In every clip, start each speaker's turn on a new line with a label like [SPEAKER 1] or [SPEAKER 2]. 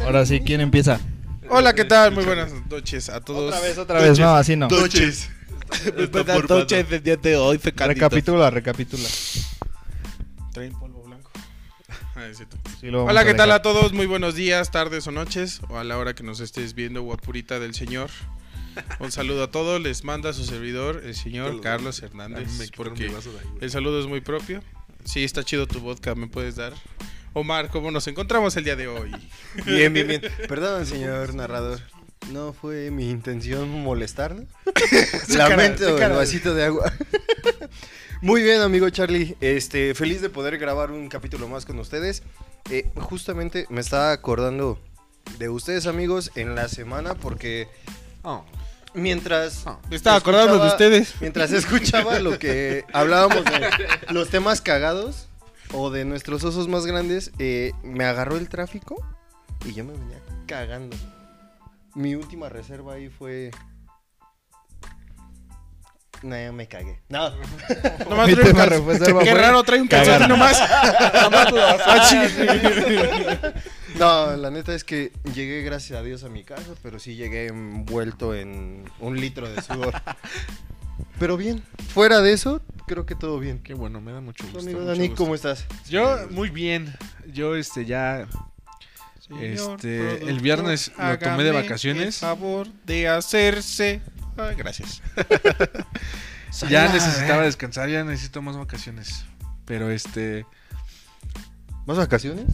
[SPEAKER 1] Ahora sí, ¿quién empieza?
[SPEAKER 2] Hola, ¿qué tal? Muy buenas noches a todos.
[SPEAKER 1] Otra vez, otra vez, no, así no.
[SPEAKER 3] Doches.
[SPEAKER 4] Buenas noches del día de hoy, fecandito.
[SPEAKER 1] Recapitula, recapitula.
[SPEAKER 2] Traen polvo blanco. Ah, es cierto.
[SPEAKER 1] Sí, lo vamos
[SPEAKER 2] Hola,
[SPEAKER 1] a
[SPEAKER 2] ¿qué tal
[SPEAKER 1] dejar.
[SPEAKER 2] a todos? Muy buenos días, tardes o noches, o a la hora que nos estés viendo, guapurita del señor. Un saludo a todos, les manda su servidor, el señor
[SPEAKER 3] Saludos.
[SPEAKER 2] Carlos
[SPEAKER 3] A
[SPEAKER 2] Hernández,
[SPEAKER 3] mí me quitaron
[SPEAKER 2] porque
[SPEAKER 3] el vaso de ahí, güey.
[SPEAKER 2] el saludo es muy propio. Sí, está chido tu vodka, ¿me puedes dar? Omar, ¿cómo nos encontramos el día de hoy?
[SPEAKER 4] Bien, bien, bien.
[SPEAKER 3] Perdón, señor narrador. No fue mi intención molestarlo.
[SPEAKER 4] cara,
[SPEAKER 3] Lamento
[SPEAKER 4] su cara.
[SPEAKER 3] el vasito de agua. Muy bien, amigo Charlie. Este, feliz de poder grabar un capítulo más con ustedes. Eh, justamente me estaba acordando de ustedes, amigos, en la semana porque mientras
[SPEAKER 2] Oh. Me estaba acordando de
[SPEAKER 3] escuchaba-
[SPEAKER 2] ustedes.
[SPEAKER 3] Mientras escuchaba lo que hablábamos de los temas cagados o de nuestros osos más grandes, eh, me agarró el tráfico y yo me venía cagando. Mi última reserva ahí fue. No, ya me cagué. No,
[SPEAKER 2] Nomás
[SPEAKER 1] Mi
[SPEAKER 2] trae un
[SPEAKER 1] tema
[SPEAKER 2] calz-
[SPEAKER 1] reserva
[SPEAKER 2] Qué
[SPEAKER 1] fue
[SPEAKER 2] raro, trae un
[SPEAKER 1] cagar.
[SPEAKER 2] calcetín nomás. Ah, ching.
[SPEAKER 3] no, la neta es que llegué, gracias a Dios, a mi casa, pero sí llegué envuelto en un litro de sudor. Pero bien, fuera de eso, creo que todo bien.
[SPEAKER 4] Qué bueno, me da mucho gusto.
[SPEAKER 3] Amigo
[SPEAKER 4] mucho
[SPEAKER 3] Dani,
[SPEAKER 4] gusto.
[SPEAKER 3] ¿cómo estás?
[SPEAKER 4] Yo, muy bien. Yo, este, ya.
[SPEAKER 2] Señor
[SPEAKER 4] Este,
[SPEAKER 2] productor,
[SPEAKER 4] el viernes lo tomé de
[SPEAKER 2] hágame
[SPEAKER 4] vacaciones.
[SPEAKER 2] El favor de hacerse. Ay, gracias.
[SPEAKER 4] Ya necesitaba descansar, ya necesito más vacaciones. Pero este.
[SPEAKER 3] ¿Vas a vacaciones?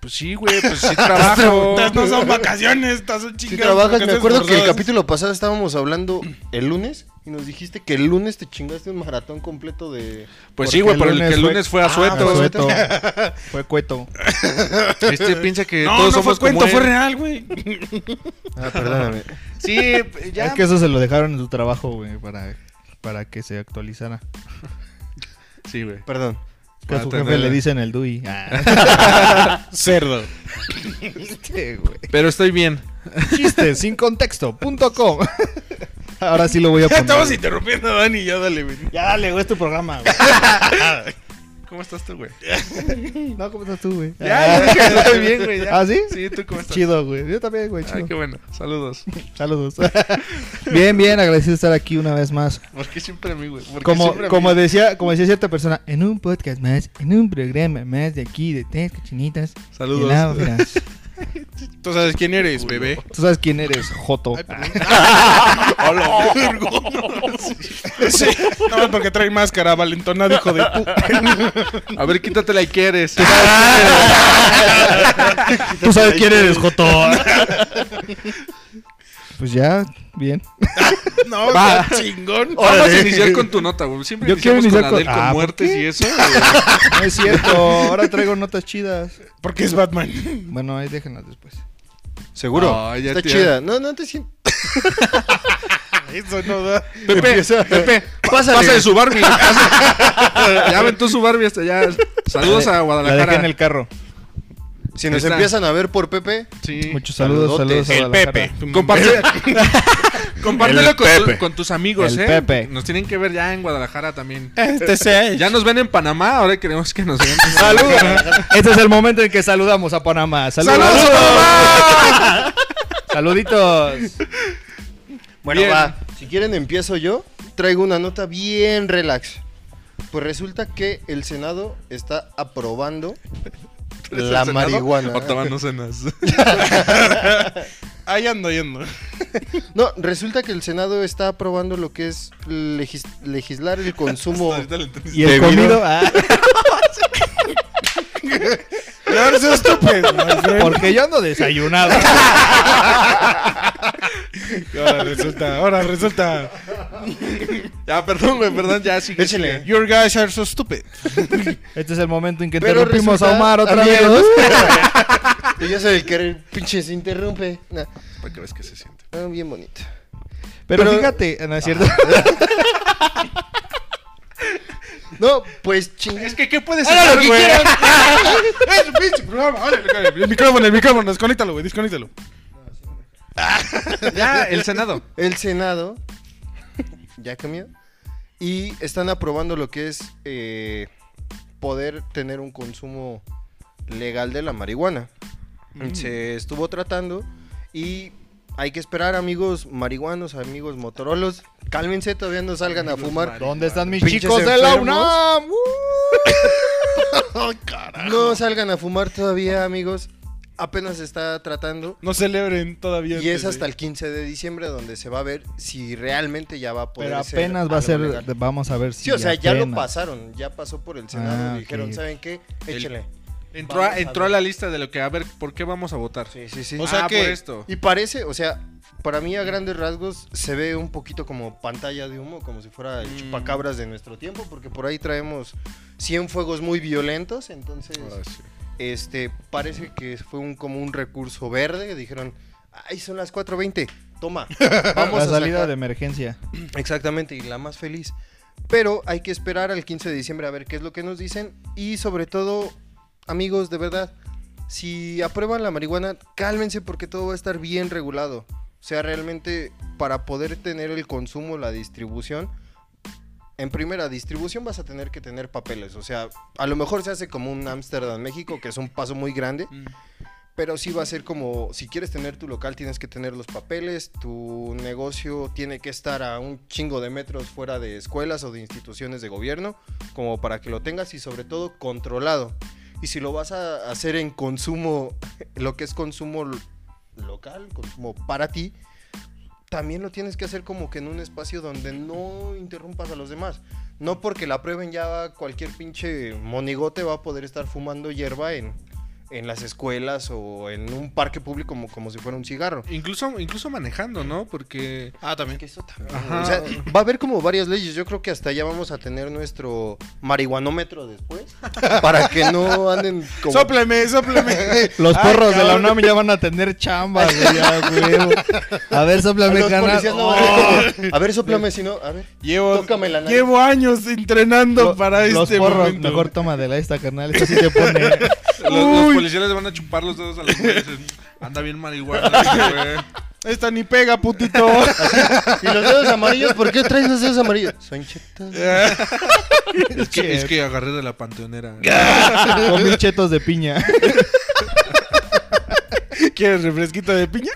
[SPEAKER 4] Pues sí, güey, pues sí trabajo.
[SPEAKER 2] Estas no son vacaciones, estas son
[SPEAKER 3] Si
[SPEAKER 2] chingadas.
[SPEAKER 3] trabajas, me
[SPEAKER 2] vacaciones
[SPEAKER 3] acuerdo que el
[SPEAKER 2] forzadas.
[SPEAKER 3] capítulo pasado estábamos hablando el lunes y nos dijiste que el lunes te chingaste un maratón completo de...
[SPEAKER 4] Pues sí, güey,
[SPEAKER 1] Porque
[SPEAKER 4] pero
[SPEAKER 1] el
[SPEAKER 4] el que el
[SPEAKER 1] lunes
[SPEAKER 4] lunes fue a
[SPEAKER 3] Ah,
[SPEAKER 4] sueto.
[SPEAKER 3] pues-
[SPEAKER 1] Cueto. Fue cueto.
[SPEAKER 4] Este piensa que
[SPEAKER 2] No, no
[SPEAKER 4] todos somos
[SPEAKER 2] fue cuento,
[SPEAKER 4] como
[SPEAKER 2] fue
[SPEAKER 4] él.
[SPEAKER 2] real, güey.
[SPEAKER 3] Ah, perdóname.
[SPEAKER 4] Sí, ya.
[SPEAKER 1] Es que eso se lo dejaron en su trabajo, güey, para, para que se actualizara.
[SPEAKER 4] Sí, güey.
[SPEAKER 3] Perdón.
[SPEAKER 1] Es Que a
[SPEAKER 4] Para
[SPEAKER 1] su jefe
[SPEAKER 4] tener-
[SPEAKER 1] le dicen el DUI.
[SPEAKER 2] Cerdo.
[SPEAKER 1] Este, güey.
[SPEAKER 4] Pero estoy bien.
[SPEAKER 1] Chiste sin contexto.com. Ahora sí lo voy a
[SPEAKER 2] Ya
[SPEAKER 1] poner.
[SPEAKER 2] estamos interrumpiendo a Dani, ya dale, güey.
[SPEAKER 1] Ya dale, güey, es tu programa, güey.
[SPEAKER 4] ¿Cómo estás tú, güey?
[SPEAKER 1] No, ¿cómo estás tú, güey?
[SPEAKER 4] Ya, ya, ya, estoy bien, güey. ya.
[SPEAKER 1] ¿Ah, sí?
[SPEAKER 4] Sí, ¿tú cómo estás?
[SPEAKER 1] Chido, güey. Yo también, güey,
[SPEAKER 4] Ay,
[SPEAKER 1] chido.
[SPEAKER 4] qué bueno. Saludos.
[SPEAKER 1] Saludos. bien, bien, agradecido de estar aquí una vez más.
[SPEAKER 4] ¿Por qué siempre a mí, güey? ¿Por qué
[SPEAKER 1] Como,
[SPEAKER 4] siempre a mí?
[SPEAKER 1] como decía, como decía cierta persona, en un podcast más, en un programa más de aquí, de tres cochinitas.
[SPEAKER 4] Saludos.
[SPEAKER 1] en Auras.
[SPEAKER 2] Tú sabes quién eres, bebé.
[SPEAKER 1] Tú sabes quién eres, Joto.
[SPEAKER 2] Hola, Sí, no, porque trae máscara, valentonado, hijo de
[SPEAKER 4] A ver, quítatela y quieres. Ah.
[SPEAKER 1] Tú sabes quién eres, Joto. pues ya, bien.
[SPEAKER 2] No, está chingón.
[SPEAKER 4] Vamos a iniciar con tu nota, güey. Siempre
[SPEAKER 1] Yo quiero
[SPEAKER 4] iniciamos
[SPEAKER 1] iniciar
[SPEAKER 4] con
[SPEAKER 1] con-
[SPEAKER 4] Adel, con
[SPEAKER 1] Ah, ¿por
[SPEAKER 4] muertes
[SPEAKER 1] qué?
[SPEAKER 4] y eso. güey.
[SPEAKER 1] No es cierto, ahora traigo notas chidas.
[SPEAKER 2] Porque es Batman.
[SPEAKER 1] Bueno, ahí déjenlas después.
[SPEAKER 3] ¿Seguro?
[SPEAKER 4] No, ya
[SPEAKER 3] Está
[SPEAKER 4] te-
[SPEAKER 3] chida. No, no te sientes...
[SPEAKER 2] Eso no da.
[SPEAKER 4] Pepe, Pepe,
[SPEAKER 3] Pásale.
[SPEAKER 4] pasa de su Barbie. pásale. Ya aventó su Barbie hasta allá. Saludos a
[SPEAKER 1] La dejé
[SPEAKER 4] Guadalajara.
[SPEAKER 1] en el carro.
[SPEAKER 3] Si nos
[SPEAKER 4] Ahí está.
[SPEAKER 3] empiezan a ver por Pepe,
[SPEAKER 4] Sí.
[SPEAKER 1] Muchos saludos,
[SPEAKER 3] Saludotes.
[SPEAKER 1] saludos a
[SPEAKER 2] El
[SPEAKER 1] Guadalajara.
[SPEAKER 2] Pepe.
[SPEAKER 4] Comparte- Compártelo
[SPEAKER 2] El
[SPEAKER 4] con, tu-
[SPEAKER 2] Pepe.
[SPEAKER 4] con tus amigos,
[SPEAKER 1] El
[SPEAKER 4] ¿eh?
[SPEAKER 1] Pepe.
[SPEAKER 4] Nos tienen que ver ya en Guadalajara también.
[SPEAKER 2] Este sea
[SPEAKER 4] Ya nos ven en Panamá, ahora queremos que nos vean.
[SPEAKER 1] Saludos. Este es el momento en que saludamos a Panamá. Saludos.
[SPEAKER 2] ¡Saludos,
[SPEAKER 1] Saluditos.
[SPEAKER 3] Bueno,
[SPEAKER 4] Bien.
[SPEAKER 3] va. Si quieren, empiezo yo. Traigo una nota bien relax. Pues resulta que el Senado está aprobando la marihuana.
[SPEAKER 4] Ottawa no cenas.
[SPEAKER 2] Ahí ando yendo.
[SPEAKER 3] No, resulta que el Senado está aprobando lo que es legis- legislar el consumo.
[SPEAKER 1] Y el
[SPEAKER 3] Debido-
[SPEAKER 1] comido. Ah,
[SPEAKER 2] No, no seas estúpido.
[SPEAKER 1] porque yo ando desayunado.
[SPEAKER 2] Ahora resulta, ahora resulta.
[SPEAKER 4] Ya, perdón, güey, perdón, ya sí.
[SPEAKER 3] Échale.
[SPEAKER 2] Your guys are so stupid.
[SPEAKER 1] Este es el momento en que
[SPEAKER 3] Pero
[SPEAKER 1] interrumpimos
[SPEAKER 3] resulta-
[SPEAKER 1] a Omar otra
[SPEAKER 3] Amigo,
[SPEAKER 1] vez.
[SPEAKER 3] no, espera. Y yo soy el que pinche se interrumpe. Nah,
[SPEAKER 4] Para que Pues ves que se siente.
[SPEAKER 3] ah, bien bonito.
[SPEAKER 1] Pero,
[SPEAKER 3] Pero-
[SPEAKER 1] fíjate, no es cierto.
[SPEAKER 3] No, pues chingue.
[SPEAKER 4] Es que, ¿qué puedes
[SPEAKER 3] Hagan lo que quieran.
[SPEAKER 2] Es un pinche programa. órale, órale. El micrófono, el micrófono. Desconéctalo, güey. Desconéctalo.
[SPEAKER 4] Ya, el Senado.
[SPEAKER 3] El Senado ya cambió. Y están aprobando lo que es eh, poder tener un consumo legal de la marihuana. se estuvo tratando y hay que esperar, amigos marihuanos, amigos motorolos. Cálmense, todavía no salgan a
[SPEAKER 4] Amigos
[SPEAKER 3] fumar.
[SPEAKER 4] mari-
[SPEAKER 1] ¿Dónde están mis
[SPEAKER 3] Ah, Pinches
[SPEAKER 1] chicos de la
[SPEAKER 3] enfermos.
[SPEAKER 1] UNAM? ¡Uh!
[SPEAKER 3] No salgan a fumar todavía, amigos. Apenas se está tratando.
[SPEAKER 2] No celebren todavía.
[SPEAKER 3] Y
[SPEAKER 2] antes
[SPEAKER 3] es
[SPEAKER 2] de-
[SPEAKER 3] hasta el 15 de diciembre donde se va a ver si realmente ya va a poder
[SPEAKER 1] Pero
[SPEAKER 3] ser
[SPEAKER 1] apenas va
[SPEAKER 3] algo
[SPEAKER 1] a ser,
[SPEAKER 3] legal.
[SPEAKER 1] vamos a ver si
[SPEAKER 3] Sí, o sea, ya lo
[SPEAKER 1] apenas.
[SPEAKER 3] pasaron, ya pasó por el Senado.
[SPEAKER 1] Ah,
[SPEAKER 3] dijeron,
[SPEAKER 1] ok.
[SPEAKER 3] ¿saben qué?
[SPEAKER 2] El-
[SPEAKER 3] Échenle.
[SPEAKER 4] Entró,
[SPEAKER 3] Vamos
[SPEAKER 4] a,
[SPEAKER 3] a
[SPEAKER 4] entró a la lista de lo que, a ver, ¿por qué vamos a votar?
[SPEAKER 3] Sí, sí, sí.
[SPEAKER 2] O sea
[SPEAKER 4] Ah,
[SPEAKER 2] que-
[SPEAKER 4] por esto.
[SPEAKER 3] Y parece, o sea, para mí a grandes rasgos se ve un poquito como pantalla de humo, como si fuera el
[SPEAKER 2] Mm.
[SPEAKER 3] chupacabras de nuestro tiempo, porque por ahí traemos 100 fuegos muy violentos, entonces este parece que fue un como un recurso verde, dijeron, "Ay, son las 4:20, toma, vamos
[SPEAKER 1] la
[SPEAKER 3] a
[SPEAKER 1] salida
[SPEAKER 3] sacar".
[SPEAKER 1] de emergencia.
[SPEAKER 3] Exactamente, y la más feliz. Pero hay que esperar al 15 de diciembre a ver qué es lo que nos dicen. Y sobre todo, amigos, de verdad, si aprueban la marihuana, cálmense porque todo va a estar bien regulado. O sea, realmente para poder tener el consumo, la distribución, en primera distribución vas a tener que tener papeles. O sea, a lo mejor se hace como un Ámsterdam, México, que es un paso muy grande.
[SPEAKER 2] Mm.
[SPEAKER 3] Pero sí va a ser como, si quieres tener tu local, tienes que tener los papeles, tu negocio tiene que estar a un chingo de metros fuera de escuelas o de instituciones de gobierno, como para que lo tengas y sobre todo controlado. Y si lo vas a hacer en consumo, lo que es consumo lo- local, consumo para ti, también lo tienes que hacer como que en un espacio donde no interrumpas a los demás. No porque la prueben ya cualquier pinche monigote va a poder estar fumando hierba en, en las escuelas o en un parque público como, como si fuera un cigarro.
[SPEAKER 4] Incluso, incluso manejando, ¿no? Porque.
[SPEAKER 2] Ah, también.
[SPEAKER 4] Ajá.
[SPEAKER 3] O sea, va a haber como varias leyes. Yo creo que hasta allá vamos a tener nuestro marihuanómetro después. Para que no anden como...
[SPEAKER 2] Sópleme, sópleme.
[SPEAKER 1] Los
[SPEAKER 2] Ay,
[SPEAKER 1] porros de la
[SPEAKER 2] cabrón.
[SPEAKER 1] UNAM ya van a tener chamba, güey, ya, huevo. A ver, soplame,
[SPEAKER 3] Los
[SPEAKER 1] carnal.
[SPEAKER 3] policías no van a- A ver, soplame si no. A ver.
[SPEAKER 2] Llevo,
[SPEAKER 3] Tócame la nariz.
[SPEAKER 2] llevo años entrenando
[SPEAKER 1] Lo-
[SPEAKER 2] para
[SPEAKER 1] los
[SPEAKER 2] este
[SPEAKER 1] porros,
[SPEAKER 2] momento.
[SPEAKER 1] mejor toma de la esta, carnal. Esto sí te pone.
[SPEAKER 4] Los, los
[SPEAKER 2] Uy.
[SPEAKER 4] policías les van a chupar los dedos a los güeyes. Anda bien marihuana, güey.
[SPEAKER 2] Esta ni pega, putito.
[SPEAKER 3] ¿Y los dedos amarillos? ¿Por qué traes los dedos amarillos? Son chetas.
[SPEAKER 4] Es que, es que agarré de la panteonera.
[SPEAKER 1] Con mil chetos de piña.
[SPEAKER 2] ¿Quieres refresquito de piña?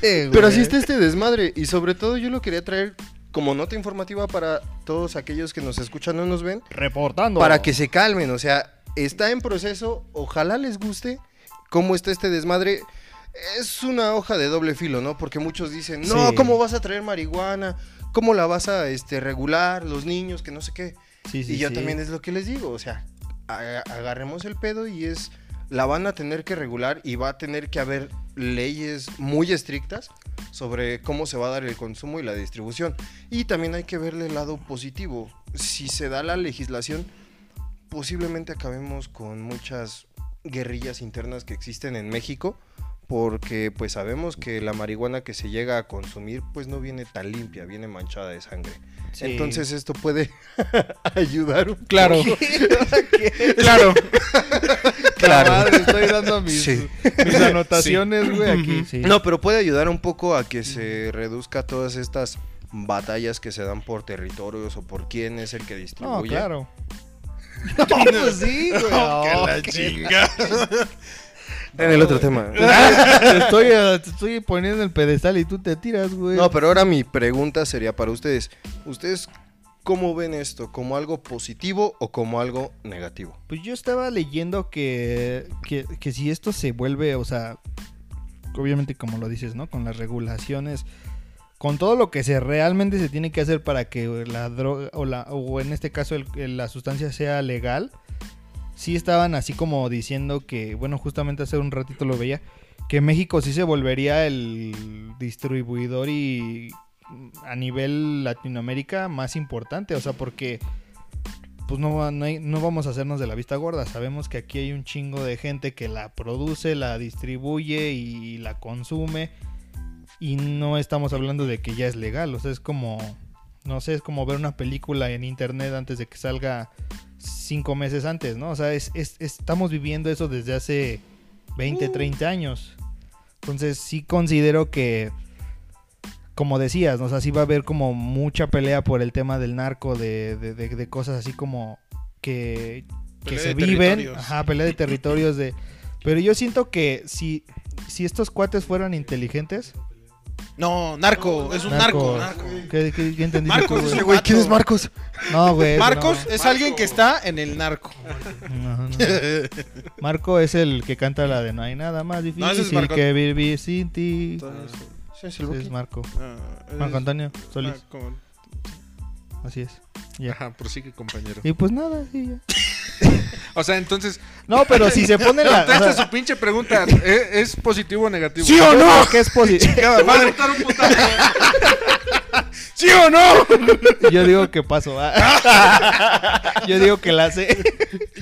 [SPEAKER 3] Pero así está este desmadre. Y sobre todo yo lo quería traer como nota informativa para todos aquellos que nos escuchan no nos ven.
[SPEAKER 1] Reportando.
[SPEAKER 3] Para que se calmen. O sea, está en proceso. Ojalá les guste cómo está este desmadre. Es una hoja de doble filo, ¿no? Porque muchos dicen, no,
[SPEAKER 1] Sí.
[SPEAKER 3] ¿cómo vas a traer marihuana? ¿Cómo la vas a este, regular? Los niños, que no sé qué.
[SPEAKER 1] Sí, sí,
[SPEAKER 3] y yo
[SPEAKER 1] sí.
[SPEAKER 3] también es lo que les digo, o sea, aga- agarremos el pedo y es, la van a tener que regular y va a tener que haber leyes muy estrictas sobre cómo se va a dar el consumo y la distribución. Y también hay que verle el lado positivo. Si se da la legislación, posiblemente acabemos con muchas guerrillas internas que existen en México. Porque pues sabemos que la marihuana que se llega a consumir pues no viene tan limpia, viene manchada de sangre.
[SPEAKER 1] Sí.
[SPEAKER 3] Entonces esto puede ayudar un
[SPEAKER 2] Claro. Claro.
[SPEAKER 1] Claro. estoy dando mis,
[SPEAKER 3] Sí.
[SPEAKER 1] mis anotaciones, güey, aquí. Sí.
[SPEAKER 3] No, pero puede ayudar un poco a que se reduzca todas estas batallas que se dan por territorios o por quién es el que distribuye.
[SPEAKER 1] No, claro. No, pues sí, güey.
[SPEAKER 2] Que
[SPEAKER 1] No,
[SPEAKER 3] Ah,
[SPEAKER 2] la chinga.
[SPEAKER 3] En el otro tema.
[SPEAKER 1] te, estoy, eh, te estoy poniendo el pedestal y tú te tiras, güey.
[SPEAKER 3] No, pero ahora mi pregunta sería para ustedes. ¿Ustedes cómo ven esto? ¿Como algo positivo o como algo negativo?
[SPEAKER 1] Pues yo estaba leyendo que, que, que si esto se vuelve, o sea, obviamente como lo dices, ¿no? Con las regulaciones, con todo lo que se realmente se tiene que hacer para que la droga, o, la, o en este caso el- el- la sustancia sea legal, sí estaban así como diciendo que, bueno, justamente hace un ratito lo veía, que México sí se volvería el distribuidor y mm, a nivel Latinoamérica más importante, o sea, porque pues no, va- no, hay- no vamos a hacernos de la vista gorda. Sabemos que aquí hay un chingo de gente que la produce, la distribuye y la consume. Y no estamos hablando de que ya es legal. O sea, es como, no sé, es como ver una película en internet antes de que salga cinco meses antes, ¿no? O sea, es, es- estamos viviendo eso desde hace
[SPEAKER 2] Mm.
[SPEAKER 1] 20, 30 años. Entonces sí considero que, como decías, ¿no? o sea, sí va a haber como mucha pelea por el tema del narco, de, de- de- de cosas así como que, que
[SPEAKER 2] Pelea
[SPEAKER 1] se
[SPEAKER 2] de
[SPEAKER 1] viven.
[SPEAKER 2] territorios.
[SPEAKER 1] Ajá, pelea de territorios de... Pero yo siento que si, si estos cuates fueran inteligentes.
[SPEAKER 2] No, narco, es un narco. narco.
[SPEAKER 1] ¿Qué, qué- qué entendiste
[SPEAKER 2] Marcos
[SPEAKER 1] tú,
[SPEAKER 2] es
[SPEAKER 1] güey?
[SPEAKER 2] el güey, ¿quién es
[SPEAKER 3] Marcos?
[SPEAKER 1] No, güey.
[SPEAKER 2] Marcos
[SPEAKER 1] no.
[SPEAKER 2] es alguien que está en el narco.
[SPEAKER 1] No, no. Marco es el que canta la de No hay nada más
[SPEAKER 2] No, ese es
[SPEAKER 1] difícil
[SPEAKER 2] Marco.
[SPEAKER 1] que vivir sin ti.
[SPEAKER 3] Sí, es el
[SPEAKER 1] Ese es
[SPEAKER 3] Buki.
[SPEAKER 1] Marco.
[SPEAKER 2] Ah, es-
[SPEAKER 1] Marco Antonio Solís.
[SPEAKER 2] Ah, como-
[SPEAKER 1] Así es. Ya.
[SPEAKER 4] Ajá, prosigue, compañero.
[SPEAKER 1] Y pues nada, sí, ya.
[SPEAKER 4] O sea, entonces,
[SPEAKER 1] No, pero si se ponen la. o sea,
[SPEAKER 4] esta su pinche pregunta. ¿e- ¿Es, positivo o negativo?
[SPEAKER 1] yo creo que es posi-
[SPEAKER 4] Cada madre. un putazo.
[SPEAKER 2] ¿Sí o no?
[SPEAKER 1] Yo digo que paso. ah. Yo digo que la sé.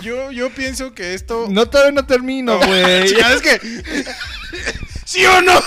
[SPEAKER 2] Yo, yo pienso que esto.
[SPEAKER 1] No, todavía no termino, güey.
[SPEAKER 2] Chingada, es que. ¿Sí o no?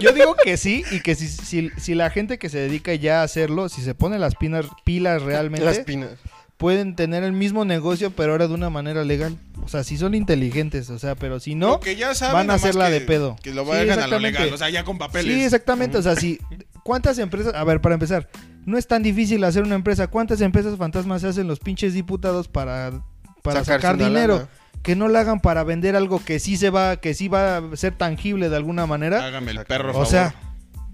[SPEAKER 1] Yo digo que sí y que si, si, si la gente que se dedica ya a hacerlo, si se pone las pinas, pilas realmente,
[SPEAKER 3] Las pinas.
[SPEAKER 1] pueden tener el mismo negocio, pero ahora de una manera legal. O sea, si son inteligentes, o sea, pero si no...
[SPEAKER 2] Lo que ya saben,
[SPEAKER 1] van a
[SPEAKER 2] nomás
[SPEAKER 1] hacerla
[SPEAKER 2] que-
[SPEAKER 1] de pedo.
[SPEAKER 2] Que lo
[SPEAKER 1] Sí,
[SPEAKER 2] vayan a lo
[SPEAKER 1] exactamente.
[SPEAKER 2] legal, o sea, ya con papeles.
[SPEAKER 1] Sí, exactamente. O sea, si... ¿Cuántas empresas... A ver, para empezar, no es tan difícil hacer una empresa. ¿Cuántas empresas fantasmas se hacen los pinches diputados para, para
[SPEAKER 3] Sacarse
[SPEAKER 1] sacar
[SPEAKER 3] una
[SPEAKER 1] dinero?
[SPEAKER 3] lana.
[SPEAKER 1] Que no la hagan para vender algo que sí se va, que sí va a ser tangible de alguna manera.
[SPEAKER 3] Ah,
[SPEAKER 2] Hágame el perro,
[SPEAKER 1] O
[SPEAKER 2] favor.
[SPEAKER 1] sea,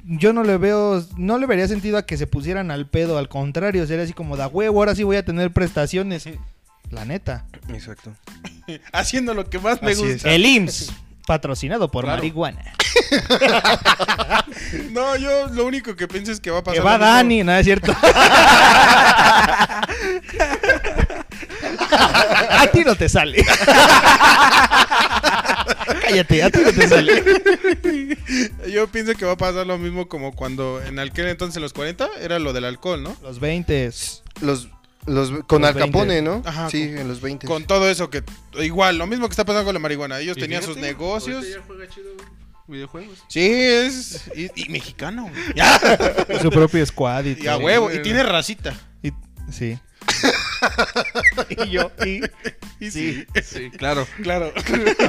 [SPEAKER 1] yo no le veo, no le vería sentido a que se pusieran al pedo, al contrario, sería así como da huevo, ahora sí voy a tener prestaciones. La neta.
[SPEAKER 3] Exacto.
[SPEAKER 2] haciendo lo que más me
[SPEAKER 3] Así
[SPEAKER 2] gusta.
[SPEAKER 4] Eh.
[SPEAKER 1] El IMSS, patrocinado por
[SPEAKER 2] Claro.
[SPEAKER 1] marihuana.
[SPEAKER 2] No, yo lo único que pienso es que va a pasar.
[SPEAKER 1] Que va
[SPEAKER 2] lo mismo.
[SPEAKER 1] Dani, ¿no es cierto? a ti no te sale. Cállate, a ti no te sale.
[SPEAKER 2] Yo pienso que va a pasar lo mismo como cuando en aquel entonces, en los 40, era lo del alcohol, ¿no?
[SPEAKER 1] Los 20.
[SPEAKER 3] Los, los, con
[SPEAKER 1] Los
[SPEAKER 3] Al Capone,
[SPEAKER 1] 20.
[SPEAKER 3] ¿no?
[SPEAKER 2] Ajá,
[SPEAKER 3] sí,
[SPEAKER 2] con-
[SPEAKER 3] en los 20.
[SPEAKER 2] Con todo eso que. Igual, lo mismo que está pasando con la marihuana. Ellos
[SPEAKER 4] Y
[SPEAKER 2] tenían
[SPEAKER 4] fíjate,
[SPEAKER 2] sus negocios.
[SPEAKER 4] ahorita ya juega chido videojuegos.
[SPEAKER 2] Sí, es. Y, y mexicano, güey. Ya.
[SPEAKER 1] Su propio squad y,
[SPEAKER 2] Y a
[SPEAKER 1] todo.
[SPEAKER 2] huevo. Y tiene racita.
[SPEAKER 1] Y- sí. y yo, y.
[SPEAKER 2] Y sí.
[SPEAKER 4] Sí, claro.
[SPEAKER 2] Claro.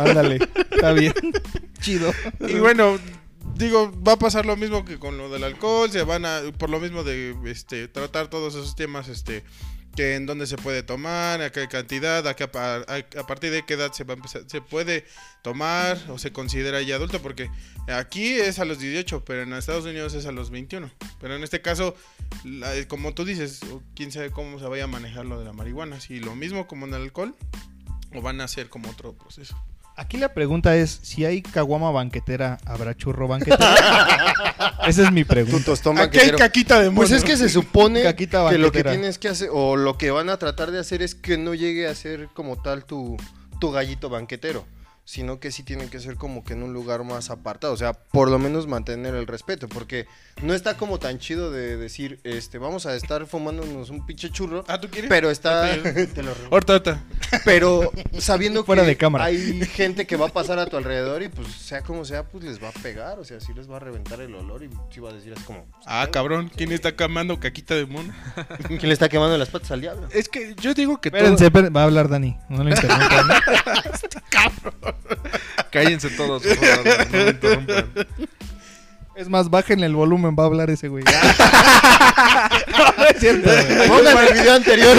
[SPEAKER 1] Ándale, está bien. Chido.
[SPEAKER 2] Y bueno, digo, va a pasar lo mismo que con lo del alcohol, se van a, por lo mismo de este, tratar todos esos temas, este, que en dónde se puede tomar, a qué cantidad, a, qué pa- a- a partir de qué edad se, va a empezar- se puede tomar o se considera ya adulto, porque aquí es a los 18, pero en Estados Unidos es a los 21. Pero en este caso, la- como tú dices, o quién sabe cómo se vaya a manejar lo de la marihuana, si lo mismo como en el alcohol, o van a hacer como otro proceso.
[SPEAKER 1] Aquí la pregunta es: si hay caguama banquetera, ¿habrá churro banquetera? Esa es mi
[SPEAKER 3] Tu
[SPEAKER 1] pregunta.
[SPEAKER 3] tostón
[SPEAKER 2] Aquí hay
[SPEAKER 3] banquetero.
[SPEAKER 2] caquita de
[SPEAKER 3] Pues
[SPEAKER 2] mono.
[SPEAKER 3] es que se supone
[SPEAKER 1] Caquita
[SPEAKER 3] que lo que
[SPEAKER 1] banquetera.
[SPEAKER 3] tienes que hacer, o lo que van a tratar de hacer es que no llegue a ser como tal tu, tu gallito banquetero, sino que sí tiene que ser como que en un lugar más apartado, o sea, por lo menos mantener el respeto, porque no está como tan chido de decir, este, vamos a estar fumándonos un pinche churro,
[SPEAKER 2] Ah, ¿tú quieres?
[SPEAKER 3] pero está, te lo robo.
[SPEAKER 2] Ahorita, ahorita.
[SPEAKER 3] pero sabiendo
[SPEAKER 1] Fuera
[SPEAKER 3] que
[SPEAKER 1] de cámara.
[SPEAKER 3] hay gente que va a pasar a tu alrededor y pues sea como sea, pues les va a pegar, o sea, sí les va a reventar el olor y sí va a decir, es como...
[SPEAKER 2] Ah, cabrón, ¿quién está quemando caquita de mono?
[SPEAKER 3] ¿Quién le está quemando las patas al diablo?
[SPEAKER 4] Es que yo digo que
[SPEAKER 1] Espérense, espérense, va a hablar Dani. No lo interrumpan.
[SPEAKER 4] Cállense todos, por favor, no me interrumpan.
[SPEAKER 1] Es más, bajen el volumen, va a hablar ese güey. no, no es cierto, güey.
[SPEAKER 3] Pongan el video anterior.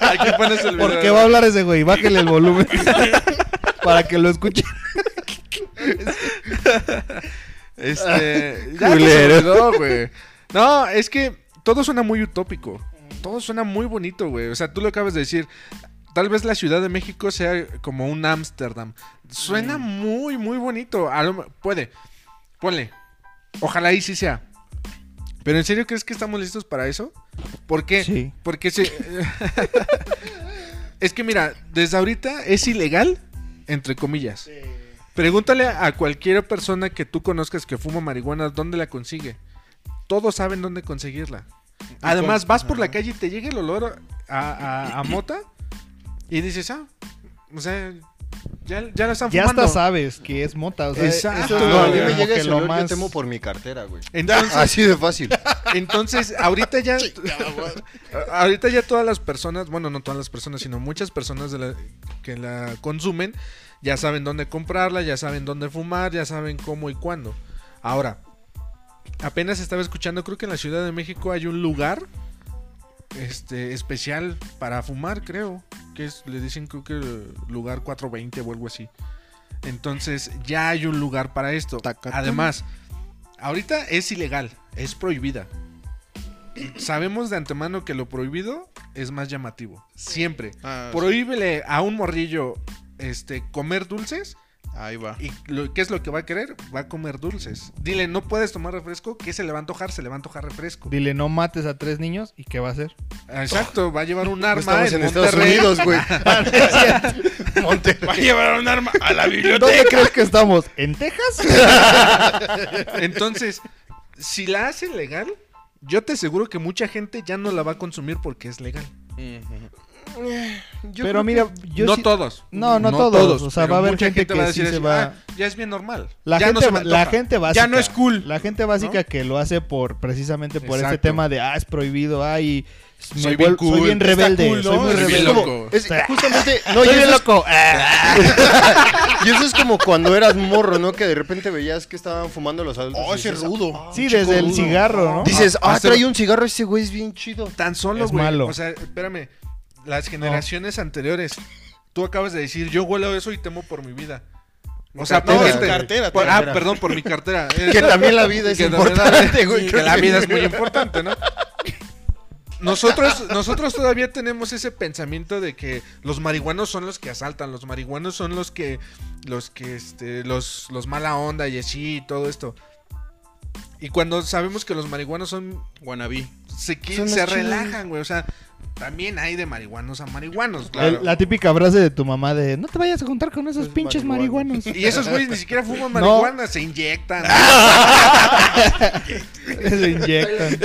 [SPEAKER 4] Aquí pones el
[SPEAKER 1] ¿Por
[SPEAKER 4] video.
[SPEAKER 1] qué va a hablar ese güey? Bájenle el volumen. Para que lo escuchen.
[SPEAKER 4] Este. ya se
[SPEAKER 3] Culero.
[SPEAKER 4] me olvidó, güey. No, es que todo suena muy utópico. Todo suena muy bonito, güey. O sea, tú lo acabas de decir. Tal vez la Ciudad de México sea como un Ámsterdam. Suena muy, muy bonito. A lo me- puede. Ponle. Ojalá y sí sea. Pero ¿en serio crees que estamos listos para eso? ¿Por qué?
[SPEAKER 1] Sí.
[SPEAKER 4] Porque se... es que mira, desde ahorita es ilegal, entre comillas. Pregúntale a cualquier persona que tú conozcas que fuma marihuana dónde la consigue. Todos saben dónde conseguirla. Además, vas por la calle y te llega el olor a, a- a mota y dices, ah, o sea, ya, ya la están
[SPEAKER 1] Ya
[SPEAKER 4] fumando.
[SPEAKER 1] hasta sabes que es mota. O sea, eso
[SPEAKER 4] Exacto.
[SPEAKER 1] es
[SPEAKER 4] Ah,
[SPEAKER 1] lo-
[SPEAKER 3] no, a mí
[SPEAKER 1] como
[SPEAKER 3] me llega
[SPEAKER 1] que
[SPEAKER 3] ese
[SPEAKER 1] lo
[SPEAKER 3] olor, yo
[SPEAKER 1] más-
[SPEAKER 3] temo por mi cartera, güey.
[SPEAKER 4] Entonces,
[SPEAKER 3] Así de fácil.
[SPEAKER 4] Entonces, ahorita ya. ahorita ya todas las personas, bueno, no todas las personas, sino muchas personas de la- que la consumen, ya saben dónde comprarla, ya saben dónde fumar, ya saben cómo y cuándo. Ahora, apenas estaba escuchando, creo que en la Ciudad de México hay un lugar este especial para fumar, creo. que es, le dicen creo que eh, lugar 420 o algo así. Entonces ya hay un lugar para esto.
[SPEAKER 1] Tacatán.
[SPEAKER 4] Además, ahorita es ilegal, es prohibida. Sabemos de antemano que lo prohibido es más llamativo. Siempre.
[SPEAKER 2] Ah,
[SPEAKER 4] Prohíbele a un morrillo este, comer dulces
[SPEAKER 2] Ahí va.
[SPEAKER 4] ¿Y lo- qué es lo que va a querer? Va a comer dulces. Dile, no puedes tomar refresco. ¿Qué se le va a antojar? Se le va a antojar refresco.
[SPEAKER 1] Dile, no mates a tres niños y ¿qué va a hacer?
[SPEAKER 4] Exacto, va a llevar un
[SPEAKER 3] No
[SPEAKER 4] arma.
[SPEAKER 3] Pues estamos
[SPEAKER 4] En
[SPEAKER 3] en Estados
[SPEAKER 4] Monterrey.
[SPEAKER 3] Unidos, güey.
[SPEAKER 2] Va a llevar un arma a la
[SPEAKER 1] ¿Dónde
[SPEAKER 2] biblioteca.
[SPEAKER 1] crees que estamos? ¿En Texas?
[SPEAKER 4] Entonces, si la hace legal, yo te aseguro que mucha gente ya no la va a consumir porque es legal.
[SPEAKER 2] Ujú.
[SPEAKER 1] Pero mira, yo
[SPEAKER 4] no
[SPEAKER 1] sí-
[SPEAKER 4] todos.
[SPEAKER 1] No, no todos, o sea,
[SPEAKER 4] pero
[SPEAKER 1] va a haber
[SPEAKER 4] mucha
[SPEAKER 1] gente que sí se va-
[SPEAKER 4] "Ah, ya es bien normal.
[SPEAKER 1] La,
[SPEAKER 4] ya no
[SPEAKER 1] gente,
[SPEAKER 4] se me
[SPEAKER 1] la
[SPEAKER 4] antoja".
[SPEAKER 1] gente básica.
[SPEAKER 2] Ya no es cool.
[SPEAKER 1] La gente básica que lo hace por precisamente por este
[SPEAKER 4] Exacto.
[SPEAKER 1] tema de, ah, es prohibido, ay, me
[SPEAKER 4] Soy
[SPEAKER 1] vuel-
[SPEAKER 4] bien
[SPEAKER 1] soy
[SPEAKER 4] cool,
[SPEAKER 1] bien
[SPEAKER 4] está
[SPEAKER 1] rebelde.
[SPEAKER 2] cool, ¿no?
[SPEAKER 1] Soy muy
[SPEAKER 2] Soy bien
[SPEAKER 1] rebelde.
[SPEAKER 4] loco.
[SPEAKER 3] Es- justamente, no,
[SPEAKER 1] Soy
[SPEAKER 3] y
[SPEAKER 1] bien
[SPEAKER 3] eso, es,
[SPEAKER 1] loco. Ah,
[SPEAKER 3] y eso es como cuando eras morro, ¿no? Que de repente veías que estaban fumando los adultos.
[SPEAKER 2] Oh,
[SPEAKER 3] y
[SPEAKER 2] ese
[SPEAKER 3] dices,
[SPEAKER 4] Ah,
[SPEAKER 2] rudo.
[SPEAKER 1] Sí, desde el cigarro, ¿no?
[SPEAKER 3] Dices, ah,
[SPEAKER 4] Hasta-
[SPEAKER 3] trae un cigarro, ese güey es bien chido.
[SPEAKER 4] Tan solo,
[SPEAKER 1] Es
[SPEAKER 4] güey.
[SPEAKER 1] malo.
[SPEAKER 4] O sea, espérame. Las generaciones anteriores. Tú acabas de decir, yo huelo eso y temo por mi vida. O sea,
[SPEAKER 3] Cartera,
[SPEAKER 4] por
[SPEAKER 3] güey.
[SPEAKER 2] Cartera,
[SPEAKER 4] por- ah,
[SPEAKER 3] cartera.
[SPEAKER 4] perdón, por mi cartera.
[SPEAKER 3] Que también la vida es
[SPEAKER 4] Que la
[SPEAKER 3] importante,
[SPEAKER 4] verdad-
[SPEAKER 3] güey.
[SPEAKER 4] Que la vida es muy importante, ¿no? Nosotros, nosotros todavía tenemos ese pensamiento de que los marihuanos son los que asaltan, los marihuanos son los que, los que, este, los, los mala onda y así y todo esto. Y cuando sabemos que los marihuanos son,
[SPEAKER 2] Guanabí.
[SPEAKER 4] se, qui-
[SPEAKER 3] Son los
[SPEAKER 4] se
[SPEAKER 3] chidos.
[SPEAKER 4] relajan, güey, o sea, también hay de marihuanos a marihuanos,
[SPEAKER 1] El-
[SPEAKER 4] claro.
[SPEAKER 1] la típica frase de tu mamá de, no te vayas a juntar con esos
[SPEAKER 3] Esos
[SPEAKER 1] pinches
[SPEAKER 3] marihuanos".
[SPEAKER 1] marihuanos.
[SPEAKER 4] Y esos güeyes ni siquiera fuman
[SPEAKER 1] No. Ah,
[SPEAKER 4] marihuana, se inyectan.
[SPEAKER 1] Se inyectan.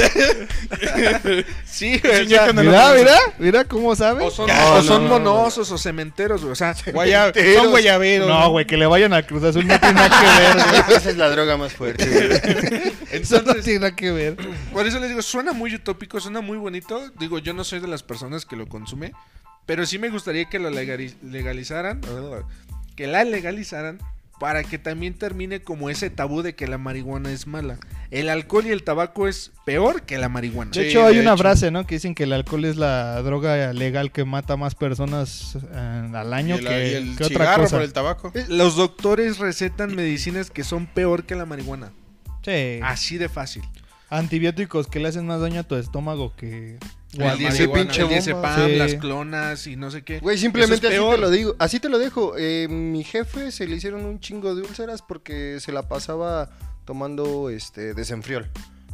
[SPEAKER 4] Sí, güey, o sea,
[SPEAKER 1] mira, mira, mira cómo sabes.
[SPEAKER 4] O son,
[SPEAKER 3] No,
[SPEAKER 4] o
[SPEAKER 3] no,
[SPEAKER 4] son
[SPEAKER 3] no, no,
[SPEAKER 4] monosos o cementeros, güey. O sea,
[SPEAKER 2] Guaya-
[SPEAKER 3] Enteros.
[SPEAKER 2] Son guayaberos.
[SPEAKER 1] No, güey, que le vayan a Cruz Azul no tiene nada que ver. güey.
[SPEAKER 3] Esa es la droga más fuerte. güey.
[SPEAKER 1] Eso no
[SPEAKER 4] entonces,
[SPEAKER 1] tiene nada que ver.
[SPEAKER 4] por eso les digo, suena muy utópico, suena muy bonito. Digo, yo no soy de las personas que lo consume, pero sí me gustaría que lo legari- legalizaran, que la legalizaran para que también termine como ese tabú de que la marihuana es mala. El alcohol y el tabaco es peor que la marihuana.
[SPEAKER 1] De
[SPEAKER 2] Sí,
[SPEAKER 1] hecho, hay
[SPEAKER 2] de
[SPEAKER 1] una
[SPEAKER 2] hecho.
[SPEAKER 1] frase, ¿no? Que dicen que el alcohol es la droga legal que mata más personas eh, al
[SPEAKER 2] Y
[SPEAKER 1] año
[SPEAKER 2] el,
[SPEAKER 1] que,
[SPEAKER 2] y el
[SPEAKER 1] que otra
[SPEAKER 2] cigarro
[SPEAKER 1] cosa.
[SPEAKER 2] por el tabaco.
[SPEAKER 4] Los doctores recetan medicinas que son peor que la marihuana.
[SPEAKER 1] Sí.
[SPEAKER 4] Así de fácil.
[SPEAKER 1] Antibióticos que le hacen más daño a tu estómago que...
[SPEAKER 2] La
[SPEAKER 4] El diazepam,
[SPEAKER 2] marihuana.
[SPEAKER 4] el diazepam,
[SPEAKER 1] Sí.
[SPEAKER 4] las clonas y no sé qué.
[SPEAKER 3] Güey,
[SPEAKER 4] Eso
[SPEAKER 3] simplemente
[SPEAKER 4] es
[SPEAKER 3] así te
[SPEAKER 4] peor.
[SPEAKER 3] lo digo. Así te lo dejo. Eh, mi jefe se le hicieron un chingo de úlceras porque se la pasaba tomando este desenfriol.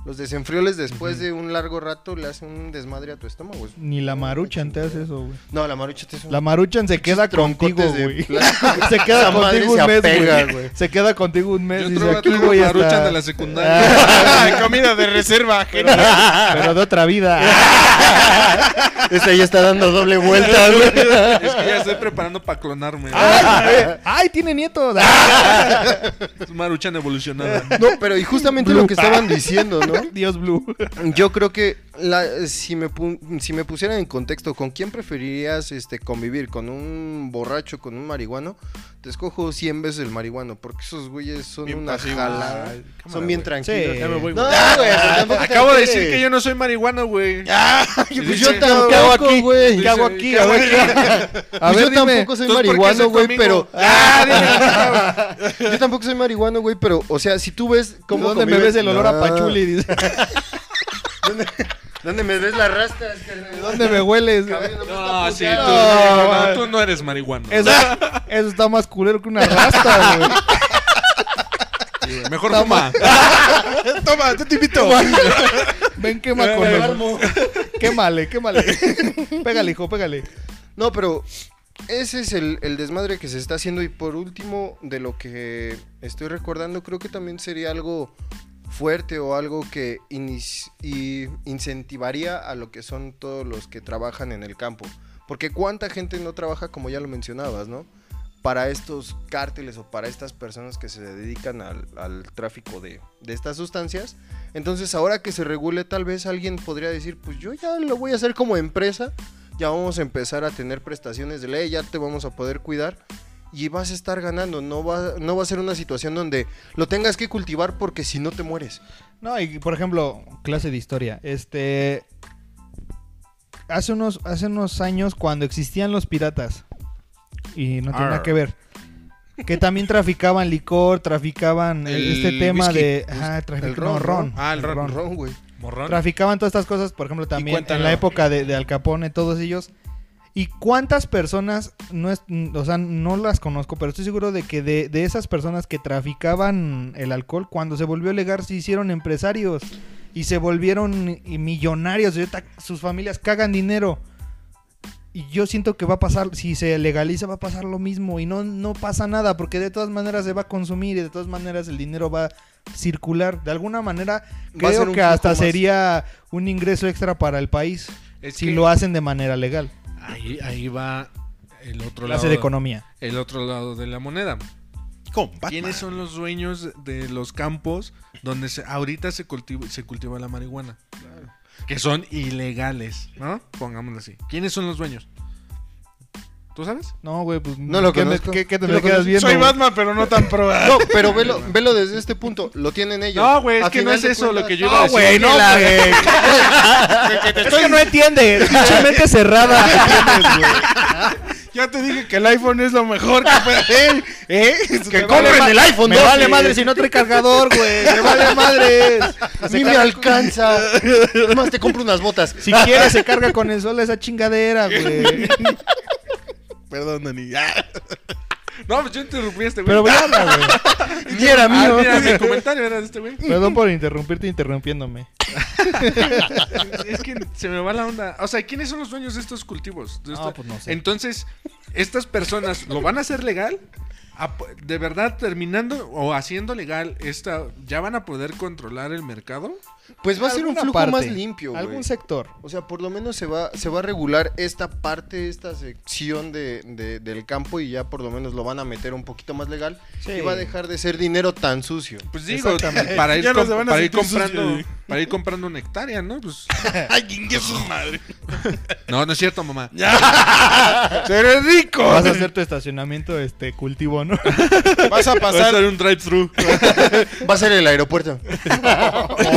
[SPEAKER 3] Los desenfrioles después de un largo rato le hacen un desmadre a tu estómago. Es-
[SPEAKER 1] Ni la maruchan te hace eso, güey.
[SPEAKER 3] No, la marucha te hace un-
[SPEAKER 1] La maruchan se queda
[SPEAKER 3] troncotes
[SPEAKER 1] contigo,
[SPEAKER 3] de
[SPEAKER 1] güey.
[SPEAKER 3] plástico.
[SPEAKER 1] Se queda
[SPEAKER 3] Esa madre
[SPEAKER 1] contigo un
[SPEAKER 3] se
[SPEAKER 1] mes,
[SPEAKER 3] apega,
[SPEAKER 1] güey.
[SPEAKER 3] güey.
[SPEAKER 1] Se queda contigo un mes.
[SPEAKER 4] Yo
[SPEAKER 1] dice,
[SPEAKER 4] todavía
[SPEAKER 1] "Aquí
[SPEAKER 4] tengo
[SPEAKER 1] voy a
[SPEAKER 4] maruchan
[SPEAKER 1] estar".
[SPEAKER 4] de la secundaria.
[SPEAKER 2] Ah, comida de reserva. genial.
[SPEAKER 1] Pero de otra vida.
[SPEAKER 3] Esta ya está dando doble vuelta, güey.
[SPEAKER 4] Es que ya estoy preparando para clonarme.
[SPEAKER 1] ¡Ay, tiene nietos!
[SPEAKER 4] Es Maruchan evolucionada.
[SPEAKER 3] No, pero y justamente lo que estaban diciendo, ¿no?
[SPEAKER 1] Dios Blue.
[SPEAKER 3] Yo creo que la- si, me pu- si me pusieran en contexto, ¿con quién preferirías este, convivir? ¿Con un borracho, con un marihuano? Te escojo 100 veces el marihuano, porque esos güeyes son
[SPEAKER 2] Bien
[SPEAKER 3] una
[SPEAKER 2] pasivos.
[SPEAKER 3] jalada.
[SPEAKER 4] Ay, cámara,
[SPEAKER 3] son bien
[SPEAKER 4] güey.
[SPEAKER 3] tranquilos.
[SPEAKER 1] Sí. pues Ya me voy,
[SPEAKER 3] No, güey, pero tampoco te
[SPEAKER 4] Acabo de
[SPEAKER 3] alteres.
[SPEAKER 4] decir que yo no soy marihuano, güey.
[SPEAKER 3] Pues
[SPEAKER 4] Dice,
[SPEAKER 3] yo tampoco,
[SPEAKER 1] ¿Qué hago aquí?
[SPEAKER 3] güey.
[SPEAKER 1] ¿Qué hago aquí?
[SPEAKER 4] ¿Qué hago aquí?
[SPEAKER 1] A
[SPEAKER 3] Pues
[SPEAKER 1] ver,
[SPEAKER 3] yo
[SPEAKER 1] dime.
[SPEAKER 3] tampoco
[SPEAKER 4] Entonces,
[SPEAKER 3] soy
[SPEAKER 4] ¿por qué
[SPEAKER 3] marihuano,
[SPEAKER 4] soy tu
[SPEAKER 3] güey,
[SPEAKER 4] amigo?
[SPEAKER 3] pero...
[SPEAKER 4] Ah, dime.
[SPEAKER 3] Yo tampoco soy marihuano, güey, pero... O sea, si tú ves cómo
[SPEAKER 1] ¿Dónde me
[SPEAKER 3] conviven-
[SPEAKER 1] ves el olor a
[SPEAKER 3] No.
[SPEAKER 1] pachuli? Dice,
[SPEAKER 3] ¿Dónde me ves las rastas? carnal?
[SPEAKER 1] ¿Dónde me hueles?
[SPEAKER 3] Cabello, me
[SPEAKER 4] No,
[SPEAKER 3] está
[SPEAKER 4] sí, tú
[SPEAKER 3] puteando.
[SPEAKER 4] no, no, tú no eres marihuano.
[SPEAKER 1] Eso, eso está más culero que una rasta, güey.
[SPEAKER 4] Sí, güey. Mejor fuma.
[SPEAKER 2] Toma, yo te invito.
[SPEAKER 1] Ven, quema con él. Quémale, quémale. Pégale, hijo, pégale.
[SPEAKER 3] No, pero ese es el, el desmadre que se está haciendo. Y por último, de lo que estoy recordando, creo que también sería algo fuerte o algo que inis- y incentivaría a lo que son todos los que trabajan en el campo. Porque cuánta gente no trabaja, como ya lo mencionabas, ¿no? Para estos cárteles o para estas personas que se dedican al, al tráfico de, de estas sustancias. Entonces ahora que se regule, tal vez alguien podría decir, pues yo ya lo voy a hacer como empresa ya vamos a empezar a tener prestaciones de ley, ya te vamos a poder cuidar y vas a estar ganando, no va, no va a ser una situación donde lo tengas que cultivar porque si no te mueres.
[SPEAKER 1] No, y por ejemplo, clase de historia. Este. hace unos, hace unos años cuando existían los piratas. Y no tiene nada
[SPEAKER 4] Arr.
[SPEAKER 1] que ver. Que también traficaban licor, traficaban el-
[SPEAKER 2] El
[SPEAKER 1] este tema
[SPEAKER 2] whisky.
[SPEAKER 1] de. Ajá, trafic- no, ron.
[SPEAKER 2] Ah, el ron,
[SPEAKER 3] Ron, güey.
[SPEAKER 4] Morrón.
[SPEAKER 1] Traficaban todas estas cosas, por ejemplo, también en
[SPEAKER 2] cuéntalo.
[SPEAKER 1] la época de, de Al Capone, todos ellos. ¿Y cuántas personas, no es, o sea, no las conozco, pero estoy seguro de que de, de esas personas que traficaban el alcohol, cuando se volvió legal, se hicieron empresarios y se volvieron y millonarios. y ahorita sus familias cagan dinero. Y yo siento que va a pasar, si se legaliza, va a pasar lo mismo. Y no, no pasa nada, porque de todas maneras se va a consumir y de todas maneras el dinero va a circular. De alguna manera,
[SPEAKER 3] Va a
[SPEAKER 1] creo
[SPEAKER 3] ser
[SPEAKER 1] que
[SPEAKER 3] un flujo
[SPEAKER 1] hasta
[SPEAKER 3] más.
[SPEAKER 1] sería un ingreso extra para el país
[SPEAKER 4] Es
[SPEAKER 1] si
[SPEAKER 4] que
[SPEAKER 1] lo hacen de manera legal.
[SPEAKER 4] ahí, ahí va el otro
[SPEAKER 1] Clase
[SPEAKER 4] lado.
[SPEAKER 1] de economía.
[SPEAKER 4] el otro lado de la moneda.
[SPEAKER 2] Con Batman.
[SPEAKER 4] ¿Quiénes son los dueños de los campos donde se- ahorita se cultiva, se cultiva la marihuana? Que son ilegales, ¿no? Pongámoslo así. ¿Quiénes son los dueños? ¿Tú sabes?
[SPEAKER 1] No, güey, pues
[SPEAKER 3] No lo
[SPEAKER 1] ¿qué, me-
[SPEAKER 3] conozco.
[SPEAKER 1] qué- qué te
[SPEAKER 3] Yo
[SPEAKER 1] me
[SPEAKER 3] lo
[SPEAKER 1] quedas
[SPEAKER 3] conozco.
[SPEAKER 1] viendo?
[SPEAKER 2] Soy
[SPEAKER 1] güey?
[SPEAKER 2] Batman, pero no tan pro.
[SPEAKER 3] No, pero velo, velo desde este punto. Lo tienen ellos.
[SPEAKER 4] No, güey, es
[SPEAKER 3] A
[SPEAKER 4] que no
[SPEAKER 3] final
[SPEAKER 4] es
[SPEAKER 3] de
[SPEAKER 4] eso lo que yo iba a
[SPEAKER 1] No,
[SPEAKER 4] decir.
[SPEAKER 1] güey, no, güey. Es que no entiende, pinche mente cerrada.
[SPEAKER 2] Ya te dije que el iPhone es lo mejor que puede. ¿Eh? ¿Eh?
[SPEAKER 3] Que compren el iPhone
[SPEAKER 1] Me
[SPEAKER 3] 12.
[SPEAKER 1] vale madre si no trae cargador, güey. Me vale madre.
[SPEAKER 3] Ni me alcanza. Es más, te compro unas botas.
[SPEAKER 1] Si quieres se carga con el sol esa chingadera, güey.
[SPEAKER 2] Perdón, Dani. Ah.
[SPEAKER 4] No, pues yo interrumpí a este güey.
[SPEAKER 1] Pero voy a hablar, güey.
[SPEAKER 3] Ni era
[SPEAKER 4] Ah,
[SPEAKER 3] mío.
[SPEAKER 4] mira, mi comentario era de este güey.
[SPEAKER 1] Perdón por interrumpirte interrumpiéndome.
[SPEAKER 4] Es que se me va la onda. O sea, ¿quiénes son los dueños de estos cultivos? De
[SPEAKER 1] No,
[SPEAKER 4] esta-
[SPEAKER 1] pues no sé.
[SPEAKER 4] Entonces, ¿estas personas lo van a hacer legal? Ap- ¿De verdad terminando o haciendo legal esta, ya van a poder controlar el mercado?
[SPEAKER 3] Pues va a ser un
[SPEAKER 1] Alguna
[SPEAKER 3] flujo
[SPEAKER 1] parte,
[SPEAKER 3] más limpio, güey.
[SPEAKER 1] Algún sector.
[SPEAKER 3] O sea, por lo menos se va, se va a regular esta parte, esta sección de, de- del campo y ya por lo menos lo van a meter un poquito más legal
[SPEAKER 1] Sí.
[SPEAKER 3] y va a dejar de ser dinero tan sucio.
[SPEAKER 4] Pues digo,
[SPEAKER 1] Exactamente.
[SPEAKER 4] para ir,
[SPEAKER 2] Ya no
[SPEAKER 4] com-
[SPEAKER 2] se van a
[SPEAKER 4] para ir
[SPEAKER 2] sentir
[SPEAKER 4] comprando,
[SPEAKER 2] sucios,
[SPEAKER 4] para ir comprando una hectárea, ¿no? Pues,
[SPEAKER 2] Ay, chingue su madre.
[SPEAKER 4] no, no es cierto, mamá.
[SPEAKER 2] Seré rico.
[SPEAKER 1] Vas a hacer tu estacionamiento este cultivo, ¿no?
[SPEAKER 2] Vas a pasar.
[SPEAKER 4] un drive-thru.
[SPEAKER 3] Va a ser el aeropuerto.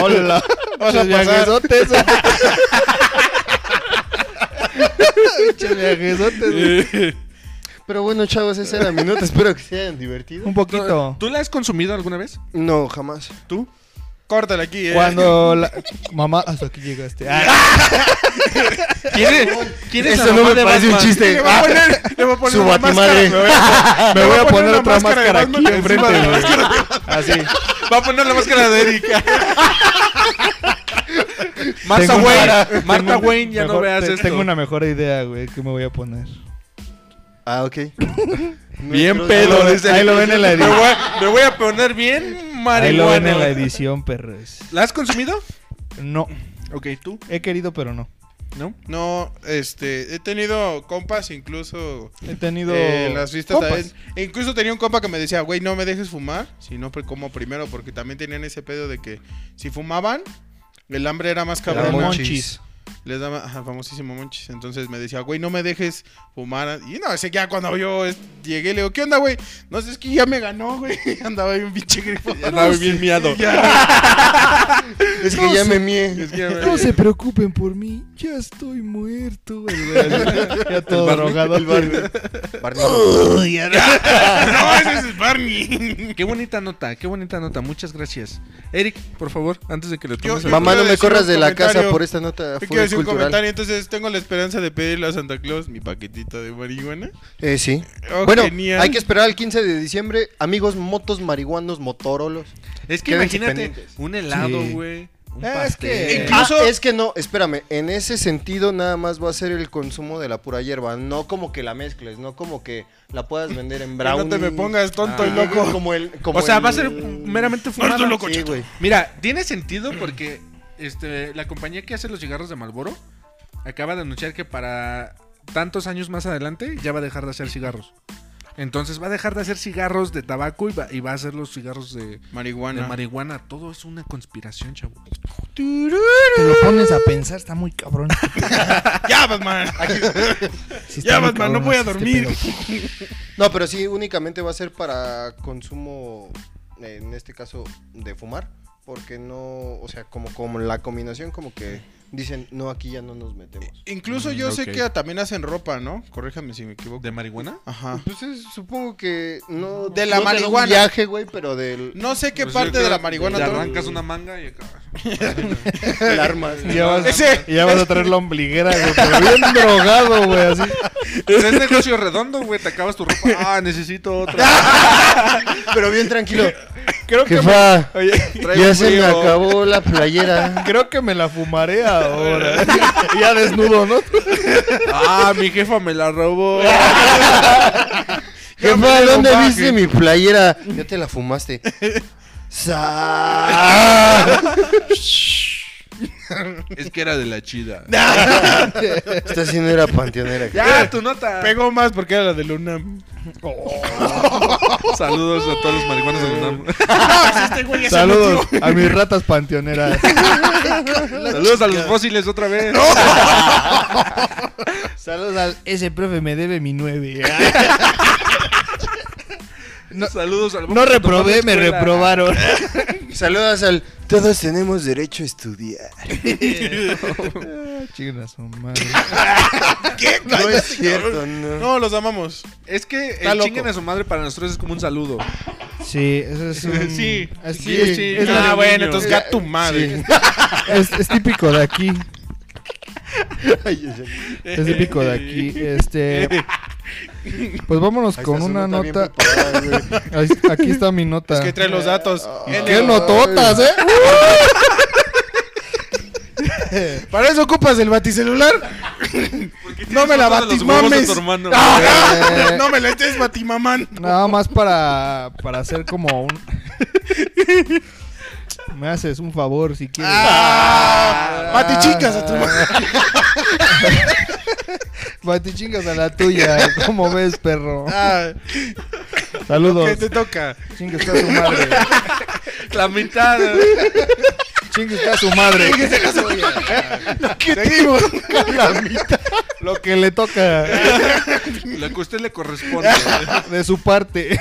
[SPEAKER 1] Hola.
[SPEAKER 2] Vas a pasar.
[SPEAKER 1] Pinche viajesotes, güey.
[SPEAKER 3] Pero bueno, chavos, esa era mi nota. Espero que se hayan divertido.
[SPEAKER 1] Un poquito.
[SPEAKER 4] ¿Tú la has consumido alguna vez?
[SPEAKER 3] No, jamás.
[SPEAKER 4] ¿Tú?
[SPEAKER 2] Córtale aquí, eh.
[SPEAKER 1] Cuando la... mamá hasta aquí llegaste. Ah,
[SPEAKER 4] ¿Quién es, quién es la
[SPEAKER 3] Eso no
[SPEAKER 4] mamá
[SPEAKER 3] me
[SPEAKER 4] de
[SPEAKER 3] parece un
[SPEAKER 4] Batman?
[SPEAKER 3] chiste.
[SPEAKER 2] Le voy a
[SPEAKER 1] Ah,
[SPEAKER 2] poner, le voy a poner
[SPEAKER 3] Su
[SPEAKER 2] una
[SPEAKER 1] eh.
[SPEAKER 3] batimadre.
[SPEAKER 2] máscara, me voy a-
[SPEAKER 1] me
[SPEAKER 2] le
[SPEAKER 1] voy a poner
[SPEAKER 2] una
[SPEAKER 1] otra
[SPEAKER 2] de
[SPEAKER 1] máscara aquí
[SPEAKER 2] Batman encima de
[SPEAKER 1] enfrente,
[SPEAKER 2] la
[SPEAKER 1] güey.
[SPEAKER 2] máscara.
[SPEAKER 1] Así.
[SPEAKER 2] Va a poner la máscara de Erika.
[SPEAKER 4] Marta
[SPEAKER 1] Tengo una-
[SPEAKER 4] Wayne, Marta
[SPEAKER 1] tengo-
[SPEAKER 4] Wayne, ya no
[SPEAKER 1] mejor-
[SPEAKER 4] veas
[SPEAKER 1] te-
[SPEAKER 4] esto.
[SPEAKER 1] Tengo una mejor idea, güey, que me voy a poner.
[SPEAKER 3] Ah, ok.
[SPEAKER 4] Bien
[SPEAKER 1] Ahí
[SPEAKER 4] pedo,
[SPEAKER 1] lo-
[SPEAKER 4] dice.
[SPEAKER 1] ahí lo ven en la
[SPEAKER 4] Me
[SPEAKER 1] edición.
[SPEAKER 4] voy, a- me voy a poner bien
[SPEAKER 1] Ahí lo ven en la
[SPEAKER 4] marihuana.
[SPEAKER 1] edición, perros.
[SPEAKER 4] ¿La has consumido?
[SPEAKER 1] No,
[SPEAKER 4] Ok, ¿tú?
[SPEAKER 1] he querido, pero no.
[SPEAKER 4] ¿No?
[SPEAKER 2] No, este, he tenido compas incluso
[SPEAKER 1] He tenido
[SPEAKER 2] eh, las fiestas
[SPEAKER 1] compas.
[SPEAKER 2] también. E Incluso tenía un compa que me decía, güey, no me dejes fumar, sino pre- como primero, porque también tenían ese pedo de que si fumaban, el hambre era más
[SPEAKER 1] Era
[SPEAKER 2] cabrón.
[SPEAKER 1] monchis.
[SPEAKER 2] Les daba, ajá, famosísimo Monchis. Entonces me decía, güey, no me dejes fumar. Y no, sé que ya cuando yo es- llegué, le digo, ¿qué onda, güey? No sé, es que ya me ganó, güey. Andaba ahí un pinche grifo.
[SPEAKER 4] Andaba bien miado.
[SPEAKER 2] Ya,
[SPEAKER 3] Es que ya me mié.
[SPEAKER 2] es que ya me-
[SPEAKER 1] No se preocupen por mí, ya estoy muerto. el güey. ya todo
[SPEAKER 4] Barney,
[SPEAKER 1] drogado.
[SPEAKER 2] No, ese es el Barney.
[SPEAKER 4] Qué bonita nota, qué bonita nota. Muchas gracias. Eric, por favor, antes de que le tomes
[SPEAKER 2] Yo-
[SPEAKER 4] el-
[SPEAKER 2] yo-
[SPEAKER 3] Mamá, no
[SPEAKER 2] quiero
[SPEAKER 3] me
[SPEAKER 2] decir
[SPEAKER 3] corras
[SPEAKER 2] un
[SPEAKER 3] de la casa
[SPEAKER 2] comentario.
[SPEAKER 3] por esta nota.
[SPEAKER 2] Yo quiero
[SPEAKER 3] Fue
[SPEAKER 2] decir un
[SPEAKER 3] cultural.
[SPEAKER 2] comentario. Entonces tengo la esperanza de pedirle a Santa Claus mi paquetito de marihuana.
[SPEAKER 3] Eh, sí.
[SPEAKER 2] Oh,
[SPEAKER 3] bueno,
[SPEAKER 2] genial.
[SPEAKER 3] hay que esperar al 15 de diciembre. Amigos, motos, marihuanos, motorolos.
[SPEAKER 4] Es que
[SPEAKER 3] Quédense
[SPEAKER 4] imagínate
[SPEAKER 3] pendientes.
[SPEAKER 4] un helado,
[SPEAKER 1] Sí.
[SPEAKER 4] güey. Un
[SPEAKER 1] Es
[SPEAKER 4] pastel.
[SPEAKER 1] que-
[SPEAKER 4] Ah,
[SPEAKER 2] Incluso-
[SPEAKER 3] Ah, es que no, espérame, en ese sentido nada más va a ser el consumo de la pura hierba, no como que la mezcles, no como que la puedas vender en
[SPEAKER 2] Que
[SPEAKER 3] brownie.
[SPEAKER 2] No te me pongas tonto
[SPEAKER 3] Ah,
[SPEAKER 2] y loco.
[SPEAKER 3] Como el, como
[SPEAKER 4] o sea,
[SPEAKER 3] el-
[SPEAKER 4] va a ser meramente
[SPEAKER 2] No
[SPEAKER 4] fumado.
[SPEAKER 2] estoy loco,
[SPEAKER 3] Sí,
[SPEAKER 2] chato.
[SPEAKER 3] güey.
[SPEAKER 4] Mira, tiene sentido porque este, la compañía que hace los cigarros de Malboro acaba de anunciar que para tantos años más adelante ya va a dejar de hacer cigarros. Entonces va a dejar de hacer cigarros de tabaco y va, y va a hacer los cigarros de, de
[SPEAKER 2] Marihuana.
[SPEAKER 4] marihuana. Todo es una conspiración, chavo.
[SPEAKER 1] Te lo pones a pensar, está muy cabrón.
[SPEAKER 2] ya, Batman.
[SPEAKER 1] Sí, está
[SPEAKER 2] ya,
[SPEAKER 1] muy
[SPEAKER 2] Batman, no
[SPEAKER 1] cabrón
[SPEAKER 2] voy a
[SPEAKER 1] este
[SPEAKER 2] dormir.
[SPEAKER 1] pedo.
[SPEAKER 3] No, pero sí, únicamente va a ser para consumo, en este caso, de fumar, porque no, o sea, como, como la combinación como que dicen, no, aquí ya no nos metemos.
[SPEAKER 2] Incluso
[SPEAKER 4] Mm,
[SPEAKER 2] yo
[SPEAKER 4] ok.
[SPEAKER 2] sé que también hacen ropa, ¿no? Corríjame si me equivoco.
[SPEAKER 4] ¿De marihuana?
[SPEAKER 2] Ajá.
[SPEAKER 3] Entonces, supongo que no.
[SPEAKER 2] De la
[SPEAKER 3] no un
[SPEAKER 2] marihuana.
[SPEAKER 3] viaje, güey, pero del.
[SPEAKER 2] No sé qué
[SPEAKER 4] Pues yo
[SPEAKER 2] parte
[SPEAKER 4] creo
[SPEAKER 2] de la
[SPEAKER 4] que
[SPEAKER 2] marihuana.
[SPEAKER 4] Te
[SPEAKER 2] todo-
[SPEAKER 4] arrancas una manga y acá.
[SPEAKER 3] del armas.
[SPEAKER 1] Y ya, vas,
[SPEAKER 2] Ese-
[SPEAKER 1] y ya vas a traer la ombliguera, güey, pero bien drogado, güey, así.
[SPEAKER 4] Pues es negocio redondo, güey. Te acabas tu ropa. Ah, necesito otra.
[SPEAKER 3] Pero bien tranquilo.
[SPEAKER 1] Creo que, me,
[SPEAKER 3] Jefa,
[SPEAKER 1] Oye,
[SPEAKER 3] ya se me acabó la playera.
[SPEAKER 1] creo que me la fumaré ahora. ya desnudo, ¿no?
[SPEAKER 4] Ah, mi jefa me la robó.
[SPEAKER 3] Jefa, ¿dónde
[SPEAKER 4] baje.
[SPEAKER 3] viste mi playera? Ya te la fumaste. Sa-
[SPEAKER 1] Ah.
[SPEAKER 4] Es que era de la chida.
[SPEAKER 3] Esta sí no era panteonera.
[SPEAKER 4] Ya, tu nota.
[SPEAKER 2] Pegó más porque era la de Luna.
[SPEAKER 4] Saludos a todos los marihuanos del UNAM.
[SPEAKER 1] Saludos a mis ratas panteoneras.
[SPEAKER 4] Saludos a los fósiles otra vez.
[SPEAKER 1] Saludos al ese profe me debe mi 9. No-
[SPEAKER 4] Saludos al
[SPEAKER 1] No reprobé, me reprobaron.
[SPEAKER 3] Saludas al. Todos tenemos derecho a estudiar.
[SPEAKER 1] Ah, Chinga su madre.
[SPEAKER 2] ¿Qué?
[SPEAKER 3] No es cierto, no.
[SPEAKER 2] No, los amamos.
[SPEAKER 4] Es que
[SPEAKER 2] Está
[SPEAKER 4] el
[SPEAKER 2] loco.
[SPEAKER 4] chinguen a su madre para nosotros es como un saludo.
[SPEAKER 1] Sí, eso es un-
[SPEAKER 4] Sí,
[SPEAKER 1] es-
[SPEAKER 4] sí,
[SPEAKER 1] es-
[SPEAKER 4] sí.
[SPEAKER 1] es
[SPEAKER 4] Ah,
[SPEAKER 1] la-
[SPEAKER 4] bueno, entonces,
[SPEAKER 2] ga tu madre.
[SPEAKER 1] sí. Es- es típico de aquí.
[SPEAKER 3] Ay, ay, ay.
[SPEAKER 1] Es típico de aquí. Este. Pues vámonos
[SPEAKER 3] Ahí
[SPEAKER 1] con
[SPEAKER 3] está su
[SPEAKER 1] una
[SPEAKER 3] bien
[SPEAKER 1] nota.
[SPEAKER 3] preparada, güey.
[SPEAKER 1] Ahí- aquí está mi nota.
[SPEAKER 2] Es que trae los datos.
[SPEAKER 3] Ay.
[SPEAKER 1] Ah. ¡Qué nototas, eh!
[SPEAKER 2] ¿Para eso ocupas el baticelular? No me la batimames. Ah, No me la estés batimamán.
[SPEAKER 1] Nada más para, para hacer como un. Me haces un favor si quieres.
[SPEAKER 2] Ah, batichicas a tu madre.
[SPEAKER 1] Batichingas a la tuya, como ves, perro.
[SPEAKER 2] Ah,
[SPEAKER 1] Saludos.
[SPEAKER 2] ¿Qué te toca?
[SPEAKER 1] Chingue está su madre.
[SPEAKER 4] La mitad.
[SPEAKER 1] Chingue está su madre.
[SPEAKER 2] Seguimos.
[SPEAKER 1] Lo que le toca
[SPEAKER 4] Lo que a usted le corresponde.
[SPEAKER 1] de su parte.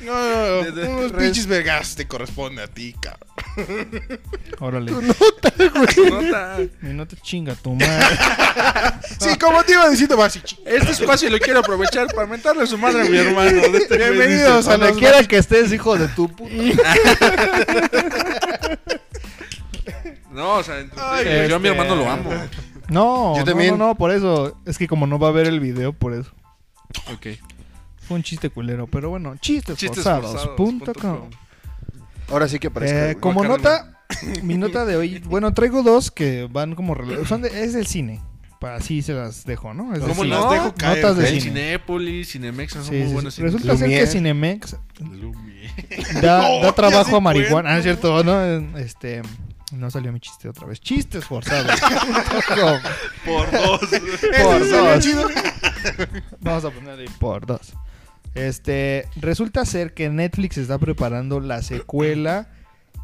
[SPEAKER 2] No, no,
[SPEAKER 4] De-
[SPEAKER 2] no.
[SPEAKER 4] de-
[SPEAKER 2] Unos pinches vergas te corresponde a ti, cabrón.
[SPEAKER 1] Órale.
[SPEAKER 4] Tu nota.
[SPEAKER 1] Mi nota chinga tu madre.
[SPEAKER 2] Sí, como te iba diciendo, vas y chi-
[SPEAKER 4] Este espacio lo quiero aprovechar para mentarle a su madre a mi hermano. de este güey,
[SPEAKER 2] Bienvenidos
[SPEAKER 4] dice.
[SPEAKER 2] a
[SPEAKER 1] Donde
[SPEAKER 2] los
[SPEAKER 1] quiera que estés, hijo de tu puta.
[SPEAKER 4] No, o sea, entre
[SPEAKER 2] Ay,
[SPEAKER 4] ustedes, yo a mi
[SPEAKER 1] este-
[SPEAKER 4] hermano lo amo.
[SPEAKER 1] No,
[SPEAKER 3] Yo
[SPEAKER 1] no,
[SPEAKER 3] también.
[SPEAKER 1] no, no, por eso. Es que como no va a ver el video, por eso.
[SPEAKER 4] Ok.
[SPEAKER 1] Fue un chiste culero, pero bueno,
[SPEAKER 4] forzados
[SPEAKER 1] chistesforzados.com.
[SPEAKER 4] punto com.
[SPEAKER 3] Ahora sí que
[SPEAKER 1] Eh,
[SPEAKER 3] aparece.
[SPEAKER 1] como
[SPEAKER 4] Guacamole.
[SPEAKER 1] nota, mi nota de hoy, bueno, traigo dos que van como rela- son de- es del cine. Para así se las dejo, ¿no? Es del
[SPEAKER 4] ¿Cómo
[SPEAKER 1] cine.
[SPEAKER 4] las dejo
[SPEAKER 2] caer?
[SPEAKER 1] Notas de cine.
[SPEAKER 4] El Cinépolis, Cinemex son
[SPEAKER 1] Sí,
[SPEAKER 4] muy
[SPEAKER 1] sí, sí.
[SPEAKER 4] buenos. cines.
[SPEAKER 1] Resulta ser que
[SPEAKER 3] Lumière.
[SPEAKER 1] Cinemex
[SPEAKER 4] Lumi.
[SPEAKER 1] da,
[SPEAKER 2] No,
[SPEAKER 1] da
[SPEAKER 2] ya
[SPEAKER 1] trabajo
[SPEAKER 2] se
[SPEAKER 1] a marihuana.
[SPEAKER 2] cuenta.
[SPEAKER 1] Ah, es cierto, ¿no? Este. No salió mi chiste otra vez. Chistes forzados.
[SPEAKER 4] Por dos.
[SPEAKER 1] por
[SPEAKER 2] Ese sería
[SPEAKER 1] dos.
[SPEAKER 2] chido.
[SPEAKER 1] Vamos a ponerle por dos. Este, resulta ser que Netflix está preparando la secuela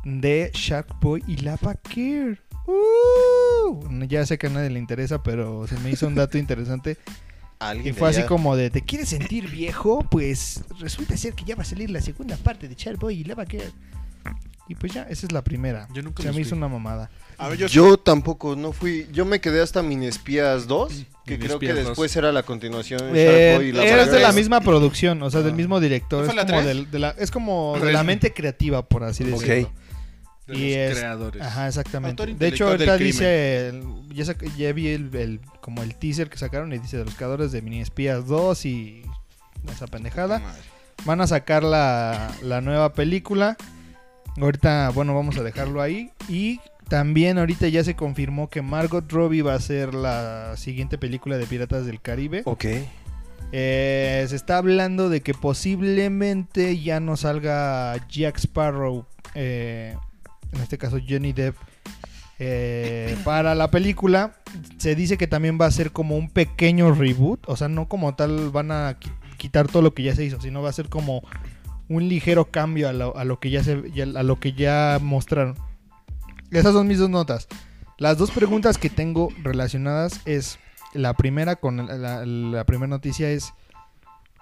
[SPEAKER 1] de Shark Boy y Lava Care. ¡Uh! Ya sé que a nadie le interesa, pero se me hizo un dato interesante. Y
[SPEAKER 3] Alguien
[SPEAKER 1] fue
[SPEAKER 3] de
[SPEAKER 1] así
[SPEAKER 3] allá.
[SPEAKER 1] como de, ¿te quieres sentir viejo? Pues resulta ser que ya va a salir la segunda parte de Shark Boy y Lava Care. Y pues ya, esa es la primera.
[SPEAKER 4] Yo nunca
[SPEAKER 1] se
[SPEAKER 4] los
[SPEAKER 1] me
[SPEAKER 4] vi.
[SPEAKER 1] hizo una mamada.
[SPEAKER 2] A ver, yo.
[SPEAKER 3] Yo tampoco, no fui. Yo me quedé hasta Minespías 2, que creo que
[SPEAKER 4] Minespías 2.
[SPEAKER 3] después era la continuación
[SPEAKER 1] Eh,
[SPEAKER 3] Sharkboy y la
[SPEAKER 1] eres de
[SPEAKER 3] Mayor.
[SPEAKER 1] la misma producción, o sea, del mismo
[SPEAKER 2] ¿No
[SPEAKER 1] director.
[SPEAKER 2] fue
[SPEAKER 1] Es
[SPEAKER 2] la
[SPEAKER 1] como,
[SPEAKER 2] tres?
[SPEAKER 1] del- de la, es como de
[SPEAKER 4] Tres.
[SPEAKER 1] la mente creativa, por así
[SPEAKER 3] Ok.
[SPEAKER 1] decirlo.
[SPEAKER 4] De
[SPEAKER 1] Y
[SPEAKER 4] los
[SPEAKER 1] es-
[SPEAKER 4] creadores.
[SPEAKER 1] Ajá, exactamente.
[SPEAKER 2] Autor
[SPEAKER 1] De hecho,
[SPEAKER 2] intelectual del
[SPEAKER 1] ahorita dice. el- ya, sac- ya vi el, el- como el teaser que sacaron y dice de los creadores de Mini Espías 2 y esa pendejada. Van a sacar la, la nueva película. Ahorita, bueno, vamos a dejarlo ahí. Y también ahorita ya se confirmó que Margot Robbie va a ser la siguiente película de Piratas del Caribe.
[SPEAKER 3] Ok.
[SPEAKER 1] Eh, se está hablando de que posiblemente ya no salga Jack Sparrow, eh, en este caso Johnny Depp, eh, para la película. Se dice que también va a ser como un pequeño reboot, o sea, no como tal van a qui- quitar todo lo que ya se hizo, sino va a ser como un ligero cambio a lo, a lo que ya se ya- a lo que ya mostraron. Esas son mis dos notas. Las dos preguntas que tengo relacionadas es la primera con el- la, la primera noticia es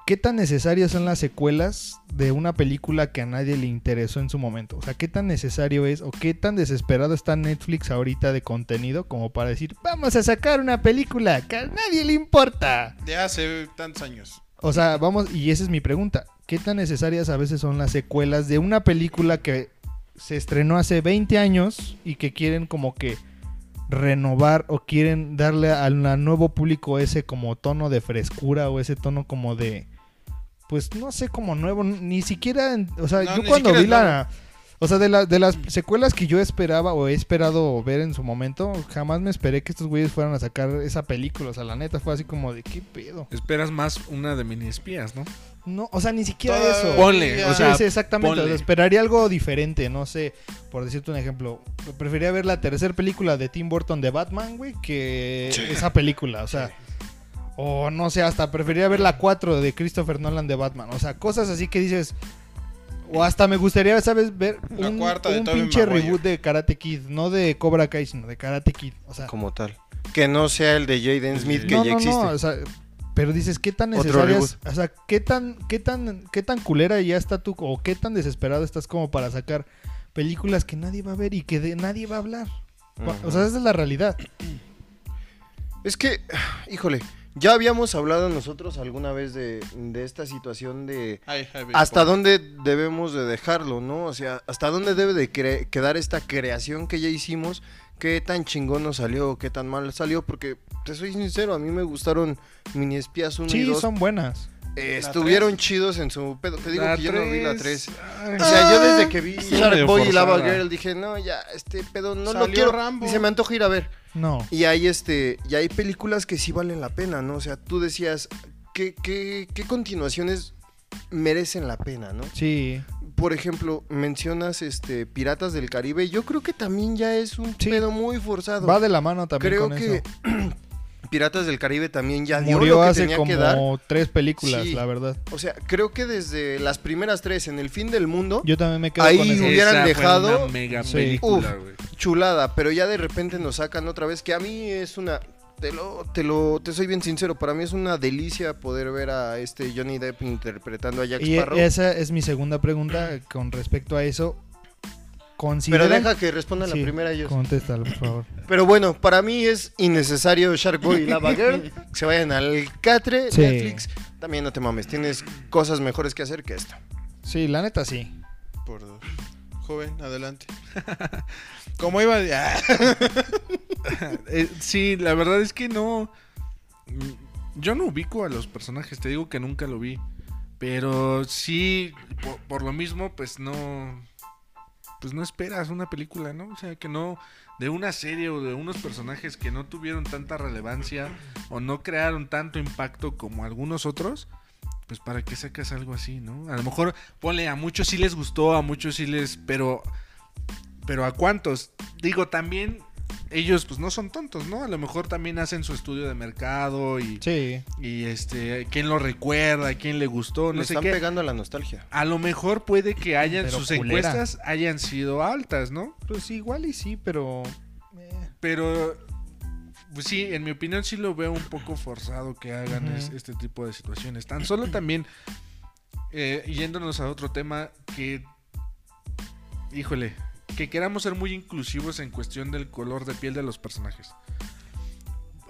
[SPEAKER 1] ¿qué tan necesarias son las secuelas de una película que a nadie le interesó en su momento? O sea, ¿qué tan necesario es o qué tan desesperado está Netflix ahorita de contenido como para decir, vamos a sacar una película que a nadie le importa?
[SPEAKER 2] De hace tantos años.
[SPEAKER 1] O sea, vamos, y esa es mi pregunta. ¿Qué tan necesarias a veces son las secuelas de una película que se estrenó hace 20 años y que quieren como que renovar o quieren darle al al nuevo público ese como tono de frescura o ese tono como de pues no sé como nuevo ni siquiera en- o sea
[SPEAKER 2] No,
[SPEAKER 1] yo
[SPEAKER 2] ni
[SPEAKER 1] cuando
[SPEAKER 2] siquiera
[SPEAKER 1] vi
[SPEAKER 2] es
[SPEAKER 1] la o sea de, la- de las secuelas que yo esperaba o he esperado ver en su momento jamás me esperé que estos güeyes fueran a sacar esa película o sea la neta fue así como de qué pedo
[SPEAKER 4] Esperas más una de mini espías, ¿no?
[SPEAKER 1] no o sea ni siquiera
[SPEAKER 2] Toda-
[SPEAKER 1] eso
[SPEAKER 4] Ponle, o
[SPEAKER 1] Sí,
[SPEAKER 4] sea,
[SPEAKER 1] sí, exactamente.
[SPEAKER 4] ponle.
[SPEAKER 1] O sea, esperaría algo diferente, no sé. Por decirte un ejemplo, preferiría ver la tercera película de Tim Burton de Batman, güey, que esa película. O sea, o no sé, hasta preferiría ver la 4 de Christopher Nolan de Batman. O sea, cosas así que dices. O hasta me gustaría, ¿sabes? Ver
[SPEAKER 2] La
[SPEAKER 1] un,
[SPEAKER 2] cuarta de
[SPEAKER 1] un
[SPEAKER 2] Tobey
[SPEAKER 1] pinche
[SPEAKER 2] Maguire.
[SPEAKER 1] reboot de Karate Kid. No de Cobra Kai, sino de Karate Kid. O sea,
[SPEAKER 3] como tal. Que no sea el de Jaden Smith que
[SPEAKER 1] no,
[SPEAKER 3] ya
[SPEAKER 1] no,
[SPEAKER 3] existe.
[SPEAKER 1] no, o sea, pero dices, ¿qué tan
[SPEAKER 3] Otro
[SPEAKER 1] necesarias? O sea, ¿qué tan, qué tan, qué tan culera ya está tú? ¿O qué tan desesperado estás como para sacar películas que nadie va a ver y que de nadie va a hablar? Cu- O sea, esa es la realidad.
[SPEAKER 3] Es que, híjole, ya habíamos hablado nosotros alguna vez de, de esta situación de
[SPEAKER 2] Ay, ay, ve,
[SPEAKER 3] hasta
[SPEAKER 2] por-
[SPEAKER 3] dónde debemos de dejarlo, ¿no? O sea, hasta dónde debe de cre- quedar esta creación que ya hicimos, qué tan chingón nos salió, qué tan mal salió, porque te soy sincero, a mí me gustaron mini espías 1 y
[SPEAKER 1] Sí,
[SPEAKER 3] 2.
[SPEAKER 1] son buenas.
[SPEAKER 3] estuvieron chidos en su pedo. Te digo
[SPEAKER 4] La
[SPEAKER 3] que yo no vi la 3.
[SPEAKER 4] tres. Ay.
[SPEAKER 3] O sea, yo desde que vi
[SPEAKER 4] está
[SPEAKER 3] Shark
[SPEAKER 4] medio
[SPEAKER 3] Boy y Lava
[SPEAKER 4] forzada.
[SPEAKER 3] Girl dije, no, ya, este pedo no lo
[SPEAKER 2] Salió
[SPEAKER 3] quiero.
[SPEAKER 2] Rambo.
[SPEAKER 3] Y se me antoja ir a ver.
[SPEAKER 1] No.
[SPEAKER 3] Y hay este, y hay películas que sí valen la pena, ¿no? O sea, tú decías, ¿qué, qué, qué continuaciones merecen la pena, no?
[SPEAKER 1] Sí.
[SPEAKER 3] Por ejemplo, mencionas este Piratas del Caribe. Yo creo que también ya es un
[SPEAKER 1] Sí.
[SPEAKER 3] pedo muy forzado.
[SPEAKER 1] Va de la mano también
[SPEAKER 3] creo
[SPEAKER 1] con
[SPEAKER 3] que
[SPEAKER 1] eso.
[SPEAKER 3] Piratas del Caribe también ya dio
[SPEAKER 1] Murió
[SPEAKER 3] lo que
[SPEAKER 1] hace
[SPEAKER 3] tenía que dar.
[SPEAKER 1] como tres películas,
[SPEAKER 3] Sí.
[SPEAKER 1] la verdad.
[SPEAKER 3] O sea, creo que desde las primeras tres en el fin del mundo,
[SPEAKER 1] Yo también me quedo
[SPEAKER 3] Ahí
[SPEAKER 1] con
[SPEAKER 3] Si
[SPEAKER 1] eso.
[SPEAKER 3] hubiera- hubieran
[SPEAKER 4] Esa fue
[SPEAKER 3] dejado-
[SPEAKER 4] una mega
[SPEAKER 1] Sí.
[SPEAKER 4] película,
[SPEAKER 3] Uf.
[SPEAKER 4] güey.
[SPEAKER 3] chulada, pero ya de repente nos sacan otra vez, que a mí es una... Te lo, te lo, te soy bien sincero, para mí es una delicia poder ver a este Johnny Depp interpretando a Jack
[SPEAKER 1] Y
[SPEAKER 3] Sparrow.
[SPEAKER 1] esa es mi segunda pregunta con respecto a eso.
[SPEAKER 3] pero
[SPEAKER 1] ¿Consideran...
[SPEAKER 3] deja que responda
[SPEAKER 1] Sí,
[SPEAKER 3] la primera ellos.
[SPEAKER 1] Contéstalo, por favor.
[SPEAKER 3] Pero bueno, para mí es innecesario Sharkboy y Lava Girl. que se vayan al catre,
[SPEAKER 1] Sí.
[SPEAKER 3] Netflix. También no te mames, tienes cosas mejores que hacer que esto.
[SPEAKER 1] Sí, la neta sí.
[SPEAKER 2] por dos. Joven, adelante. Como iba. Ah,
[SPEAKER 4] Eh, sí, la verdad es que no. mm, Yo no ubico a los personajes, te digo que nunca lo vi. Pero sí, po- por, lo mismo, pues no. Pues no esperas una película, ¿no? O sea, que no. De una serie o de unos personajes que no tuvieron tanta relevancia o no crearon tanto impacto como algunos otros. Pues para qué sacas algo así, ¿no? A lo mejor, ponle, a muchos sí les gustó, a muchos sí les. Pero. Pero a cuántos? Digo, también ellos pues no son tontos, ¿no? A lo mejor también hacen su estudio de mercado y,
[SPEAKER 1] Sí.
[SPEAKER 4] y, este, quién lo recuerda, quién le gustó,
[SPEAKER 3] Le
[SPEAKER 4] no sé
[SPEAKER 3] están
[SPEAKER 4] qué.
[SPEAKER 3] pegando a la nostalgia.
[SPEAKER 4] A lo mejor puede que hayan
[SPEAKER 1] Pues Pero
[SPEAKER 4] sus
[SPEAKER 1] culera.
[SPEAKER 4] encuestas hayan sido altas, ¿no?
[SPEAKER 1] Pues igual y sí, pero. eh,
[SPEAKER 4] Pero pues, sí, en mi opinión sí lo veo un poco forzado que hagan
[SPEAKER 1] Ujú.
[SPEAKER 4] es- este tipo de situaciones. Tan solo también eh, yéndonos a otro tema que híjole, que queramos ser muy inclusivos en cuestión del color de piel de los personajes.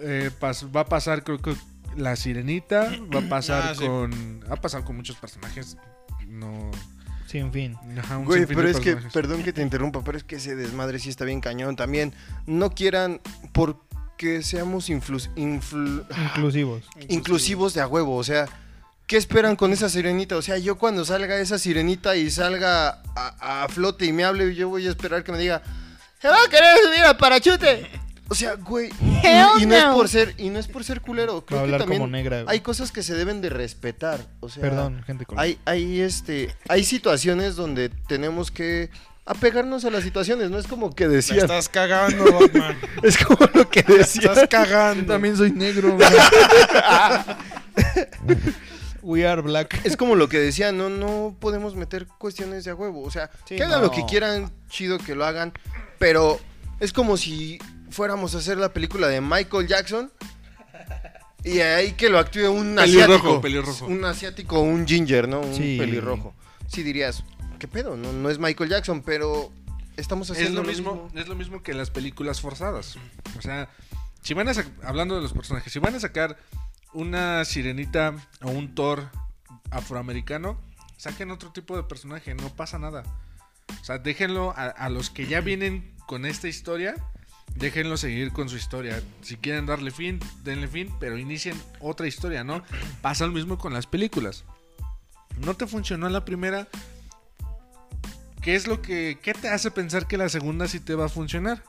[SPEAKER 4] Eh, pas- va a pasar creo que la sirenita, va a pasar
[SPEAKER 2] Ah, sí.
[SPEAKER 4] con ha pasado con muchos personajes no
[SPEAKER 1] Sin fin.
[SPEAKER 4] ajá, un
[SPEAKER 3] Güey,
[SPEAKER 4] sinfín
[SPEAKER 3] pero
[SPEAKER 4] de
[SPEAKER 3] es que,
[SPEAKER 4] personajes.
[SPEAKER 3] perdón que te interrumpa, pero es que ese desmadre sí está bien cañón también. No quieran porque seamos influ- influ-
[SPEAKER 1] Inclusivos.
[SPEAKER 3] inclusivos de a huevo, o sea, ¿qué esperan con esa sirenita? O sea, yo cuando salga esa sirenita y salga a, a flote y me hable, yo voy a esperar que me diga, se va a querer subir a parachute. O sea, güey, y, y no es por ser, y no es por ser culero,
[SPEAKER 1] Va a
[SPEAKER 3] creo que
[SPEAKER 1] hablar como
[SPEAKER 3] también
[SPEAKER 1] negra. güey.
[SPEAKER 3] hay cosas que se deben de respetar, o sea,
[SPEAKER 1] Perdón, gente con.
[SPEAKER 3] hay, hay, este, hay situaciones donde tenemos que apegarnos a las situaciones, no es como que
[SPEAKER 2] la
[SPEAKER 3] decían,
[SPEAKER 2] estás cagando, Batman.
[SPEAKER 3] es como lo que decían.
[SPEAKER 2] Estás cagando.
[SPEAKER 1] soy negro, We are black.
[SPEAKER 3] Es como lo que decía, no, no podemos meter cuestiones de a huevo. O sea,
[SPEAKER 1] Sí,
[SPEAKER 3] que hagan
[SPEAKER 1] no.
[SPEAKER 3] lo que quieran, chido que lo hagan. Pero es como si fuéramos a hacer la película de Michael Jackson Y ahí que lo active un
[SPEAKER 4] Pelirrojo,
[SPEAKER 3] asiático.
[SPEAKER 4] pelirrojo.
[SPEAKER 3] Un asiático o un ginger, ¿no? Un
[SPEAKER 1] Sí.
[SPEAKER 3] pelirrojo. Sí dirías, ¿qué pedo? No, no es Michael Jackson, pero estamos haciendo
[SPEAKER 4] Es lo mismo, es lo mismo que las películas forzadas. O sea, si van a sac- hablando de los personajes, si van a sacar una sirenita o un Thor afroamericano, saquen otro tipo de personaje, no pasa nada. O sea, déjenlo a, a los que ya vienen con esta historia, déjenlo seguir con su historia. Si quieren darle fin, denle fin, pero inicien otra historia, ¿no? Pasa lo mismo con las películas. No te funcionó la primera, ¿Qué es lo que. ¿Qué te hace pensar que la segunda sí te va a funcionar?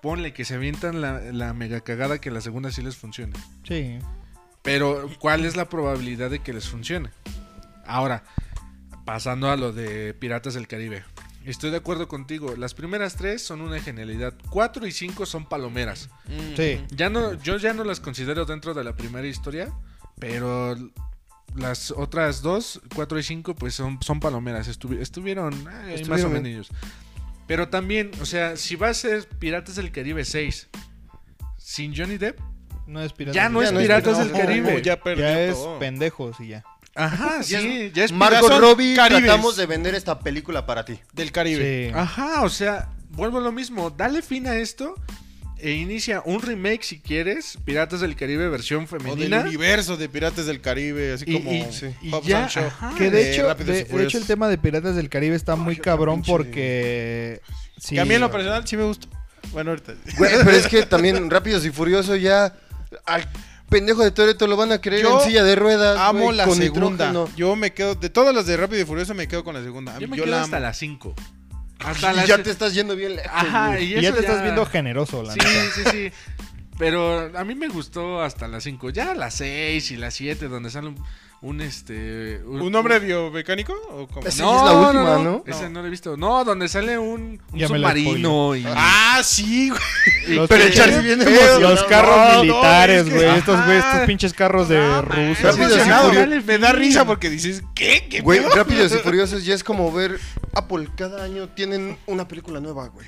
[SPEAKER 4] Ponle que se avientan la, la mega cagada que la segunda sí les funcione.
[SPEAKER 1] Sí.
[SPEAKER 4] Pero, ¿cuál es la probabilidad de que les funcione? Ahora, pasando a lo de Piratas del Caribe. Estoy de acuerdo contigo. Las primeras tres son una genialidad. Cuatro y cinco son palomeras.
[SPEAKER 2] Mm.
[SPEAKER 1] Sí.
[SPEAKER 4] Ya no, yo ya no las considero dentro de la primera historia, pero las otras dos, cuatro y cinco, pues son, son palomeras. Estuvi- estuvieron, eh,
[SPEAKER 3] Estuvieron
[SPEAKER 4] más o
[SPEAKER 3] bien.
[SPEAKER 4] menos. Pero también, o sea, si va a ser Piratas del Caribe 6 sin Johnny Depp,
[SPEAKER 1] No es pirata.
[SPEAKER 4] ya no
[SPEAKER 3] ya
[SPEAKER 4] es
[SPEAKER 3] no es
[SPEAKER 4] Piratas
[SPEAKER 3] pirata.
[SPEAKER 4] del Caribe.
[SPEAKER 2] Oh, ya perdió
[SPEAKER 1] Ya es
[SPEAKER 2] todo.
[SPEAKER 1] pendejos y ya.
[SPEAKER 4] Ajá,
[SPEAKER 3] Ya
[SPEAKER 4] sí, ya es
[SPEAKER 3] Margot
[SPEAKER 2] Pirata-
[SPEAKER 3] Robbie,
[SPEAKER 2] Caribes.
[SPEAKER 3] tratamos de vender esta película para ti.
[SPEAKER 2] Del Caribe.
[SPEAKER 1] Sí.
[SPEAKER 4] Ajá, o sea, vuelvo a lo mismo. Dale fin a esto e inicia un remake si quieres, Piratas del Caribe versión
[SPEAKER 2] O del
[SPEAKER 4] femenina.
[SPEAKER 2] universo de Piratas del Caribe, así
[SPEAKER 4] Y-
[SPEAKER 2] como
[SPEAKER 4] y- y
[SPEAKER 2] Hobbs
[SPEAKER 4] ya,
[SPEAKER 2] and Shaw.
[SPEAKER 4] ajá.
[SPEAKER 1] Que de
[SPEAKER 2] Eh,
[SPEAKER 1] hecho,
[SPEAKER 2] Rápidos y
[SPEAKER 1] de, de
[SPEAKER 2] Furiosos.
[SPEAKER 1] hecho el tema de Piratas del Caribe está muy cabrón
[SPEAKER 3] pinche-
[SPEAKER 1] porque... Sí,
[SPEAKER 2] Que a mí en lo personal sí me gustó. Bueno, ahorita.
[SPEAKER 3] Güey, pero es que también Rápidos y Furioso ya al pendejo de Toreto lo van a creer
[SPEAKER 2] Yo
[SPEAKER 3] en silla de ruedas.
[SPEAKER 2] Amo
[SPEAKER 3] güey,
[SPEAKER 2] la
[SPEAKER 3] con
[SPEAKER 2] segunda.
[SPEAKER 3] nitrógeno.
[SPEAKER 2] Yo me quedo. De todas las de Rápido y Furioso, me quedo con la segunda. A mí-
[SPEAKER 4] Yo
[SPEAKER 2] Yo,
[SPEAKER 4] me quedo
[SPEAKER 2] la
[SPEAKER 4] hasta
[SPEAKER 2] amo.
[SPEAKER 4] las 5. Hasta
[SPEAKER 3] Y
[SPEAKER 4] las
[SPEAKER 3] ya te estás yendo bien lejos.
[SPEAKER 4] Ajá,
[SPEAKER 3] güey.
[SPEAKER 4] y,
[SPEAKER 1] Y ya
[SPEAKER 4] eso
[SPEAKER 1] te estás viendo generoso, la
[SPEAKER 4] Sí,
[SPEAKER 1] neta.
[SPEAKER 4] sí, sí. Pero a mí me gustó hasta las 5. Ya a las 6 y las 7, donde sale un, un, este.
[SPEAKER 2] ¿Un hombre biomecánico? ¿O cómo?
[SPEAKER 3] Ese- ya es la última, ¿no?
[SPEAKER 4] Ese no lo he visto. No, donde sale un, un
[SPEAKER 1] Ya me la
[SPEAKER 4] submarino y.
[SPEAKER 2] Ah, sí, güey.
[SPEAKER 4] y-
[SPEAKER 1] Los
[SPEAKER 3] Pero
[SPEAKER 1] que-
[SPEAKER 3] el Charlie viene emocionado.
[SPEAKER 1] Los carros
[SPEAKER 2] No,
[SPEAKER 1] militares,
[SPEAKER 2] no, es que-
[SPEAKER 1] güey. estos, güey,
[SPEAKER 4] Ajá.
[SPEAKER 1] estos pinches carros de
[SPEAKER 4] No, man,
[SPEAKER 1] Rusia.
[SPEAKER 3] Rápidos y
[SPEAKER 2] Emocionado.
[SPEAKER 3] Furiosos.
[SPEAKER 4] Dale
[SPEAKER 2] Me da
[SPEAKER 4] fin.
[SPEAKER 2] risa porque dices, ¿qué? ¿Qué
[SPEAKER 3] Güey,
[SPEAKER 2] pedo?
[SPEAKER 3] Rápidos y Furiosos ya es como ver Apple cada año tienen una película nueva, güey.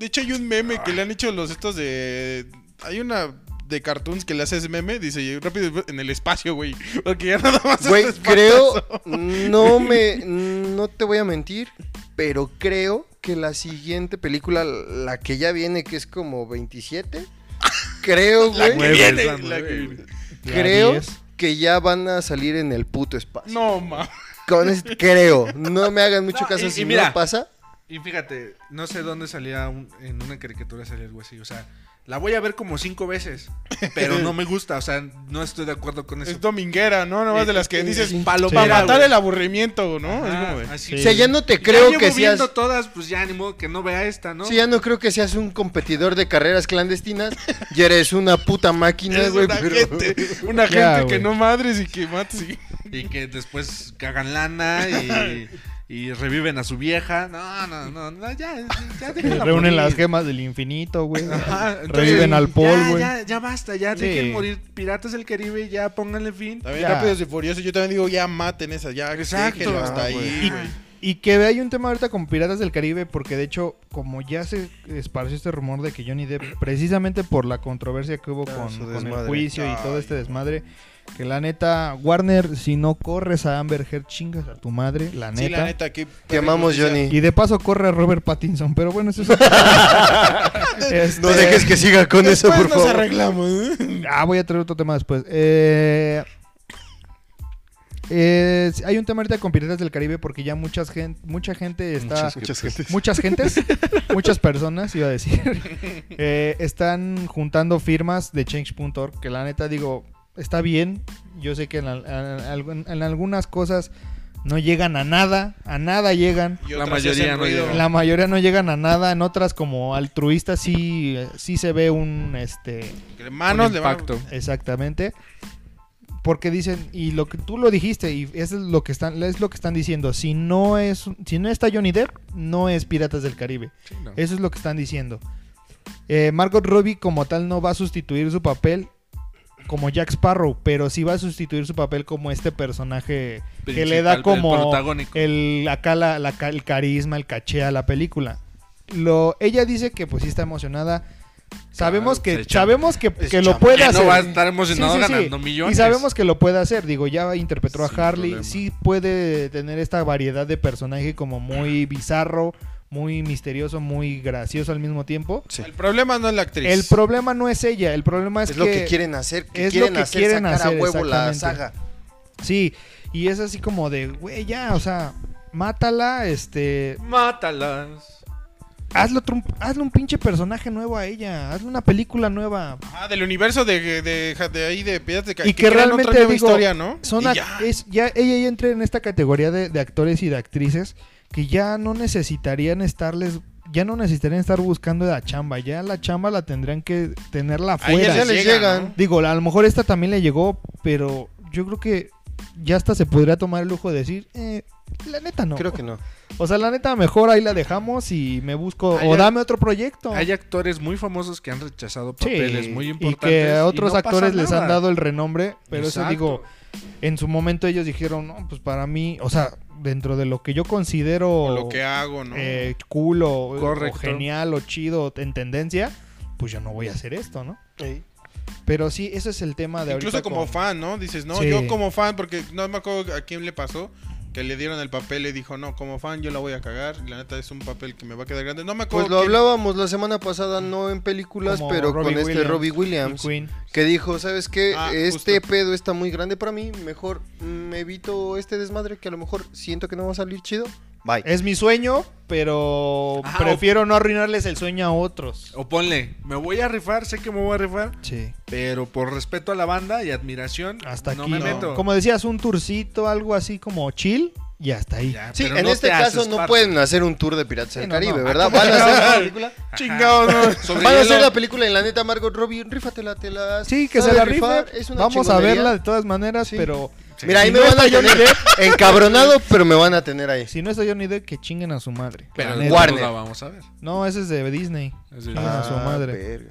[SPEAKER 2] De hecho, hay un meme que le han hecho los estos de. Hay una de cartoons que le hace ese meme. Dice, rápido y Furioso en el espacio, güey. Porque ya nada más.
[SPEAKER 3] Güey,
[SPEAKER 2] es espantoso.
[SPEAKER 3] creo, no me, no te voy a mentir, pero creo que la siguiente película, la que ya viene, que es como 27, creo,
[SPEAKER 2] La que
[SPEAKER 3] güey,
[SPEAKER 2] viene.
[SPEAKER 4] la
[SPEAKER 2] la que-
[SPEAKER 4] nueve,
[SPEAKER 1] Ya
[SPEAKER 3] creo
[SPEAKER 1] 10.
[SPEAKER 3] que ya van a salir en el puto espacio.
[SPEAKER 2] No, ma.
[SPEAKER 3] Con este- creo, no me hagan mucho
[SPEAKER 4] No,
[SPEAKER 3] caso
[SPEAKER 4] y-
[SPEAKER 3] si
[SPEAKER 4] y mira.
[SPEAKER 3] no pasa.
[SPEAKER 4] Y fíjate, no sé dónde salía un- en una caricatura salía algo así. O sea, la voy a ver como 5 veces. Pero no me gusta. O sea, no estoy de acuerdo con eso.
[SPEAKER 2] Es dominguera, ¿no? Nada más de las que
[SPEAKER 3] Sí,
[SPEAKER 2] dices.
[SPEAKER 3] sí.
[SPEAKER 1] Para
[SPEAKER 2] Para
[SPEAKER 1] Mira,
[SPEAKER 2] matar
[SPEAKER 4] güey.
[SPEAKER 2] el aburrimiento, ¿no? Es
[SPEAKER 4] Ajá,
[SPEAKER 2] como de-
[SPEAKER 4] Ah, así.
[SPEAKER 1] Sí.
[SPEAKER 3] O sea, ya no te
[SPEAKER 4] Ya
[SPEAKER 3] creo
[SPEAKER 4] llevo
[SPEAKER 3] que seas...
[SPEAKER 4] viendo todas, pues ya ni modo que no vea esta, ¿no?
[SPEAKER 3] Sí, ya no creo que seas un competidor de carreras clandestinas. Ya eres una puta máquina,
[SPEAKER 2] Es
[SPEAKER 3] güey.
[SPEAKER 2] una
[SPEAKER 3] pero-
[SPEAKER 2] gente, una gente
[SPEAKER 1] Ya,
[SPEAKER 2] que
[SPEAKER 1] güey.
[SPEAKER 2] no madres y que mates. y-
[SPEAKER 4] Y que después cagan lana y, y reviven a su vieja. No, no, no, no, ya,
[SPEAKER 1] Que
[SPEAKER 4] ya déjenla
[SPEAKER 1] Reúnen
[SPEAKER 4] morir.
[SPEAKER 1] las gemas del infinito, güey.
[SPEAKER 4] Ajá, entonces,
[SPEAKER 1] Reviven al
[SPEAKER 4] ya,
[SPEAKER 1] Paul, güey.
[SPEAKER 4] Ya, ya basta, ya
[SPEAKER 1] Sí.
[SPEAKER 4] dejen morir piratas del Caribe, ya pónganle fin.
[SPEAKER 2] También
[SPEAKER 1] Ya.
[SPEAKER 2] rápidos y furiosos. Yo también digo, ya maten esa, ya.
[SPEAKER 4] Exacto.
[SPEAKER 2] déjenlo hasta
[SPEAKER 4] Ah,
[SPEAKER 2] ahí,
[SPEAKER 4] güey.
[SPEAKER 2] güey.
[SPEAKER 1] Y que hay un tema ahorita con Piratas del Caribe, porque de hecho, como ya se esparció este rumor de que Johnny Depp, precisamente por la controversia que hubo
[SPEAKER 3] Ah,
[SPEAKER 1] con,
[SPEAKER 3] su
[SPEAKER 1] con el
[SPEAKER 3] desmadre.
[SPEAKER 1] juicio y todo
[SPEAKER 2] Ay,
[SPEAKER 1] este desmadre, que la neta, Warner, si no corres a Amber Heard, chingas a tu madre, la neta.
[SPEAKER 2] Sí, la neta, aquí.
[SPEAKER 3] Te amamos, Johnny.
[SPEAKER 1] Y de paso corre a Robert Pattinson, pero bueno, eso es... Este-
[SPEAKER 3] No dejes que siga con eso, por
[SPEAKER 2] nos
[SPEAKER 3] favor.
[SPEAKER 2] arreglamos.
[SPEAKER 1] Ah, voy a traer otro tema después. Eh, eh, hay un tema ahorita con Piratas del Caribe porque ya mucha gente, mucha gente está... muchas gentes, muchas personas, iba a decir, eh, están juntando firmas de change.org, que la neta digo, está bien, yo sé que en, al- a- algún- en algunas cosas no llegan a nada, a nada llegan.
[SPEAKER 4] La mayoría no
[SPEAKER 1] En la mayoría no llegan a nada, en otras como altruistas sí, sí se ve un, este,
[SPEAKER 2] Manos
[SPEAKER 4] Un
[SPEAKER 2] le van a-
[SPEAKER 4] impacto.
[SPEAKER 1] Exactamente. Porque dicen, y lo que tú lo dijiste, y eso es lo que están, es lo que están diciendo. Si no es, si no está Johnny Depp, no es Piratas del Caribe.
[SPEAKER 4] Sí, no.
[SPEAKER 1] Eso es lo que están diciendo. Eh, Margot Robbie como tal no va a sustituir su papel como Jack Sparrow, pero sí va a sustituir su papel como este personaje que le da
[SPEAKER 4] Principal,
[SPEAKER 1] como
[SPEAKER 4] el protagónico.
[SPEAKER 1] el acá la- la ca- el carisma, el caché a la película. Lo, ella dice que pues sí está emocionada, Sabemos
[SPEAKER 4] Claro,
[SPEAKER 1] que,
[SPEAKER 4] se echa-
[SPEAKER 1] sabemos que,
[SPEAKER 3] es
[SPEAKER 1] que lo
[SPEAKER 3] chamba.
[SPEAKER 1] puede
[SPEAKER 4] Ya no
[SPEAKER 1] hacer.
[SPEAKER 4] va a estar emocionado ganando
[SPEAKER 1] Y
[SPEAKER 4] millones.
[SPEAKER 1] sabemos que lo puede hacer. Digo, ya interpretó
[SPEAKER 4] Sin
[SPEAKER 1] a Harley.
[SPEAKER 4] problema.
[SPEAKER 1] Sí puede tener esta variedad de personaje como muy bizarro, muy misterioso, muy gracioso al mismo tiempo.
[SPEAKER 3] Sí.
[SPEAKER 2] El problema no es la actriz.
[SPEAKER 1] El problema no es ella, el problema
[SPEAKER 3] Es,
[SPEAKER 1] es,
[SPEAKER 3] lo que quieren hacer. Que
[SPEAKER 1] es lo
[SPEAKER 3] quieren
[SPEAKER 1] que
[SPEAKER 3] hacer
[SPEAKER 1] quieren
[SPEAKER 3] sacar
[SPEAKER 1] hacer,
[SPEAKER 3] a huevo la
[SPEAKER 1] exactamente.
[SPEAKER 3] saga.
[SPEAKER 1] Sí, y es así como de, güey, ya, o sea, mátala, este,
[SPEAKER 4] Mátalas.
[SPEAKER 1] hazlo, otro- hazle un pinche personaje nuevo a ella, hazle una película nueva.
[SPEAKER 2] Ah, del universo de, de, de, ahí de Piratas de Ca-
[SPEAKER 1] Y que
[SPEAKER 2] crean
[SPEAKER 1] realmente,
[SPEAKER 2] otra nueva
[SPEAKER 1] digo,
[SPEAKER 2] historia, ¿no?
[SPEAKER 1] Son
[SPEAKER 2] Y
[SPEAKER 1] ac-
[SPEAKER 2] ya.
[SPEAKER 1] es- ya ella ya entra en esta categoría de, de actores y de actrices que ya no necesitarían estarles ya no necesitarían estar buscando la chamba, ya la chamba la tendrían que tenerla
[SPEAKER 2] Ahí
[SPEAKER 1] afuera.
[SPEAKER 2] ya les
[SPEAKER 3] les
[SPEAKER 2] llegan.
[SPEAKER 3] llegan.
[SPEAKER 2] ¿no?
[SPEAKER 1] Digo, a lo mejor esta también le llegó, pero yo creo que ya hasta se podría tomar el lujo de decir, eh, la neta no.
[SPEAKER 3] Creo que no.
[SPEAKER 1] O sea, la neta mejor ahí la dejamos y me busco
[SPEAKER 4] Ahí
[SPEAKER 1] o
[SPEAKER 4] la-
[SPEAKER 1] dame otro proyecto.
[SPEAKER 4] Hay actores muy famosos que han rechazado
[SPEAKER 1] Sí,
[SPEAKER 4] papeles muy
[SPEAKER 1] y
[SPEAKER 4] importantes.
[SPEAKER 1] que a
[SPEAKER 4] no
[SPEAKER 1] otros
[SPEAKER 4] pasa
[SPEAKER 1] actores les han
[SPEAKER 4] nada.
[SPEAKER 1] dado el renombre, pero eso
[SPEAKER 4] Exacto.
[SPEAKER 1] digo, en su momento ellos dijeron, no, pues para mí, o sea, dentro de lo que yo considero
[SPEAKER 2] O lo que hago, ¿no?
[SPEAKER 1] eh, cool o,
[SPEAKER 4] Correcto.
[SPEAKER 1] o genial o chido en tendencia, pues yo no voy a hacer esto, ¿no?
[SPEAKER 3] Ey.
[SPEAKER 1] Pero sí, ese es el tema de
[SPEAKER 2] Incluso
[SPEAKER 1] ahorita
[SPEAKER 2] como
[SPEAKER 1] con-
[SPEAKER 2] fan, ¿no? Dices, no,
[SPEAKER 1] Sí.
[SPEAKER 2] yo como fan, porque no me acuerdo a quién le pasó, que le dieron el papel y dijo, no, como fan yo la voy a cagar. La neta es un papel que me va a quedar grande. No me acuerdo.
[SPEAKER 3] Pues lo
[SPEAKER 2] quién-
[SPEAKER 3] hablábamos la semana pasada, no en películas,
[SPEAKER 1] como
[SPEAKER 3] pero
[SPEAKER 1] Robbie
[SPEAKER 3] con este
[SPEAKER 1] Williams
[SPEAKER 3] Robbie
[SPEAKER 1] y
[SPEAKER 3] Williams.
[SPEAKER 1] Queen.
[SPEAKER 3] Que dijo, ¿sabes qué?
[SPEAKER 2] Ah,
[SPEAKER 3] este
[SPEAKER 2] justo.
[SPEAKER 3] pedo está muy grande para mí. Mejor mm, me evito este desmadre que a lo mejor siento que no va a salir chido. Bye.
[SPEAKER 1] Es mi sueño, pero
[SPEAKER 4] Ajá,
[SPEAKER 1] prefiero no arruinarles el sueño a otros.
[SPEAKER 4] O ponle, me voy a rifar, sé que me voy a rifar,
[SPEAKER 1] Sí.
[SPEAKER 4] pero por respeto a la banda y admiración,
[SPEAKER 1] Hasta
[SPEAKER 4] no
[SPEAKER 1] aquí.
[SPEAKER 4] me
[SPEAKER 1] ¿no?
[SPEAKER 4] meto.
[SPEAKER 1] Como decías, un tourcito, algo así como chill y hasta ahí.
[SPEAKER 4] Ya,
[SPEAKER 3] Sí,
[SPEAKER 4] pero
[SPEAKER 3] en
[SPEAKER 4] no
[SPEAKER 3] este
[SPEAKER 4] te
[SPEAKER 3] caso
[SPEAKER 4] haces
[SPEAKER 3] no
[SPEAKER 4] parte.
[SPEAKER 3] pueden hacer un tour de Piratas del
[SPEAKER 1] Sí, no,
[SPEAKER 3] Caribe,
[SPEAKER 1] no.
[SPEAKER 3] ¿verdad? Van a hacer la película.
[SPEAKER 2] Chingado, ¿no? Sobre
[SPEAKER 3] Van a hacer
[SPEAKER 2] hielo.
[SPEAKER 3] la película en la neta Margot Robbie, rífatela, te la
[SPEAKER 1] Sí, que se
[SPEAKER 3] sabe
[SPEAKER 1] la
[SPEAKER 3] rifar,
[SPEAKER 1] rife.
[SPEAKER 3] es una
[SPEAKER 1] Vamos a
[SPEAKER 3] chingonería.
[SPEAKER 1] verla de todas maneras,
[SPEAKER 3] Sí.
[SPEAKER 1] pero
[SPEAKER 4] Sí.
[SPEAKER 3] Mira, ahí
[SPEAKER 1] Si
[SPEAKER 3] me
[SPEAKER 1] no
[SPEAKER 3] van a
[SPEAKER 1] está Johnny
[SPEAKER 3] tener encabronado, pero me van a tener ahí.
[SPEAKER 1] si no es Johnny Depp, que chinguen a su madre.
[SPEAKER 4] Pero
[SPEAKER 1] La
[SPEAKER 4] no
[SPEAKER 1] neta.
[SPEAKER 3] Warner.
[SPEAKER 4] la vamos a ver.
[SPEAKER 1] No, ese es de Disney.
[SPEAKER 4] Es decir,
[SPEAKER 1] Ah, su madre.
[SPEAKER 3] verga.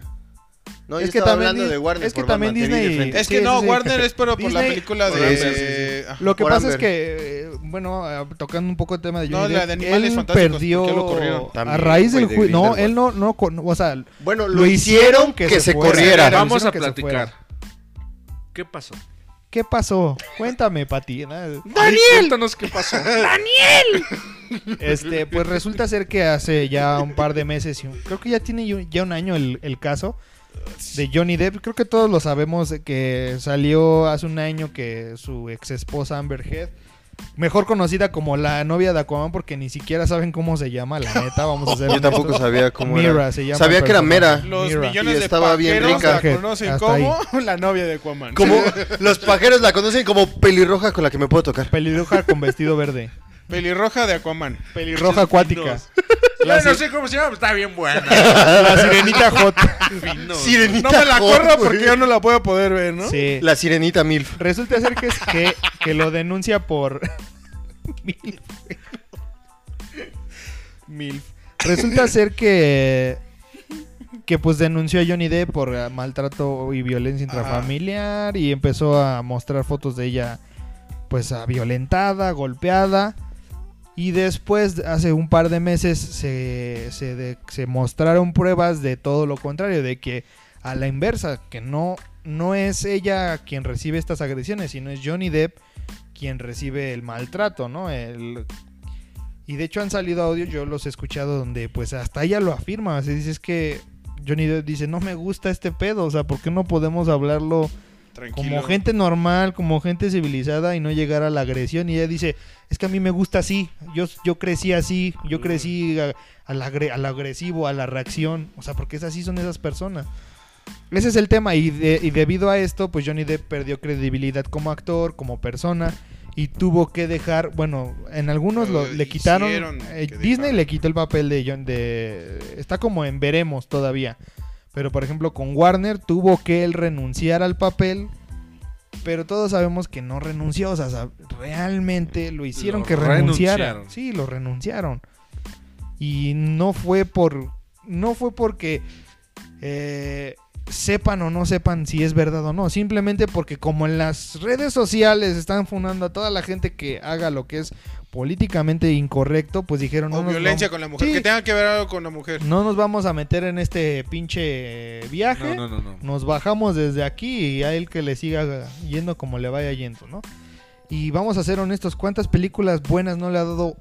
[SPEAKER 3] No,
[SPEAKER 1] Es
[SPEAKER 3] es
[SPEAKER 1] que
[SPEAKER 3] que
[SPEAKER 1] también
[SPEAKER 3] hablando
[SPEAKER 1] Dis-
[SPEAKER 3] de Warner
[SPEAKER 1] es que
[SPEAKER 3] por
[SPEAKER 1] también
[SPEAKER 3] Batman, te vi de
[SPEAKER 1] Disney- eh,
[SPEAKER 3] frente.
[SPEAKER 2] Es que
[SPEAKER 1] Sí,
[SPEAKER 2] no,
[SPEAKER 1] sí, sí.
[SPEAKER 2] Warner es pero por la
[SPEAKER 1] Disney-
[SPEAKER 2] película
[SPEAKER 3] Por
[SPEAKER 2] de...
[SPEAKER 3] Amber,
[SPEAKER 2] de- ah,
[SPEAKER 1] Lo que
[SPEAKER 3] Por
[SPEAKER 1] pasa es
[SPEAKER 3] Amber.
[SPEAKER 1] que, eh, bueno, ah, tocando un poco el tema de
[SPEAKER 2] No,
[SPEAKER 1] Johnny
[SPEAKER 2] la
[SPEAKER 1] Depp,
[SPEAKER 2] de Animales
[SPEAKER 1] él
[SPEAKER 2] Fantásticos, ¿por qué
[SPEAKER 1] perdió
[SPEAKER 2] lo corrieron?
[SPEAKER 1] a
[SPEAKER 3] También,
[SPEAKER 1] raíz
[SPEAKER 3] güey,
[SPEAKER 1] del
[SPEAKER 3] de
[SPEAKER 1] juicio. No,
[SPEAKER 3] Grindelwald.
[SPEAKER 1] él no, no, con- o sea,
[SPEAKER 3] Bueno,
[SPEAKER 1] lo hicieron que se fuera.
[SPEAKER 3] corriera.
[SPEAKER 1] Pero
[SPEAKER 4] vamos
[SPEAKER 1] hicieron
[SPEAKER 4] a
[SPEAKER 1] que se
[SPEAKER 4] platicar.
[SPEAKER 1] fuera.
[SPEAKER 4] ¿Qué pasó?
[SPEAKER 1] ¿qué pasó? Cuéntame, Pati. ¿no?
[SPEAKER 4] Daniel, cuéntanos qué pasó.
[SPEAKER 1] Este, pues resulta ser que hace ya un par de meses, y un- creo que ya tiene yo- ya un año el, el caso de Johnny Depp. Creo que todos lo sabemos de que salió hace un año que su ex esposa Amber Heard, mejor conocida como la novia de Aquaman, porque ni siquiera saben cómo se llama, la neta, vamos a hacer.
[SPEAKER 3] Yo tampoco sabía cómo
[SPEAKER 1] Mira
[SPEAKER 3] era.
[SPEAKER 1] se llama
[SPEAKER 3] Sabía que era
[SPEAKER 1] personaje.
[SPEAKER 3] Mera.
[SPEAKER 2] Los
[SPEAKER 1] Mira.
[SPEAKER 2] millones
[SPEAKER 3] Y
[SPEAKER 2] de
[SPEAKER 3] estaba bien
[SPEAKER 2] pajeros
[SPEAKER 1] rica.
[SPEAKER 2] la conocen
[SPEAKER 1] Hasta
[SPEAKER 2] como la novia de Aquaman.
[SPEAKER 3] Como los pajeros la conocen como pelirroja con la que me puedo tocar.
[SPEAKER 1] Pelirroja con vestido verde.
[SPEAKER 2] Pelirroja de Aquaman.
[SPEAKER 1] Pelirroja acuática.
[SPEAKER 4] Yo no sé cómo se llama, pero está bien buena.
[SPEAKER 1] La sirenita hot.
[SPEAKER 4] Fino.
[SPEAKER 3] Sirenita.
[SPEAKER 2] No me la
[SPEAKER 3] Hot,
[SPEAKER 2] acuerdo
[SPEAKER 3] güey.
[SPEAKER 2] porque yo no la voy a poder ver, ¿no?
[SPEAKER 1] Sí.
[SPEAKER 3] La sirenita Milf.
[SPEAKER 1] Resulta ser que, es que, que lo denuncia por. Milf. Milf. Resulta ser que. Que pues denunció a Johnny Depp por eh, maltrato y violencia intrafamiliar. Y empezó a mostrar fotos de ella. Pues ah, violentada, golpeada. Y después, hace un par de meses, se, se, de- se mostraron pruebas de todo lo contrario, de que a la inversa, que no, no es ella quien recibe estas agresiones, sino es Johnny Depp quien recibe el maltrato, ¿no? El... Y de hecho han salido audios, yo los he escuchado, donde pues hasta ella lo afirma, así dice, es que Johnny Depp dice, no me gusta este pedo, o sea, ¿por qué no podemos hablarlo?
[SPEAKER 2] Tranquilo.
[SPEAKER 1] como gente normal, como gente civilizada y no llegar a la agresión. Y ella dice, es que a mí me gusta así, yo, yo crecí así, yo crecí a- al, agre- al agresivo, a la reacción. O sea, porque es así son esas personas. Ese es el tema y, de- y debido a esto, pues Johnny Depp perdió credibilidad como actor, como persona y tuvo que dejar, bueno, en algunos lo-
[SPEAKER 2] Lo
[SPEAKER 1] le quitaron,
[SPEAKER 2] hicieron
[SPEAKER 1] eh,
[SPEAKER 2] que
[SPEAKER 1] Disney
[SPEAKER 2] dejara.
[SPEAKER 1] le quitó el papel de John de, está como en veremos todavía, pero por ejemplo con Warner tuvo que él renunciar al papel, pero todos sabemos que no renunció, o sea, sab- realmente lo hicieron
[SPEAKER 4] Lo
[SPEAKER 1] que renunciara.
[SPEAKER 4] renunciaron.
[SPEAKER 1] Sí, lo renunciaron. Y no fue por no fue porque eh, sepan o no sepan si es verdad o no, simplemente porque como en las redes sociales están fundando a toda la gente que haga lo que es políticamente incorrecto, pues dijeron...
[SPEAKER 2] o
[SPEAKER 1] no nos
[SPEAKER 2] violencia
[SPEAKER 1] vamos-
[SPEAKER 2] con la mujer.
[SPEAKER 1] Sí,
[SPEAKER 2] Que tenga que ver algo con la mujer.
[SPEAKER 1] No nos vamos a meter en este pinche viaje.
[SPEAKER 4] No, no, no, no.
[SPEAKER 1] Nos bajamos desde aquí y a él que le siga yendo como le vaya yendo, ¿no? Y vamos a ser honestos, ¿cuántas películas buenas no le ha dado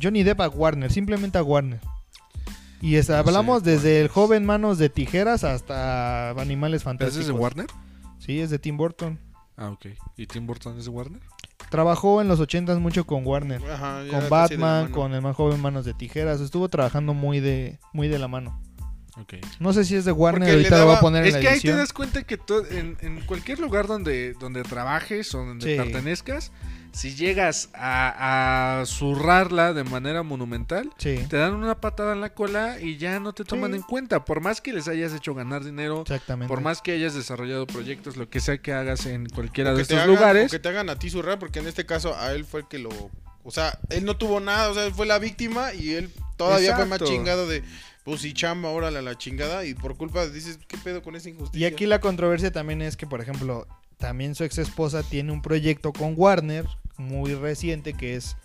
[SPEAKER 1] Johnny Depp a Warner? Simplemente a Warner. Y es- hablamos desde el joven Manos de Tijeras hasta Animales
[SPEAKER 4] ¿Pero ese
[SPEAKER 1] Fantásticos.
[SPEAKER 4] es de Warner?
[SPEAKER 1] Sí, es de Tim Burton.
[SPEAKER 4] Ah, ok. ¿Y Tim Burton es de Warner?
[SPEAKER 1] Trabajó en los 80s mucho con Warner.
[SPEAKER 2] Ajá,
[SPEAKER 1] Con
[SPEAKER 2] ya casi de la
[SPEAKER 1] Batman,
[SPEAKER 2] mano.
[SPEAKER 1] con el más joven Manos de Tijeras. Estuvo trabajando muy de, muy de la mano.
[SPEAKER 4] Ok.
[SPEAKER 1] No sé si es de Warner,
[SPEAKER 2] Porque le
[SPEAKER 1] ahorita lo voy
[SPEAKER 2] daba-
[SPEAKER 1] a poner en
[SPEAKER 4] Es
[SPEAKER 1] la
[SPEAKER 4] que ahí te
[SPEAKER 1] edición.
[SPEAKER 4] das cuenta que to- en, en cualquier lugar donde, donde trabajes o donde
[SPEAKER 1] Sí.
[SPEAKER 4] pertenezcas, si llegas a, a zurrarla de manera monumental,
[SPEAKER 1] Sí,
[SPEAKER 4] te dan una patada en la cola y ya no te toman
[SPEAKER 1] Sí.
[SPEAKER 4] en cuenta. Por más que les hayas hecho ganar dinero,
[SPEAKER 1] exactamente.
[SPEAKER 4] por más que hayas desarrollado proyectos, lo que sea que hagas en
[SPEAKER 2] O
[SPEAKER 4] cualquiera de
[SPEAKER 2] que te
[SPEAKER 4] estos
[SPEAKER 2] hagan-
[SPEAKER 4] lugares.
[SPEAKER 2] o Que te hagan a ti su rap, porque en este caso a él fue el que lo. O sea, él no tuvo nada, o sea, él fue la víctima y él todavía fue más
[SPEAKER 4] Exacto.
[SPEAKER 2] chingado de. Pues si chamba, órale a la chingada. Y por culpa dices, ¿qué pedo con esa
[SPEAKER 1] Y
[SPEAKER 2] injusticia?
[SPEAKER 1] aquí la controversia también es que, por ejemplo, también su ex esposa tiene un proyecto con Warner muy reciente que es.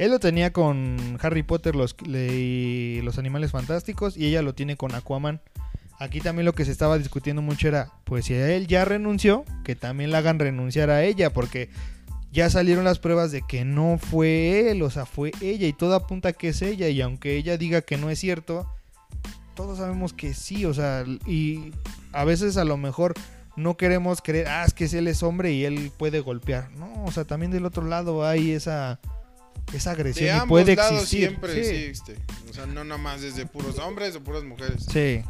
[SPEAKER 1] Él lo tenía con Harry Potter los, le- y los Animales Fantásticos y ella lo tiene con Aquaman. Aquí también lo que se estaba discutiendo mucho era, pues si él ya renunció, que también la hagan renunciar a ella, porque ya salieron las pruebas de que no fue él, o sea, fue ella y todo apunta que es ella y aunque ella diga que no es cierto, todos sabemos que sí, o sea, y a veces a lo mejor no queremos creer, ah, es que él es hombre y él puede golpear. No, o sea, también del otro lado hay esa, esa agresión
[SPEAKER 2] de
[SPEAKER 1] y
[SPEAKER 2] ambos
[SPEAKER 1] puede
[SPEAKER 2] lados
[SPEAKER 1] existir.
[SPEAKER 2] siempre
[SPEAKER 1] Sí.
[SPEAKER 2] existe. O sea, no nada más desde puros hombres o puras mujeres.
[SPEAKER 1] Sí.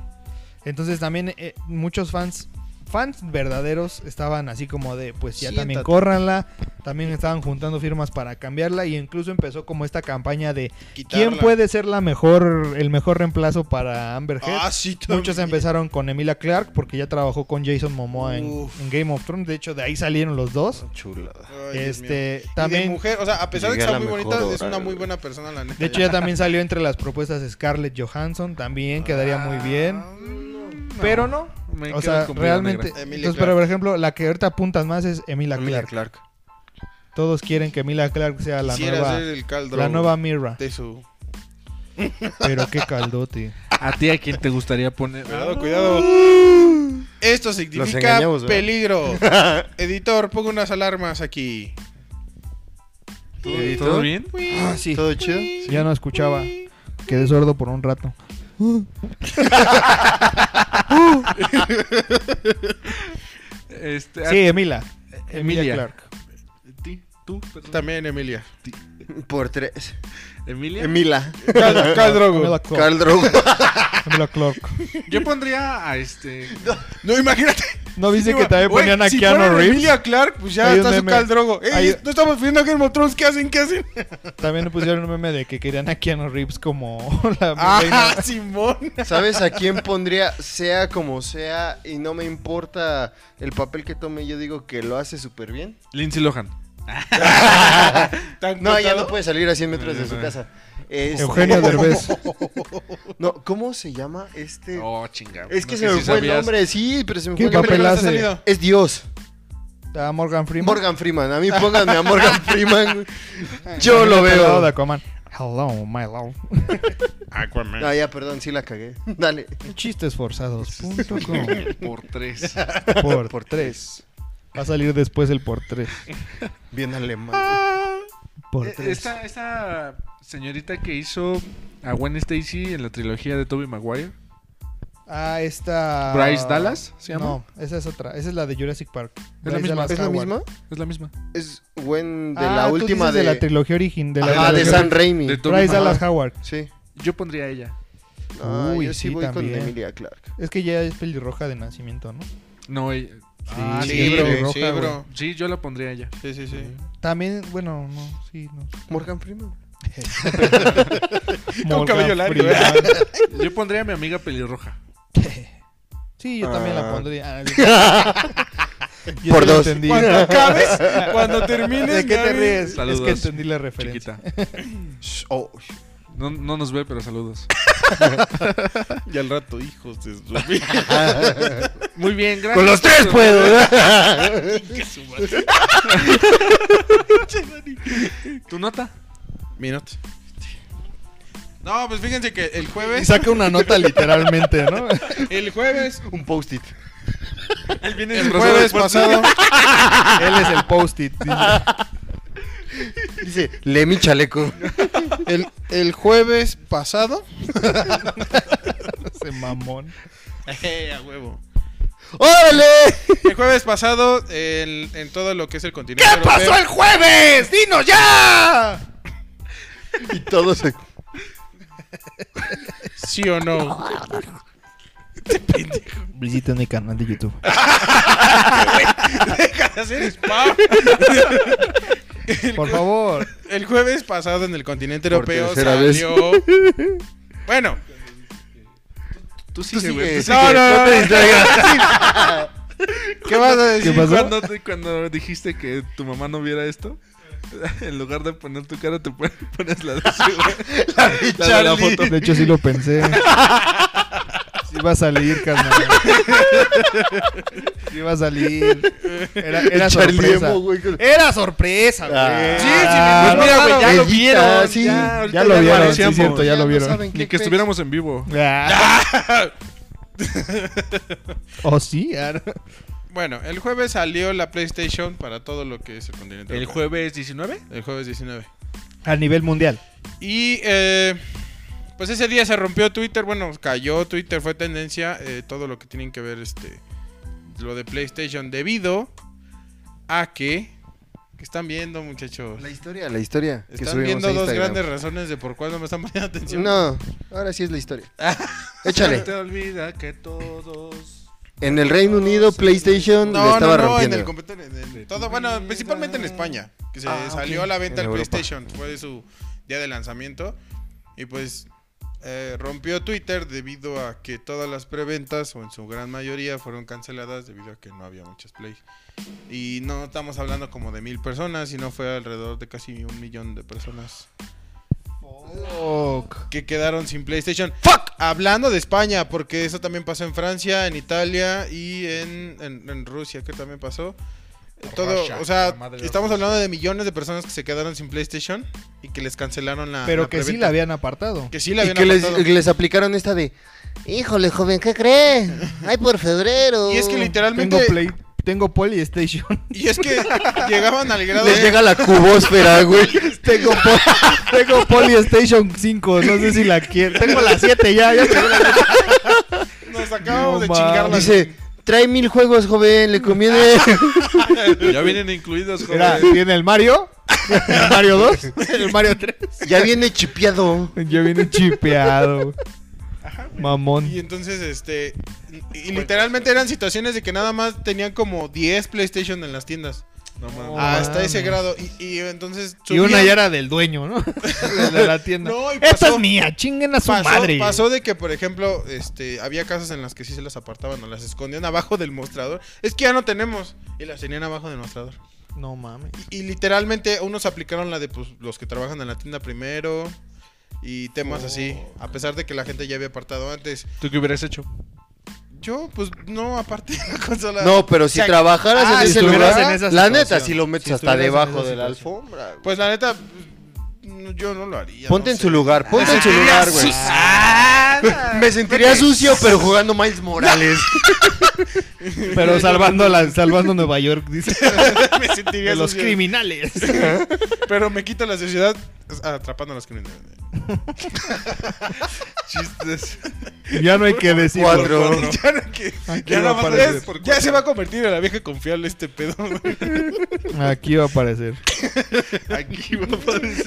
[SPEAKER 1] Entonces también eh, muchos fans, fans verdaderos, estaban así como de, pues ya también
[SPEAKER 2] Siéntate.
[SPEAKER 1] córranla. También estaban juntando firmas para cambiarla y incluso empezó como esta campaña de
[SPEAKER 2] Quitarla.
[SPEAKER 1] quién puede ser la mejor, el mejor reemplazo para Amber Heard.
[SPEAKER 2] Ah, sí, también.
[SPEAKER 1] Muchos empezaron con Emilia Clark porque ya trabajó con Jason Momoa en,
[SPEAKER 2] Uf.
[SPEAKER 1] en Game of Thrones. De hecho, de ahí salieron los dos.
[SPEAKER 3] Chulada.
[SPEAKER 2] Ay, Dios mío.
[SPEAKER 1] este,
[SPEAKER 2] Y de
[SPEAKER 1] también, de,
[SPEAKER 2] mujer, o sea, a pesar de que
[SPEAKER 3] Llegué a
[SPEAKER 2] está
[SPEAKER 3] la
[SPEAKER 2] muy
[SPEAKER 3] mejor
[SPEAKER 2] bonita, es
[SPEAKER 3] hora,
[SPEAKER 2] una muy
[SPEAKER 3] güey.
[SPEAKER 2] buena persona, la neta.
[SPEAKER 1] hecho, ya también salió entre las propuestas Scarlett Johansson. También quedaría muy bien.
[SPEAKER 4] Ah, no, no.
[SPEAKER 1] Pero no.
[SPEAKER 4] Me
[SPEAKER 1] O
[SPEAKER 4] quedo
[SPEAKER 1] sea,
[SPEAKER 4] con Viuda
[SPEAKER 1] realmente.
[SPEAKER 4] Negra.
[SPEAKER 2] Emilia
[SPEAKER 1] Entonces,
[SPEAKER 2] Clarke.
[SPEAKER 1] pero por ejemplo, la que ahorita apuntas más es Emilia
[SPEAKER 3] Emilia
[SPEAKER 1] Clark.
[SPEAKER 3] Clark.
[SPEAKER 1] Todos quieren que Emilia Clark sea la
[SPEAKER 2] Quisiera
[SPEAKER 1] nueva,
[SPEAKER 2] ser el caldo
[SPEAKER 1] la nueva Mira.
[SPEAKER 2] de su.
[SPEAKER 1] Pero qué caldote.
[SPEAKER 4] ¿A ti a quién te gustaría poner?
[SPEAKER 2] Cuidado, cuidado. Esto significa
[SPEAKER 3] engañamos, ¿verdad?
[SPEAKER 2] peligro. Editor, ponga unas alarmas aquí.
[SPEAKER 4] ¿Todo, ¿Todo bien?
[SPEAKER 1] Ah, sí.
[SPEAKER 3] ¿Todo chido?
[SPEAKER 1] Ya no escuchaba. Quedé sordo por un rato.
[SPEAKER 4] Este,
[SPEAKER 1] Sí, Emilia. Emilia
[SPEAKER 4] Emilia.
[SPEAKER 1] Clark.
[SPEAKER 4] a ti, tú, perdón.
[SPEAKER 2] También Emilia.
[SPEAKER 3] Por tres.
[SPEAKER 4] Emilia.
[SPEAKER 3] Emila.
[SPEAKER 2] Cal, Cal Drogo.
[SPEAKER 1] Emilia Clark.
[SPEAKER 3] Carl Drogo.
[SPEAKER 1] Emilia Clark.
[SPEAKER 4] Yo pondría a este.
[SPEAKER 2] No, imagínate.
[SPEAKER 1] ¿No viste
[SPEAKER 2] Digo,
[SPEAKER 1] que también
[SPEAKER 2] güey,
[SPEAKER 1] ponían a
[SPEAKER 2] si
[SPEAKER 1] Keanu
[SPEAKER 2] fueran
[SPEAKER 1] Reeves?
[SPEAKER 2] Emilia Clark, pues ya
[SPEAKER 1] Hay un
[SPEAKER 2] está su
[SPEAKER 1] meme.
[SPEAKER 2] Cal Drogo. Ey,
[SPEAKER 1] Hay-
[SPEAKER 2] no estamos pidiendo a Game of Thrones. ¿Qué hacen? ¿Qué hacen?
[SPEAKER 1] También pusieron un meme de que querían a Keanu Reeves como la reina.
[SPEAKER 2] Ah, Simón.
[SPEAKER 3] ¿Sabes a quién pondría sea como sea y no me importa el papel que tome? Yo digo que lo hace súper bien.
[SPEAKER 4] Lindsay Lohan.
[SPEAKER 2] Tan
[SPEAKER 3] No, ya
[SPEAKER 2] contado.
[SPEAKER 3] no puede salir a 100 metros
[SPEAKER 4] Mm.
[SPEAKER 3] de su casa. Este-
[SPEAKER 1] Eugenio Derbez.
[SPEAKER 3] No, ¿cómo se llama este?
[SPEAKER 4] Oh, chingada.
[SPEAKER 3] es que
[SPEAKER 4] No
[SPEAKER 3] se
[SPEAKER 4] sé
[SPEAKER 3] me
[SPEAKER 4] si
[SPEAKER 3] fue el
[SPEAKER 4] sabías.
[SPEAKER 3] nombre, sí, pero se me
[SPEAKER 1] ¿Qué
[SPEAKER 3] fue el nombre.
[SPEAKER 1] papel
[SPEAKER 2] película
[SPEAKER 1] hace?
[SPEAKER 2] ha salido?
[SPEAKER 3] Es Dios.
[SPEAKER 1] A Morgan Freeman.
[SPEAKER 3] Morgan Freeman. A mí pónganme a Morgan Freeman. Yo
[SPEAKER 1] También está
[SPEAKER 3] lo
[SPEAKER 1] al lado de
[SPEAKER 3] veo.
[SPEAKER 1] Aquaman. Hello, my love.
[SPEAKER 3] No, Ah, ya, perdón, sí la cagué. Dale.
[SPEAKER 1] Chistesforzados.com
[SPEAKER 4] Por tres.
[SPEAKER 1] por,
[SPEAKER 3] Por
[SPEAKER 1] por
[SPEAKER 3] tres.
[SPEAKER 1] Va a salir después el por tres.
[SPEAKER 3] Bien alemán.
[SPEAKER 1] Por
[SPEAKER 4] Eh,
[SPEAKER 1] tres.
[SPEAKER 4] Esta, esta señorita que hizo a Gwen Stacy en la trilogía de Tobey Maguire.
[SPEAKER 1] Ah, esta.
[SPEAKER 4] Bryce Dallas, ¿se llama?
[SPEAKER 1] No, esa es otra. Esa es la de Jurassic Park.
[SPEAKER 4] la
[SPEAKER 1] Bryce
[SPEAKER 4] misma,
[SPEAKER 1] Dallas
[SPEAKER 3] ¿Es la
[SPEAKER 1] Howard.
[SPEAKER 3] misma?
[SPEAKER 4] Es la misma.
[SPEAKER 3] Es buen de
[SPEAKER 1] Ah,
[SPEAKER 3] la
[SPEAKER 1] tú
[SPEAKER 3] última
[SPEAKER 1] dices
[SPEAKER 3] de...
[SPEAKER 1] la trilogía original. De la
[SPEAKER 3] Ajá, de
[SPEAKER 1] trilogía-
[SPEAKER 3] San Raimi.
[SPEAKER 4] De tu-
[SPEAKER 1] Bryce
[SPEAKER 3] Ajá.
[SPEAKER 1] Dallas Howard.
[SPEAKER 3] Sí.
[SPEAKER 4] Yo pondría a ella.
[SPEAKER 3] Ah,
[SPEAKER 1] Uy,
[SPEAKER 3] yo sí,
[SPEAKER 1] sí,
[SPEAKER 3] voy
[SPEAKER 1] también.
[SPEAKER 3] con Emilia Clark.
[SPEAKER 1] Es que ya es pelirroja de nacimiento, ¿no?
[SPEAKER 4] No, ella.
[SPEAKER 2] Ah,
[SPEAKER 1] Sí,
[SPEAKER 2] sí,
[SPEAKER 1] es
[SPEAKER 2] bro.
[SPEAKER 1] pelirroja,
[SPEAKER 2] Sí,
[SPEAKER 1] güey.
[SPEAKER 2] bro.
[SPEAKER 4] Sí, yo la pondría a ella.
[SPEAKER 2] Sí, sí, sí.
[SPEAKER 1] También, bueno, no, sí, no.
[SPEAKER 3] Morgan Freeman.
[SPEAKER 1] Morgan
[SPEAKER 2] cabello largo,
[SPEAKER 1] Freeman.
[SPEAKER 4] Yo pondría a mi amiga pelirroja.
[SPEAKER 1] Sí, yo también la pondría. Ah, yo- Yo
[SPEAKER 3] Por
[SPEAKER 1] sí la
[SPEAKER 3] dos.
[SPEAKER 1] entendí.
[SPEAKER 2] Cuando acabes, cuando termines.
[SPEAKER 1] ¿De qué te
[SPEAKER 2] Gaby.
[SPEAKER 1] ríes?
[SPEAKER 4] Saludos.
[SPEAKER 1] Es que entendí la referencia.
[SPEAKER 4] Chiquita.
[SPEAKER 3] Oh,
[SPEAKER 4] No, no nos ve, pero saludos.
[SPEAKER 2] Y al rato, hijos de su-
[SPEAKER 4] Muy bien, gracias.
[SPEAKER 3] Con los tres puedo.
[SPEAKER 2] pues.
[SPEAKER 4] ¿Tu nota?
[SPEAKER 2] Minot. No, pues fíjense que el
[SPEAKER 1] Y
[SPEAKER 2] jueves.
[SPEAKER 1] saca una nota literalmente, ¿no?
[SPEAKER 2] El jueves.
[SPEAKER 3] Un post-it.
[SPEAKER 2] El jueves pasado.
[SPEAKER 1] Él es el post-it. dice.
[SPEAKER 3] Dice, lee mi chaleco.
[SPEAKER 2] El, el jueves pasado.
[SPEAKER 1] Ese mamón.
[SPEAKER 2] Eh, a huevo.
[SPEAKER 3] ¡Órale!
[SPEAKER 2] El jueves pasado, en, en todo lo que es el continente europeo.
[SPEAKER 1] el jueves? ¡Dinos ya!
[SPEAKER 3] Y todos se...
[SPEAKER 2] ¿Sí o no?
[SPEAKER 1] Visiten mi canal de YouTube.
[SPEAKER 2] Deja de hacer spam.
[SPEAKER 1] Por favor.
[SPEAKER 2] El jueves pasado en el continente
[SPEAKER 3] Por
[SPEAKER 2] europeo
[SPEAKER 3] tercera vez.
[SPEAKER 2] salió. Bueno,
[SPEAKER 4] Tú
[SPEAKER 3] Tú
[SPEAKER 4] sigue, güey.
[SPEAKER 3] sigue,
[SPEAKER 2] No,
[SPEAKER 4] tú sigue.
[SPEAKER 3] sigue,
[SPEAKER 2] no, no,
[SPEAKER 3] te
[SPEAKER 2] no.
[SPEAKER 3] distraigas.
[SPEAKER 2] ¿qué vas a decir?
[SPEAKER 1] ¿Qué pasó?
[SPEAKER 4] Cuando, te- cuando dijiste que tu mamá no viera esto, en lugar de poner tu cara, te pon- pones la de su-
[SPEAKER 3] La
[SPEAKER 4] La
[SPEAKER 3] de
[SPEAKER 4] de la
[SPEAKER 3] Charlie.
[SPEAKER 4] foto.
[SPEAKER 1] De hecho, sí lo pensé. Sí va a salir, carnal. Sí va a salir. Era, era
[SPEAKER 3] Charlie
[SPEAKER 1] sorpresa.
[SPEAKER 3] Emo, güey, con-
[SPEAKER 1] Era sorpresa, güey.
[SPEAKER 3] Ah.
[SPEAKER 2] Sí, sí, pues mira, güey, ya lo
[SPEAKER 3] Edita,
[SPEAKER 2] vieron.
[SPEAKER 3] sí.
[SPEAKER 2] ya.
[SPEAKER 1] Ya lo vieron, sí,
[SPEAKER 4] aparecíamos.
[SPEAKER 1] cierto, ya
[SPEAKER 3] Ya
[SPEAKER 1] lo
[SPEAKER 3] no
[SPEAKER 1] vieron.
[SPEAKER 3] saben.
[SPEAKER 4] Ni que estuviéramos en vivo.
[SPEAKER 1] Ah. ¿O sí? Ah, no.
[SPEAKER 2] Bueno, el jueves salió la PlayStation para todo lo que es el continente
[SPEAKER 4] ¿El
[SPEAKER 2] europeo.
[SPEAKER 4] jueves 19?
[SPEAKER 2] El jueves 19.
[SPEAKER 1] A nivel mundial.
[SPEAKER 2] Y eh, pues ese día se rompió Twitter, bueno, cayó Twitter, fue tendencia, eh, todo lo que tienen que ver este lo de PlayStation debido a que que están viendo, muchachos.
[SPEAKER 3] La historia, la historia. que
[SPEAKER 2] Están
[SPEAKER 3] subimos
[SPEAKER 2] viendo
[SPEAKER 3] a
[SPEAKER 2] dos
[SPEAKER 3] Instagram.
[SPEAKER 2] grandes razones de por cuál no me están poniendo atención.
[SPEAKER 3] No, ahora sí es la historia. Échale.
[SPEAKER 4] te olvida que todos.
[SPEAKER 3] En el Reino Unido, PlayStation
[SPEAKER 2] No,
[SPEAKER 3] le
[SPEAKER 2] no,
[SPEAKER 3] estaba
[SPEAKER 2] no, en
[SPEAKER 3] rompiendo.
[SPEAKER 2] el computer- en el- todo, bueno, principalmente en España, que se
[SPEAKER 3] Ah,
[SPEAKER 2] salió
[SPEAKER 3] ok.
[SPEAKER 2] a la venta el
[SPEAKER 3] En Europa.
[SPEAKER 2] PlayStation, fue de su día de lanzamiento y pues eh, rompió Twitter debido a que todas las preventas o en su gran mayoría fueron canceladas debido a que no había muchas plays y no estamos hablando como de mil personas, sino fue alrededor de casi un millón de personas
[SPEAKER 1] Oh,
[SPEAKER 2] que quedaron sin PlayStation. Hablando de España, porque eso también pasó en Francia, en Italia y en, en- en Rusia, que también pasó. Eh, Todo,
[SPEAKER 4] Russia,
[SPEAKER 2] o sea,
[SPEAKER 4] la madre de
[SPEAKER 2] estamos hablando de millones de personas que se quedaron sin PlayStation y que les cancelaron la.
[SPEAKER 1] Pero
[SPEAKER 2] la
[SPEAKER 1] que sí
[SPEAKER 2] preventa.
[SPEAKER 1] la habían apartado.
[SPEAKER 2] Que sí la
[SPEAKER 3] y
[SPEAKER 2] habían
[SPEAKER 3] que les,
[SPEAKER 2] apartado.
[SPEAKER 3] les aplicaron esta de... Híjole, joven, ¿qué cree? Ay, por febrero.
[SPEAKER 2] Y es que
[SPEAKER 1] Tengo
[SPEAKER 2] literalmente.
[SPEAKER 1] Play, tengo Polystation.
[SPEAKER 2] Y es que llegaban al grado
[SPEAKER 3] Les
[SPEAKER 2] de-
[SPEAKER 3] llega la cubósfera, güey.
[SPEAKER 2] Este,
[SPEAKER 3] Tengo
[SPEAKER 1] Tengo Polystation 5, no sé si la quiero. Tengo la 7 ya, ya tengo la siete.
[SPEAKER 2] Nos acabamos
[SPEAKER 1] No
[SPEAKER 2] de
[SPEAKER 1] mames.
[SPEAKER 2] chingar la-
[SPEAKER 3] Dice, trae mil juegos, joven, le conviene.
[SPEAKER 4] Ya vienen incluidos,
[SPEAKER 1] Mira,
[SPEAKER 4] joven.
[SPEAKER 1] tiene el Mario, el Mario 2, el Mario 3.
[SPEAKER 3] ya viene chipeado.
[SPEAKER 1] Ya viene chipeado. Mamón.
[SPEAKER 2] Y entonces, este. Y y literalmente eran situaciones de que nada más tenían como 10 PlayStation en las tiendas.
[SPEAKER 4] No mames.
[SPEAKER 1] Ah,
[SPEAKER 2] hasta ese
[SPEAKER 1] mames.
[SPEAKER 2] grado. Y, y entonces.
[SPEAKER 1] Y una
[SPEAKER 2] subían-
[SPEAKER 1] ya era del dueño, ¿no? De la tienda.
[SPEAKER 2] No, y
[SPEAKER 1] Esta
[SPEAKER 2] pasó-
[SPEAKER 1] es mía, chinguen a su
[SPEAKER 2] pasó,
[SPEAKER 1] madre.
[SPEAKER 2] pasó de que, por ejemplo, este, había casas en las que sí se las apartaban o las escondían abajo del mostrador. Es que ya no tenemos. Y las tenían abajo del mostrador.
[SPEAKER 1] No mames.
[SPEAKER 2] Y, y literalmente unos aplicaron la de pues, los que trabajan en la tienda primero y temas así.
[SPEAKER 1] Oh.
[SPEAKER 2] A pesar de que la gente ya había apartado antes.
[SPEAKER 4] ¿Tú qué hubieras hecho?
[SPEAKER 2] Yo, pues, no aparté la consola.
[SPEAKER 3] No, pero si
[SPEAKER 2] O sea,
[SPEAKER 3] trabajaras
[SPEAKER 2] ah,
[SPEAKER 3] en
[SPEAKER 2] si
[SPEAKER 3] ese
[SPEAKER 1] estuvieras
[SPEAKER 3] lugar,
[SPEAKER 1] en esa
[SPEAKER 3] la
[SPEAKER 1] situación.
[SPEAKER 3] neta, si lo metes
[SPEAKER 1] Si
[SPEAKER 3] hasta
[SPEAKER 1] estuvieras en
[SPEAKER 3] debajo
[SPEAKER 1] esa
[SPEAKER 3] de la
[SPEAKER 1] situación.
[SPEAKER 3] alfombra. güey.
[SPEAKER 2] Pues la neta, pues, yo no lo haría.
[SPEAKER 3] Ponte
[SPEAKER 2] no
[SPEAKER 3] en
[SPEAKER 2] sé.
[SPEAKER 3] su
[SPEAKER 1] Ah,
[SPEAKER 3] lugar, ponte en su lugar, güey. Me sentiría sucio, pero jugando Miles Morales.
[SPEAKER 1] Pero salvando, la, salvando Nueva York, dice.
[SPEAKER 2] me sentiría
[SPEAKER 1] De los
[SPEAKER 2] sucio.
[SPEAKER 1] criminales.
[SPEAKER 2] Pero me quita la sociedad atrapando a los criminales.
[SPEAKER 4] Chistes.
[SPEAKER 1] Ya no hay que decir.
[SPEAKER 3] Cuatro.
[SPEAKER 2] Ya no que-
[SPEAKER 1] Aquí
[SPEAKER 2] Ya,
[SPEAKER 1] va a
[SPEAKER 2] nada más
[SPEAKER 1] aparecer.
[SPEAKER 2] es- ya se va a convertir en la vieja confiable este pedo.
[SPEAKER 1] Aquí va a aparecer.
[SPEAKER 4] Aquí va a aparecer.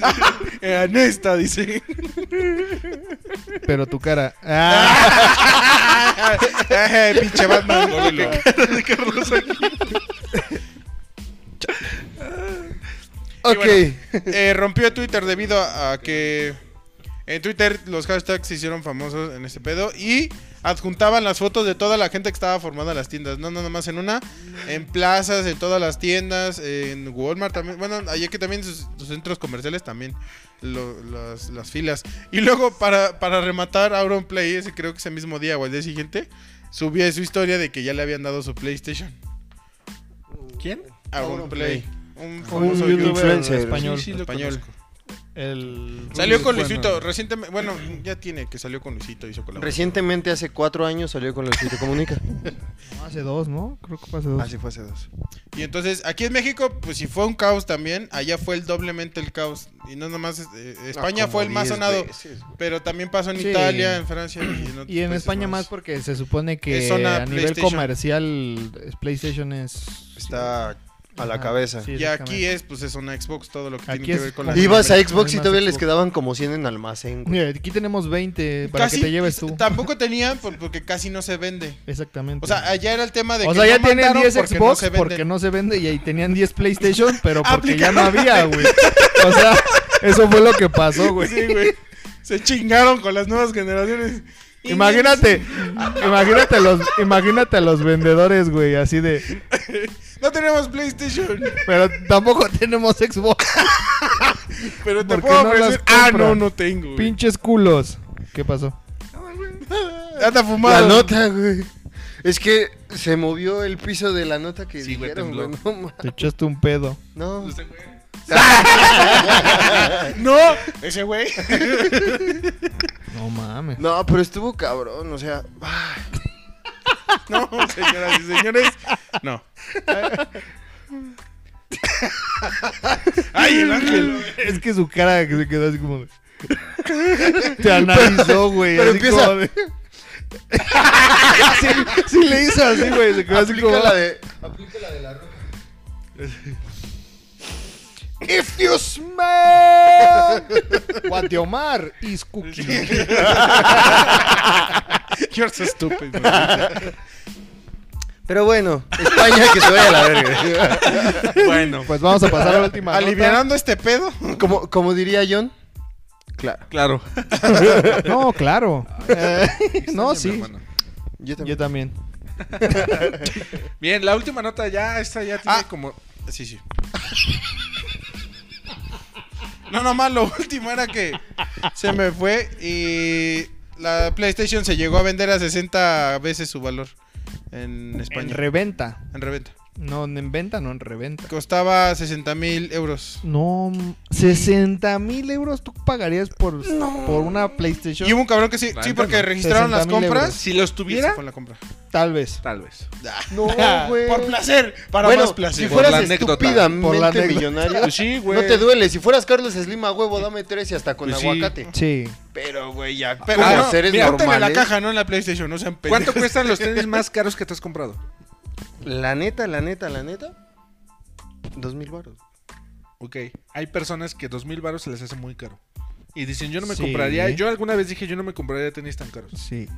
[SPEAKER 2] Eh, Anesta, dice.
[SPEAKER 1] Pero tu cara. Ah,
[SPEAKER 2] Eh, pinche Batman. Gorilo.
[SPEAKER 3] Ok.
[SPEAKER 2] bueno. Eh, rompió Twitter debido a, a que en Twitter los hashtags se hicieron famosos en este pedo y adjuntaban las fotos de toda la gente que estaba formada en las tiendas. No, no, nomás en una. En plazas, en todas las tiendas, en Walmart también. Bueno, allá que también sus, sus centros comerciales también. lo- las, las filas. Y luego para, para rematar Auron Play, ese creo que ese mismo día o el día siguiente, subía su historia de que ya le habían dado su PlayStation.
[SPEAKER 4] ¿Quién?
[SPEAKER 2] Auron
[SPEAKER 3] Auron
[SPEAKER 2] Play. Un
[SPEAKER 1] un
[SPEAKER 2] famoso
[SPEAKER 1] youtuber
[SPEAKER 3] influencer.
[SPEAKER 1] español.
[SPEAKER 4] Sí, sí, lo
[SPEAKER 2] español.
[SPEAKER 4] conozco.
[SPEAKER 1] El...
[SPEAKER 2] Salió con
[SPEAKER 4] Bueno.
[SPEAKER 2] Luisito recientemente. Bueno, ya tiene que salió con Luisito, hizo colaboración.
[SPEAKER 3] Recientemente, hace cuatro años, salió con el sitio Comunica.
[SPEAKER 1] No, hace dos, ¿no? Creo que ah, fue hace dos.
[SPEAKER 3] Así fue hace dos.
[SPEAKER 2] Y entonces, aquí en México, pues si fue un caos también, allá fue el doblemente el caos. Y no nomás, eh, España
[SPEAKER 3] como
[SPEAKER 2] fue el más
[SPEAKER 3] diez
[SPEAKER 2] sonado.
[SPEAKER 3] veces, güey.
[SPEAKER 2] Pero también pasó en
[SPEAKER 1] Sí.
[SPEAKER 2] Italia, en Francia y en, otros
[SPEAKER 1] Y en
[SPEAKER 2] países
[SPEAKER 1] España más porque se supone que
[SPEAKER 2] Es
[SPEAKER 1] a
[SPEAKER 2] zona
[SPEAKER 1] nivel
[SPEAKER 2] PlayStation.
[SPEAKER 1] comercial es- PlayStation es...
[SPEAKER 3] Está a la
[SPEAKER 1] Ajá,
[SPEAKER 3] cabeza.
[SPEAKER 1] sí,
[SPEAKER 2] Y aquí
[SPEAKER 1] exactamente.
[SPEAKER 2] es, pues es una Xbox, todo lo que
[SPEAKER 1] Aquí
[SPEAKER 2] tiene que
[SPEAKER 1] es
[SPEAKER 2] ver con
[SPEAKER 1] como-
[SPEAKER 2] la...
[SPEAKER 3] Ibas a
[SPEAKER 1] Hay
[SPEAKER 3] Xbox y
[SPEAKER 1] más
[SPEAKER 3] todavía les
[SPEAKER 1] Xbox.
[SPEAKER 3] quedaban como 100 en almacén, güey.
[SPEAKER 1] Mira, aquí tenemos 20 para
[SPEAKER 2] Casi-
[SPEAKER 1] que te lleves tú.
[SPEAKER 2] Tampoco tenía por- porque casi no se vende.
[SPEAKER 1] Exactamente.
[SPEAKER 2] O sea, allá era el tema de
[SPEAKER 1] O
[SPEAKER 2] que
[SPEAKER 1] sea,
[SPEAKER 2] no
[SPEAKER 1] ya tenían
[SPEAKER 2] mandaron
[SPEAKER 1] 10
[SPEAKER 2] porque no
[SPEAKER 1] Xbox
[SPEAKER 2] se venden.
[SPEAKER 1] porque no se vende y ahí tenían 10 PlayStation, pero porque ya no había, güey. O sea, eso fue lo que pasó, güey.
[SPEAKER 2] Sí, güey. Se chingaron con las nuevas generaciones.
[SPEAKER 1] Imagínate, imagínate a los, imagínate a los vendedores, güey, así de,
[SPEAKER 2] No tenemos PlayStation,
[SPEAKER 1] pero tampoco tenemos Xbox,
[SPEAKER 2] pero te
[SPEAKER 1] ¿Por qué
[SPEAKER 2] puedo
[SPEAKER 1] no las
[SPEAKER 2] ofrecer. ah, no,
[SPEAKER 1] compran?
[SPEAKER 2] no tengo. güey.
[SPEAKER 1] pinches culos. ¿Qué pasó?
[SPEAKER 2] Anda
[SPEAKER 3] La
[SPEAKER 2] fumado.
[SPEAKER 3] nota, güey. Es que se movió el piso de la nota que
[SPEAKER 4] Sí, güey,
[SPEAKER 3] dijeron,
[SPEAKER 4] tembló.
[SPEAKER 3] güey. No, ma-
[SPEAKER 1] Te echaste un pedo.
[SPEAKER 3] no.
[SPEAKER 2] No, ese güey.
[SPEAKER 1] No mames.
[SPEAKER 3] No, pero estuvo cabrón, o sea... ah, ay.
[SPEAKER 2] No, señoras y señores. No. Ay, el ángel.
[SPEAKER 1] Es que su cara que se quedó así como de- Te analizó, güey.
[SPEAKER 3] pero
[SPEAKER 1] así
[SPEAKER 3] empieza-
[SPEAKER 1] como de- sí, sí le hizo así, güey. Se quedó así como.
[SPEAKER 3] Aplica la de... Aplica la de la roca. If you
[SPEAKER 1] Man, What the Omar is cooking.
[SPEAKER 2] You're so stupid. güey.
[SPEAKER 3] Pero bueno, España que se vaya a la verga.
[SPEAKER 4] Bueno,
[SPEAKER 1] Pues vamos a pasar a la última. nota.
[SPEAKER 2] Alivianando este pedo.
[SPEAKER 3] Como, como diría John. Claro.
[SPEAKER 4] claro.
[SPEAKER 1] No, claro. Eh, no, sí.
[SPEAKER 4] Hermano.
[SPEAKER 3] Yo
[SPEAKER 1] Yo
[SPEAKER 3] también.
[SPEAKER 1] también.
[SPEAKER 4] Bien, la última nota ya, esta ya tiene
[SPEAKER 2] Ah.
[SPEAKER 4] como.
[SPEAKER 2] Sí, sí. No, nomás lo último era que se me fue y la PlayStation se llegó a vender a 60 veces su valor en
[SPEAKER 1] En
[SPEAKER 2] España.
[SPEAKER 1] reventa.
[SPEAKER 2] En reventa.
[SPEAKER 1] No, en venta, no en reventa.
[SPEAKER 2] Costaba 60 mil euros.
[SPEAKER 1] No, 60 mil euros tú pagarías por, por una PlayStation.
[SPEAKER 2] Y hubo un cabrón que sí, sí
[SPEAKER 4] Válgame.
[SPEAKER 2] porque registraron las
[SPEAKER 1] 60,000
[SPEAKER 2] compras.
[SPEAKER 4] Si los
[SPEAKER 2] Y esa
[SPEAKER 4] tuviera,
[SPEAKER 2] fue la compra.
[SPEAKER 1] Tal vez.
[SPEAKER 4] tal vez.
[SPEAKER 3] No, güey.
[SPEAKER 2] Por placer, para
[SPEAKER 3] bueno,
[SPEAKER 2] más placer.
[SPEAKER 3] si
[SPEAKER 4] Por la
[SPEAKER 3] fueras
[SPEAKER 4] anécdota.
[SPEAKER 3] estúpidamente
[SPEAKER 1] Por la anécdota.
[SPEAKER 3] millonario,
[SPEAKER 4] Pues sí, güey.
[SPEAKER 3] no te duele. Si fueras Carlos Slim a huevo, dame tres y hasta con
[SPEAKER 4] Pues sí.
[SPEAKER 3] aguacate.
[SPEAKER 1] Sí.
[SPEAKER 3] Pero, güey, ya.
[SPEAKER 2] Pero
[SPEAKER 3] como
[SPEAKER 2] no,
[SPEAKER 3] Ah, seres
[SPEAKER 2] mira, póntele
[SPEAKER 3] normales.
[SPEAKER 2] la caja, no en la PlayStation, no sean
[SPEAKER 4] ¿Cuánto
[SPEAKER 2] pendejos.
[SPEAKER 4] cuestan los tenis más caros que te has comprado?
[SPEAKER 3] La neta, la neta, la neta. Dos mil baros.
[SPEAKER 4] Ok, hay personas que dos mil baros se les hace muy caro. Y dicen, yo no me
[SPEAKER 1] Sí.
[SPEAKER 4] compraría. Yo alguna vez dije, yo no me compraría tenis tan caros.
[SPEAKER 1] Sí.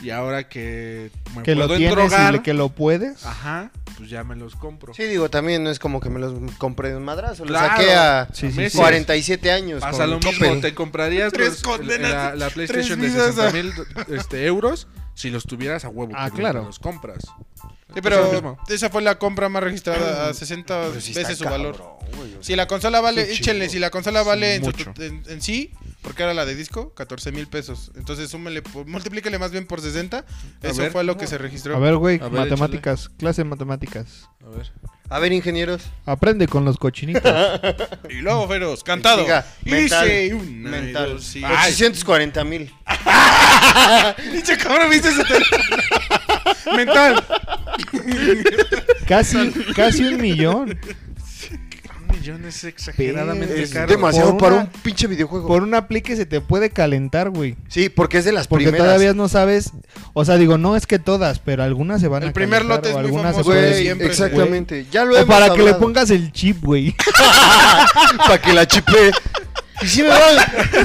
[SPEAKER 4] Y ahora que me
[SPEAKER 1] Que lo
[SPEAKER 4] puedo
[SPEAKER 1] tienes
[SPEAKER 4] endrogar,
[SPEAKER 1] y le- que lo puedes.
[SPEAKER 2] Ah,
[SPEAKER 4] Ajá, pues ya me los compro.
[SPEAKER 3] Sí, digo, también no es como que me los compré de un madrazo. Los
[SPEAKER 4] Claro.
[SPEAKER 3] saqué a
[SPEAKER 1] Sí, sí,
[SPEAKER 4] meses.
[SPEAKER 1] sí.
[SPEAKER 3] 47 años.
[SPEAKER 4] Pasa
[SPEAKER 3] con
[SPEAKER 4] lo mismo,
[SPEAKER 3] Coppel.
[SPEAKER 4] te comprarías
[SPEAKER 2] Tres
[SPEAKER 4] los-
[SPEAKER 2] condenas,
[SPEAKER 4] la, la
[SPEAKER 2] tres
[SPEAKER 4] PlayStation de
[SPEAKER 2] vidas
[SPEAKER 4] 60
[SPEAKER 2] a-
[SPEAKER 4] mil este, euros si los tuvieras a huevo.
[SPEAKER 1] Ah,
[SPEAKER 4] porque
[SPEAKER 1] claro.
[SPEAKER 4] Los compras.
[SPEAKER 2] Sí,
[SPEAKER 4] Pasa lo
[SPEAKER 2] pero
[SPEAKER 4] mismo.
[SPEAKER 2] esa fue la compra más registrada a 60
[SPEAKER 3] Pero sí está
[SPEAKER 2] veces su
[SPEAKER 3] cabrón,
[SPEAKER 2] valor.
[SPEAKER 3] güey, o sea,
[SPEAKER 2] Si la consola vale,
[SPEAKER 3] Sí,
[SPEAKER 2] échenle,
[SPEAKER 3] chido.
[SPEAKER 2] si la consola vale en, su
[SPEAKER 4] mucho.
[SPEAKER 2] tot- en- en sí, porque era la de disco, 14 mil pesos. Entonces súmele, por- multiplíquele más bien por 60. Eso
[SPEAKER 4] ver.
[SPEAKER 2] fue lo que se registró.
[SPEAKER 1] A ver, güey,
[SPEAKER 4] A ver,
[SPEAKER 1] matemáticas. Clase de matemáticas.
[SPEAKER 4] A ver.
[SPEAKER 3] A ver, ingenieros.
[SPEAKER 1] Aprende con los cochinitos.
[SPEAKER 2] Y luego, Feroz, cantado.
[SPEAKER 3] Diga, mental,
[SPEAKER 2] Hice una y
[SPEAKER 3] mental.
[SPEAKER 2] dos, y- Ay,
[SPEAKER 3] 840 mil.
[SPEAKER 2] pinche cabrón, viste ese teléfono? Mental.
[SPEAKER 1] casi, casi un millón.
[SPEAKER 4] Un millón es exageradamente
[SPEAKER 1] Es
[SPEAKER 4] caro.
[SPEAKER 3] demasiado
[SPEAKER 1] Por
[SPEAKER 3] para
[SPEAKER 1] una-
[SPEAKER 3] un pinche videojuego.
[SPEAKER 1] Por una play que se te puede calentar, güey.
[SPEAKER 3] Sí, porque es de las
[SPEAKER 1] Porque
[SPEAKER 3] primeras.
[SPEAKER 1] todavía no sabes. O sea, digo, no es que todas, pero algunas se van a
[SPEAKER 2] El primer
[SPEAKER 1] calentar
[SPEAKER 2] lote
[SPEAKER 1] o
[SPEAKER 2] es muy
[SPEAKER 1] algunas se
[SPEAKER 2] famoso,
[SPEAKER 1] pueden-
[SPEAKER 3] Güey,
[SPEAKER 2] Güey, siempre,
[SPEAKER 3] exactamente. Ya lo
[SPEAKER 1] O
[SPEAKER 3] hemos
[SPEAKER 1] para que le
[SPEAKER 3] hablado.
[SPEAKER 1] pongas el chip, güey.
[SPEAKER 3] para que la chipe. ¿Y si, me va,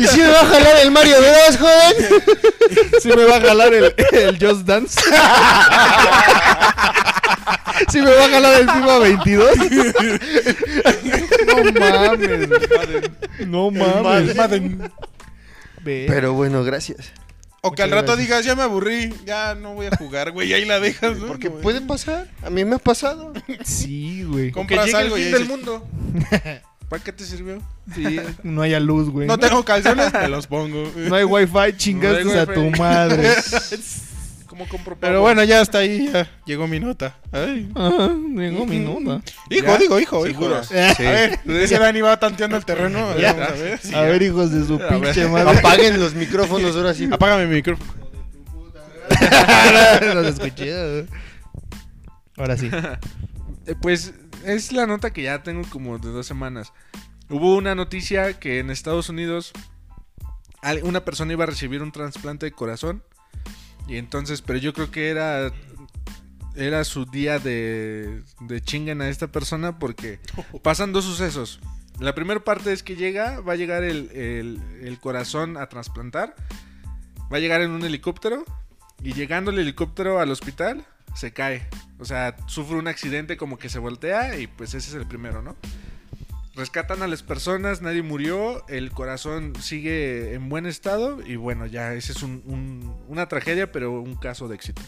[SPEAKER 3] ¿Y si me va a jalar el Mario Bros, joven?
[SPEAKER 1] Si me va a jalar el, el Just Dance. Si me va a jalar el FIFA 22. No mames. No mames. Ve.
[SPEAKER 3] Pero bueno, gracias.
[SPEAKER 2] O que al
[SPEAKER 1] Muchas
[SPEAKER 2] rato
[SPEAKER 1] gracias.
[SPEAKER 2] digas, ya me aburrí, ya no voy a jugar, güey, y ahí la dejas, ¿no?
[SPEAKER 3] Porque
[SPEAKER 2] No,
[SPEAKER 3] puede pasar. A mí me ha pasado.
[SPEAKER 1] Sí, güey.
[SPEAKER 2] Com-
[SPEAKER 4] Que
[SPEAKER 2] Compras
[SPEAKER 4] llegue el
[SPEAKER 2] algo y
[SPEAKER 4] fin
[SPEAKER 2] ahí
[SPEAKER 4] del
[SPEAKER 2] dices-
[SPEAKER 4] mundo. ¿Para qué te sirvió?
[SPEAKER 1] Sí, no haya luz, güey.
[SPEAKER 2] No tengo calzones, me los pongo.
[SPEAKER 1] No hay wifi, chingaste
[SPEAKER 4] No hay
[SPEAKER 1] a tu
[SPEAKER 4] wifi.
[SPEAKER 1] madre.
[SPEAKER 4] ¿Cómo compro pavo?
[SPEAKER 2] Pero bueno, ya hasta ahí, ya llegó mi nota. Ay.
[SPEAKER 1] Ah, tengo mi nota.
[SPEAKER 2] Hijo,
[SPEAKER 4] Ya,
[SPEAKER 2] digo, Oh, hijo,
[SPEAKER 4] seguro.
[SPEAKER 2] hijo. A ver, ese Dani va tanteando el terreno. A ver,
[SPEAKER 1] Ya.
[SPEAKER 2] vamos a ver.
[SPEAKER 1] A ver, hijos de su pinche madre.
[SPEAKER 3] Apaguen los micrófonos ahora sí.
[SPEAKER 2] Apágame mi micrófono.
[SPEAKER 1] Los escuché. Ahora sí.
[SPEAKER 4] Eh, Pues es la nota que ya tengo como de dos semanas. Hubo una noticia que en Estados Unidos al- una persona iba a recibir un trasplante de corazón. Y entonces, pero yo creo que era era su día de, de chingan a esta persona porque pasan dos sucesos. La primera parte es que llega, va a llegar el, el- el corazón a trasplantar. Va a llegar en un helicóptero. Y llegando el helicóptero al hospital, se cae. O sea, sufre un accidente como que se voltea y pues ese es el primero, ¿no? Rescatan a las personas, nadie murió, el corazón sigue en buen estado y bueno, ya ese es un- un- una tragedia, pero un caso de éxito.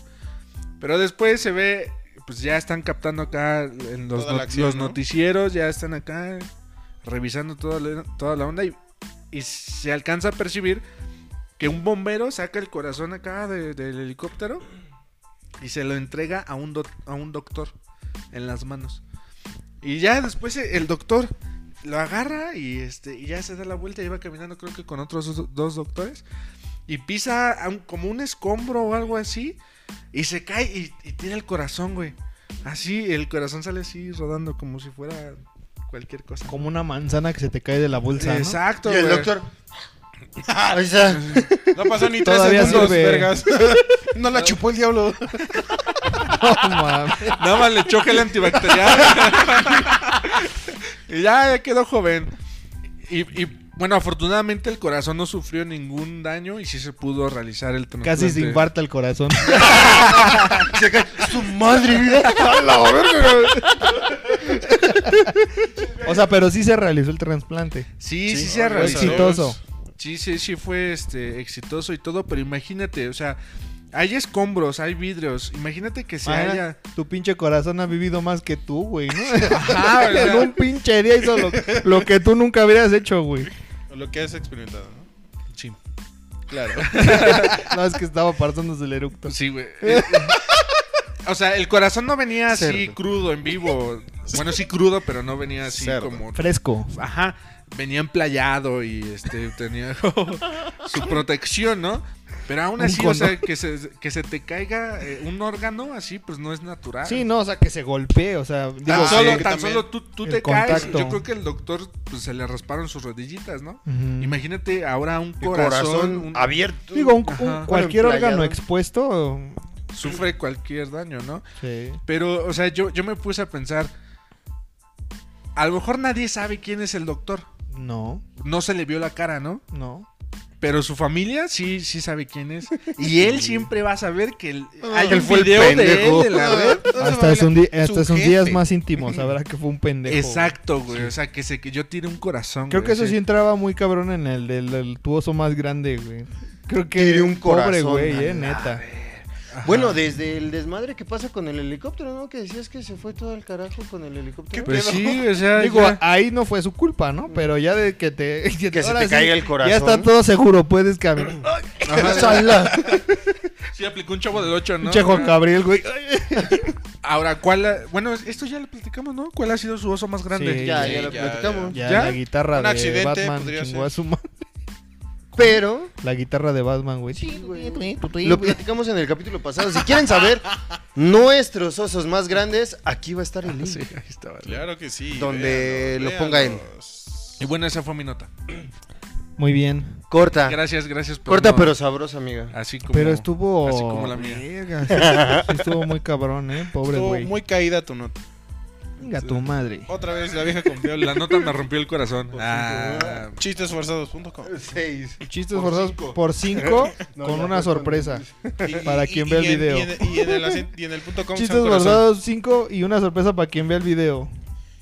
[SPEAKER 4] Pero después se ve, pues ya están captando acá en los,
[SPEAKER 2] Toda la
[SPEAKER 4] not-
[SPEAKER 2] acción,
[SPEAKER 4] los
[SPEAKER 2] ¿no?
[SPEAKER 4] noticieros, ya están acá revisando toda la, toda la onda y, y se alcanza a percibir que un bombero saca el corazón acá de- del helicóptero y se lo entrega a un, doc- a un doctor en las manos. Y ya después e- el doctor lo agarra y este y ya se da la vuelta y va caminando creo que con otros dos, dos doctores y pisa a un- como un escombro o algo así y se cae y, y tira el corazón, güey. Así, el corazón sale así rodando como si fuera cualquier cosa.
[SPEAKER 1] Como una manzana que se te cae de la bolsa. ¿no?
[SPEAKER 4] Exacto,
[SPEAKER 3] Y el
[SPEAKER 4] güey.
[SPEAKER 3] doctor. Ahí está.
[SPEAKER 2] No pasó ni tres
[SPEAKER 1] Todavía
[SPEAKER 2] segundos,
[SPEAKER 1] sirve.
[SPEAKER 2] vergas. No la chupó el diablo.
[SPEAKER 1] No mames.
[SPEAKER 4] Nada más le choca el antibacterial. y ya, ya quedó joven. Y, y, bueno, afortunadamente el corazón no sufrió ningún daño y sí se pudo realizar el trasplante.
[SPEAKER 1] Casi se infarta el corazón.
[SPEAKER 3] Se cae. Su madre, mira.
[SPEAKER 1] O sea, pero sí se realizó el trasplante.
[SPEAKER 4] Sí, sí,
[SPEAKER 2] Sí,
[SPEAKER 4] se
[SPEAKER 2] ahora
[SPEAKER 4] realizó.
[SPEAKER 2] sí.
[SPEAKER 1] Exitoso.
[SPEAKER 4] Sí, sí, sí fue este, exitoso y todo, pero imagínate, o sea, hay escombros, hay vidrios. Imagínate que se
[SPEAKER 1] Ajá,
[SPEAKER 4] haya...
[SPEAKER 1] Tu pinche corazón ha vivido más que tú, güey, ¿no?
[SPEAKER 4] Ajá, o sea,
[SPEAKER 1] en un pinche día hizo lo, lo que tú nunca habrías hecho, güey.
[SPEAKER 2] Lo que has experimentado, ¿no?
[SPEAKER 4] sí.
[SPEAKER 2] Claro.
[SPEAKER 1] No, es que estaba pasándose el eructo.
[SPEAKER 4] Pues Sí, güey. Eh, O sea, el corazón no venía así
[SPEAKER 3] Cerdo.
[SPEAKER 4] crudo, en vivo. Bueno, sí crudo, pero no venía así
[SPEAKER 2] Cerdo.
[SPEAKER 4] como...
[SPEAKER 1] Fresco.
[SPEAKER 4] Ajá, venía emplayado y este tenía su protección, ¿no? Pero aún
[SPEAKER 1] Un
[SPEAKER 4] así, o sea,
[SPEAKER 1] condón.
[SPEAKER 4] que se, que se te caiga eh, un órgano así, pues no es natural.
[SPEAKER 1] Sí, no, o sea, que se golpee, o sea, digo,
[SPEAKER 4] Tan
[SPEAKER 2] Ah,
[SPEAKER 4] solo,
[SPEAKER 2] sí,
[SPEAKER 4] tan
[SPEAKER 2] también.
[SPEAKER 4] solo tú, tú
[SPEAKER 1] El
[SPEAKER 4] te caes.
[SPEAKER 1] contacto.
[SPEAKER 4] Yo creo que el doctor pues, se le rasparon sus rodillitas, ¿no?
[SPEAKER 1] Ujú.
[SPEAKER 4] Imagínate ahora un corazón,
[SPEAKER 3] Corazón
[SPEAKER 4] un-
[SPEAKER 3] abierto.
[SPEAKER 1] digo, un- un-
[SPEAKER 4] Ajá.
[SPEAKER 1] cualquier
[SPEAKER 3] Bueno,
[SPEAKER 1] órgano
[SPEAKER 3] playado.
[SPEAKER 1] expuesto,
[SPEAKER 4] sufre cualquier daño, ¿no?
[SPEAKER 1] sí.
[SPEAKER 4] Pero, o sea, yo, yo me puse a pensar, a lo mejor nadie sabe quién es el doctor.
[SPEAKER 1] No,
[SPEAKER 4] No se le vio la cara, ¿no?
[SPEAKER 1] no.
[SPEAKER 4] Pero su familia sí, sí sabe quién es. Y él siempre va a saber que el,
[SPEAKER 2] Ah,
[SPEAKER 1] Ah,
[SPEAKER 4] hay
[SPEAKER 3] él
[SPEAKER 4] un
[SPEAKER 3] fue el
[SPEAKER 4] video de él
[SPEAKER 3] pendejo.
[SPEAKER 4] en la red.
[SPEAKER 1] Hasta es un di- hasta es un día
[SPEAKER 2] jefe.
[SPEAKER 1] más íntimo, sabrá que fue un pendejo. güey.
[SPEAKER 4] Exacto, güey. O sea, que, se, que yo tire un corazón.
[SPEAKER 1] Creo
[SPEAKER 4] güey,
[SPEAKER 1] que eso
[SPEAKER 4] así.
[SPEAKER 1] sí entraba muy cabrón en el del, del tu oso más grande, güey. Creo que
[SPEAKER 3] Tiré un
[SPEAKER 1] pobre
[SPEAKER 3] corazón
[SPEAKER 1] güey,
[SPEAKER 3] a
[SPEAKER 1] eh,
[SPEAKER 3] la
[SPEAKER 1] neta.
[SPEAKER 3] Bueno, desde el desmadre que pasa con el helicóptero, ¿no? Que decías que se fue todo el carajo con el helicóptero.
[SPEAKER 4] Pues sí, o sea,
[SPEAKER 1] Digo,
[SPEAKER 4] ya-
[SPEAKER 1] ahí no fue su culpa, ¿no? Pero ya de que te que,
[SPEAKER 3] se
[SPEAKER 1] ahora
[SPEAKER 3] te caiga el corazón.
[SPEAKER 1] Ya está todo seguro, puedes caminar.
[SPEAKER 4] sí aplicó un chavo del 8, ¿no?
[SPEAKER 1] Pinche Juan Gabriel, güey.
[SPEAKER 4] Ahora, ¿cuál? ha- Bueno, esto ya lo platicamos, ¿no? ¿Cuál ha sido su oso más grande?
[SPEAKER 1] Sí,
[SPEAKER 3] Ya,
[SPEAKER 2] Sí,
[SPEAKER 3] ya lo
[SPEAKER 2] ya,
[SPEAKER 3] platicamos.
[SPEAKER 1] Ya,
[SPEAKER 4] ¿Ya?
[SPEAKER 1] la guitarra
[SPEAKER 2] Un
[SPEAKER 1] de
[SPEAKER 2] accidente
[SPEAKER 1] Batman
[SPEAKER 2] podría
[SPEAKER 1] chingó
[SPEAKER 2] ser.
[SPEAKER 1] a su madre.
[SPEAKER 3] Pero
[SPEAKER 1] La guitarra de Batman, güey.
[SPEAKER 3] Sí, güey. Lo platicamos en el capítulo pasado. Si quieren saber nuestros osos más grandes, aquí va a estar el link.
[SPEAKER 4] Sí, ahí estaba.
[SPEAKER 2] Claro que sí.
[SPEAKER 3] Donde
[SPEAKER 2] véanlo,
[SPEAKER 3] lo ponga en-
[SPEAKER 2] véanlos.
[SPEAKER 4] Y bueno, esa fue mi nota.
[SPEAKER 1] Muy bien.
[SPEAKER 3] Corta.
[SPEAKER 4] Gracias, gracias por
[SPEAKER 3] Ah. Corta
[SPEAKER 4] no-
[SPEAKER 3] pero sabrosa, amiga.
[SPEAKER 4] Así como...
[SPEAKER 1] Pero estuvo.
[SPEAKER 4] Así como la mía.
[SPEAKER 1] Verga, sí, sí estuvo muy cabrón, ¿eh? Pobre
[SPEAKER 2] Estuvo
[SPEAKER 1] güey.
[SPEAKER 2] muy caída tu nota.
[SPEAKER 1] Venga, tu madre.
[SPEAKER 2] Otra vez la vieja confió
[SPEAKER 4] La nota me rompió el corazón. Ah,
[SPEAKER 2] chistesforzados.com.
[SPEAKER 3] Seis.
[SPEAKER 1] Chistes
[SPEAKER 3] Por
[SPEAKER 1] forzados
[SPEAKER 3] cinco.
[SPEAKER 1] por cinco
[SPEAKER 3] No,
[SPEAKER 1] con
[SPEAKER 3] ya
[SPEAKER 1] una
[SPEAKER 3] fue con-
[SPEAKER 1] sorpresa.
[SPEAKER 2] Y-
[SPEAKER 1] Para
[SPEAKER 2] y-
[SPEAKER 1] quien
[SPEAKER 2] y-
[SPEAKER 1] vea el
[SPEAKER 2] y en-
[SPEAKER 1] video.
[SPEAKER 2] Y en, y en el, acen- y en el punto com sea
[SPEAKER 1] Chistes
[SPEAKER 2] un corazón.
[SPEAKER 1] forzados cinco y una sorpresa para quien vea el video.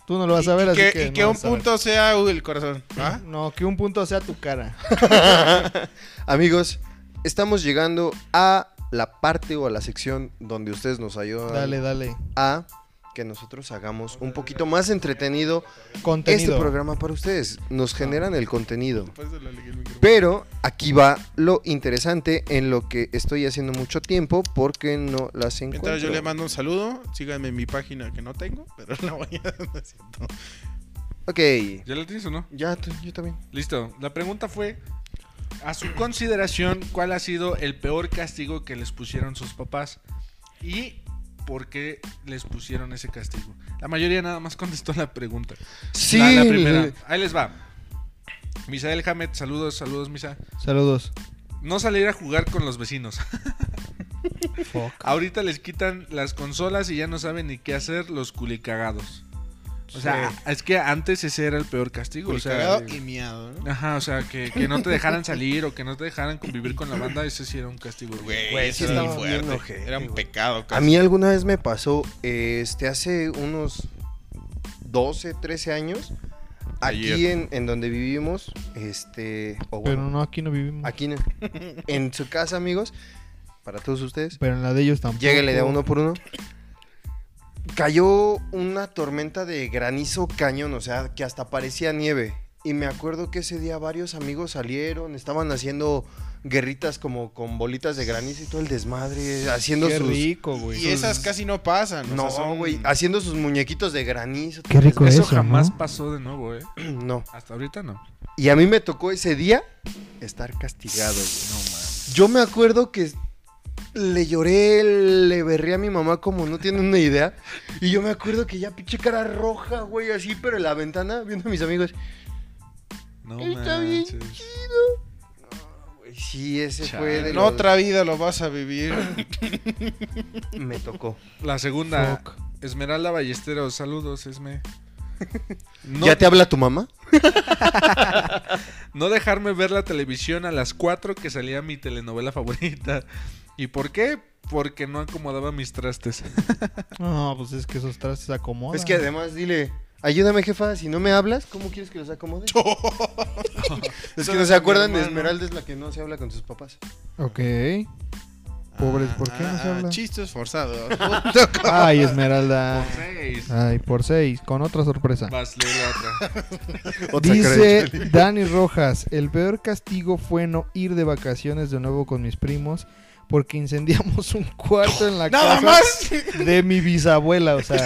[SPEAKER 1] Tú no lo vas a ver,
[SPEAKER 2] y
[SPEAKER 1] así
[SPEAKER 2] que,
[SPEAKER 1] que.
[SPEAKER 2] y
[SPEAKER 1] no
[SPEAKER 2] que un
[SPEAKER 1] vas a ver.
[SPEAKER 2] punto sea uh, el corazón. ¿Ah?
[SPEAKER 1] No, que un punto sea tu cara.
[SPEAKER 3] Amigos, estamos llegando a la parte o a la sección donde ustedes nos ayudan
[SPEAKER 1] Dale, dale.
[SPEAKER 3] a que nosotros hagamos un poquito más entretenido
[SPEAKER 1] Contenido.
[SPEAKER 3] este programa para ustedes. Nos generan el contenido.
[SPEAKER 2] Por eso le alegué el micrófono.
[SPEAKER 3] Pero aquí va lo interesante en lo que estoy haciendo mucho tiempo porque no las encuentro.
[SPEAKER 2] Mientras yo le mando un saludo, síganme en mi página que no tengo, pero la voy a no es cierto.
[SPEAKER 3] Ok.
[SPEAKER 4] ¿Ya lo tienes o no?
[SPEAKER 3] Ya, tú- yo también.
[SPEAKER 4] Listo. La pregunta fue, a su consideración, ¿cuál ha sido el peor castigo que les pusieron sus papás? Y por qué les pusieron ese castigo. La mayoría nada más contestó la pregunta.
[SPEAKER 3] Sí.
[SPEAKER 4] La, la primera. Ahí les va. Misael Hamed, saludos, saludos, Misa.
[SPEAKER 1] Saludos.
[SPEAKER 4] No salir a jugar con los vecinos. Ahorita les quitan las consolas y ya no saben ni qué hacer los culicagados. O sea, es que antes ese era el peor castigo. o sea,
[SPEAKER 2] Cagado y miado, ¿no?
[SPEAKER 4] Ajá, o sea, que, que no te dejaran salir o que no te dejaran convivir con la banda, ese sí era un castigo.
[SPEAKER 2] Güey,
[SPEAKER 3] sí
[SPEAKER 2] eso era muy
[SPEAKER 3] estaba bien
[SPEAKER 2] fuerte.
[SPEAKER 3] ojete,
[SPEAKER 2] Era un
[SPEAKER 3] güey.
[SPEAKER 2] pecado.
[SPEAKER 3] A
[SPEAKER 2] casi.
[SPEAKER 3] mí alguna vez me pasó, este, hace unos 12, 13 años, aquí
[SPEAKER 2] Ayer.
[SPEAKER 3] en, en donde vivimos, este, o
[SPEAKER 1] Pero
[SPEAKER 3] bueno,
[SPEAKER 1] no, aquí no vivimos.
[SPEAKER 3] aquí en, en su casa, amigos, para todos ustedes,
[SPEAKER 1] Pero en la de ellos tampoco.
[SPEAKER 3] lléguele de uno por uno. Cayó una tormenta de granizo cañón, o sea, que hasta parecía nieve. Y me acuerdo que ese día varios amigos salieron, estaban haciendo guerritas como con bolitas de granizo y todo el desmadre, haciendo
[SPEAKER 1] Qué
[SPEAKER 3] sus,
[SPEAKER 1] rico, güey.
[SPEAKER 2] Y esas casi no pasan. o sea,
[SPEAKER 3] no,
[SPEAKER 2] son-
[SPEAKER 3] güey, haciendo sus muñequitos de granizo.
[SPEAKER 1] Qué rico
[SPEAKER 4] Eso,
[SPEAKER 1] Eso,
[SPEAKER 4] jamás
[SPEAKER 1] ¿no?
[SPEAKER 4] pasó de nuevo, ¿eh?
[SPEAKER 3] No.
[SPEAKER 4] Hasta ahorita no. No
[SPEAKER 3] Y a mí me tocó ese día estar castigado. güey.
[SPEAKER 4] mames.
[SPEAKER 3] Yo me acuerdo que le lloré, le berré a mi mamá como no tiene una idea. Y yo me acuerdo que ya pinche cara roja, güey, así, pero en la ventana viendo a mis amigos.
[SPEAKER 4] No
[SPEAKER 3] Está bien
[SPEAKER 4] manches.
[SPEAKER 3] chido. No, güey, Sí, ese
[SPEAKER 4] Chale.
[SPEAKER 3] fue de
[SPEAKER 2] En
[SPEAKER 3] los-
[SPEAKER 2] otra vida lo vas a vivir.
[SPEAKER 3] Me tocó.
[SPEAKER 4] La segunda,
[SPEAKER 1] Fuck.
[SPEAKER 4] Esmeralda Ballesteros, saludos, Esme. No,
[SPEAKER 3] ¿Ya te habla tu mamá?
[SPEAKER 4] no dejarme ver la televisión a las 4 que salía mi telenovela favorita. ¿Y por qué? Porque no acomodaba mis trastes.
[SPEAKER 1] No, pues es que esos trastes acomodan.
[SPEAKER 3] Es que además dile, ayúdame jefa, si no me hablas, ¿cómo quieres que los acomode? es que no se acuerdan de Esmeralda es la que no se habla con sus papás.
[SPEAKER 1] Ok. Pobres, ¿por qué no se habla?
[SPEAKER 2] Ah, Chistes forzados.
[SPEAKER 1] Ay, Esmeralda.
[SPEAKER 4] Seis.
[SPEAKER 1] Ay, por seis, con otra sorpresa.
[SPEAKER 4] Vas, lee la otra.
[SPEAKER 1] Dice Dani Rojas, el peor castigo fue no ir de vacaciones de nuevo con mis primos porque incendiamos un cuarto en la
[SPEAKER 2] ¡Nada
[SPEAKER 1] casa
[SPEAKER 2] más!
[SPEAKER 1] de mi bisabuela, o sea.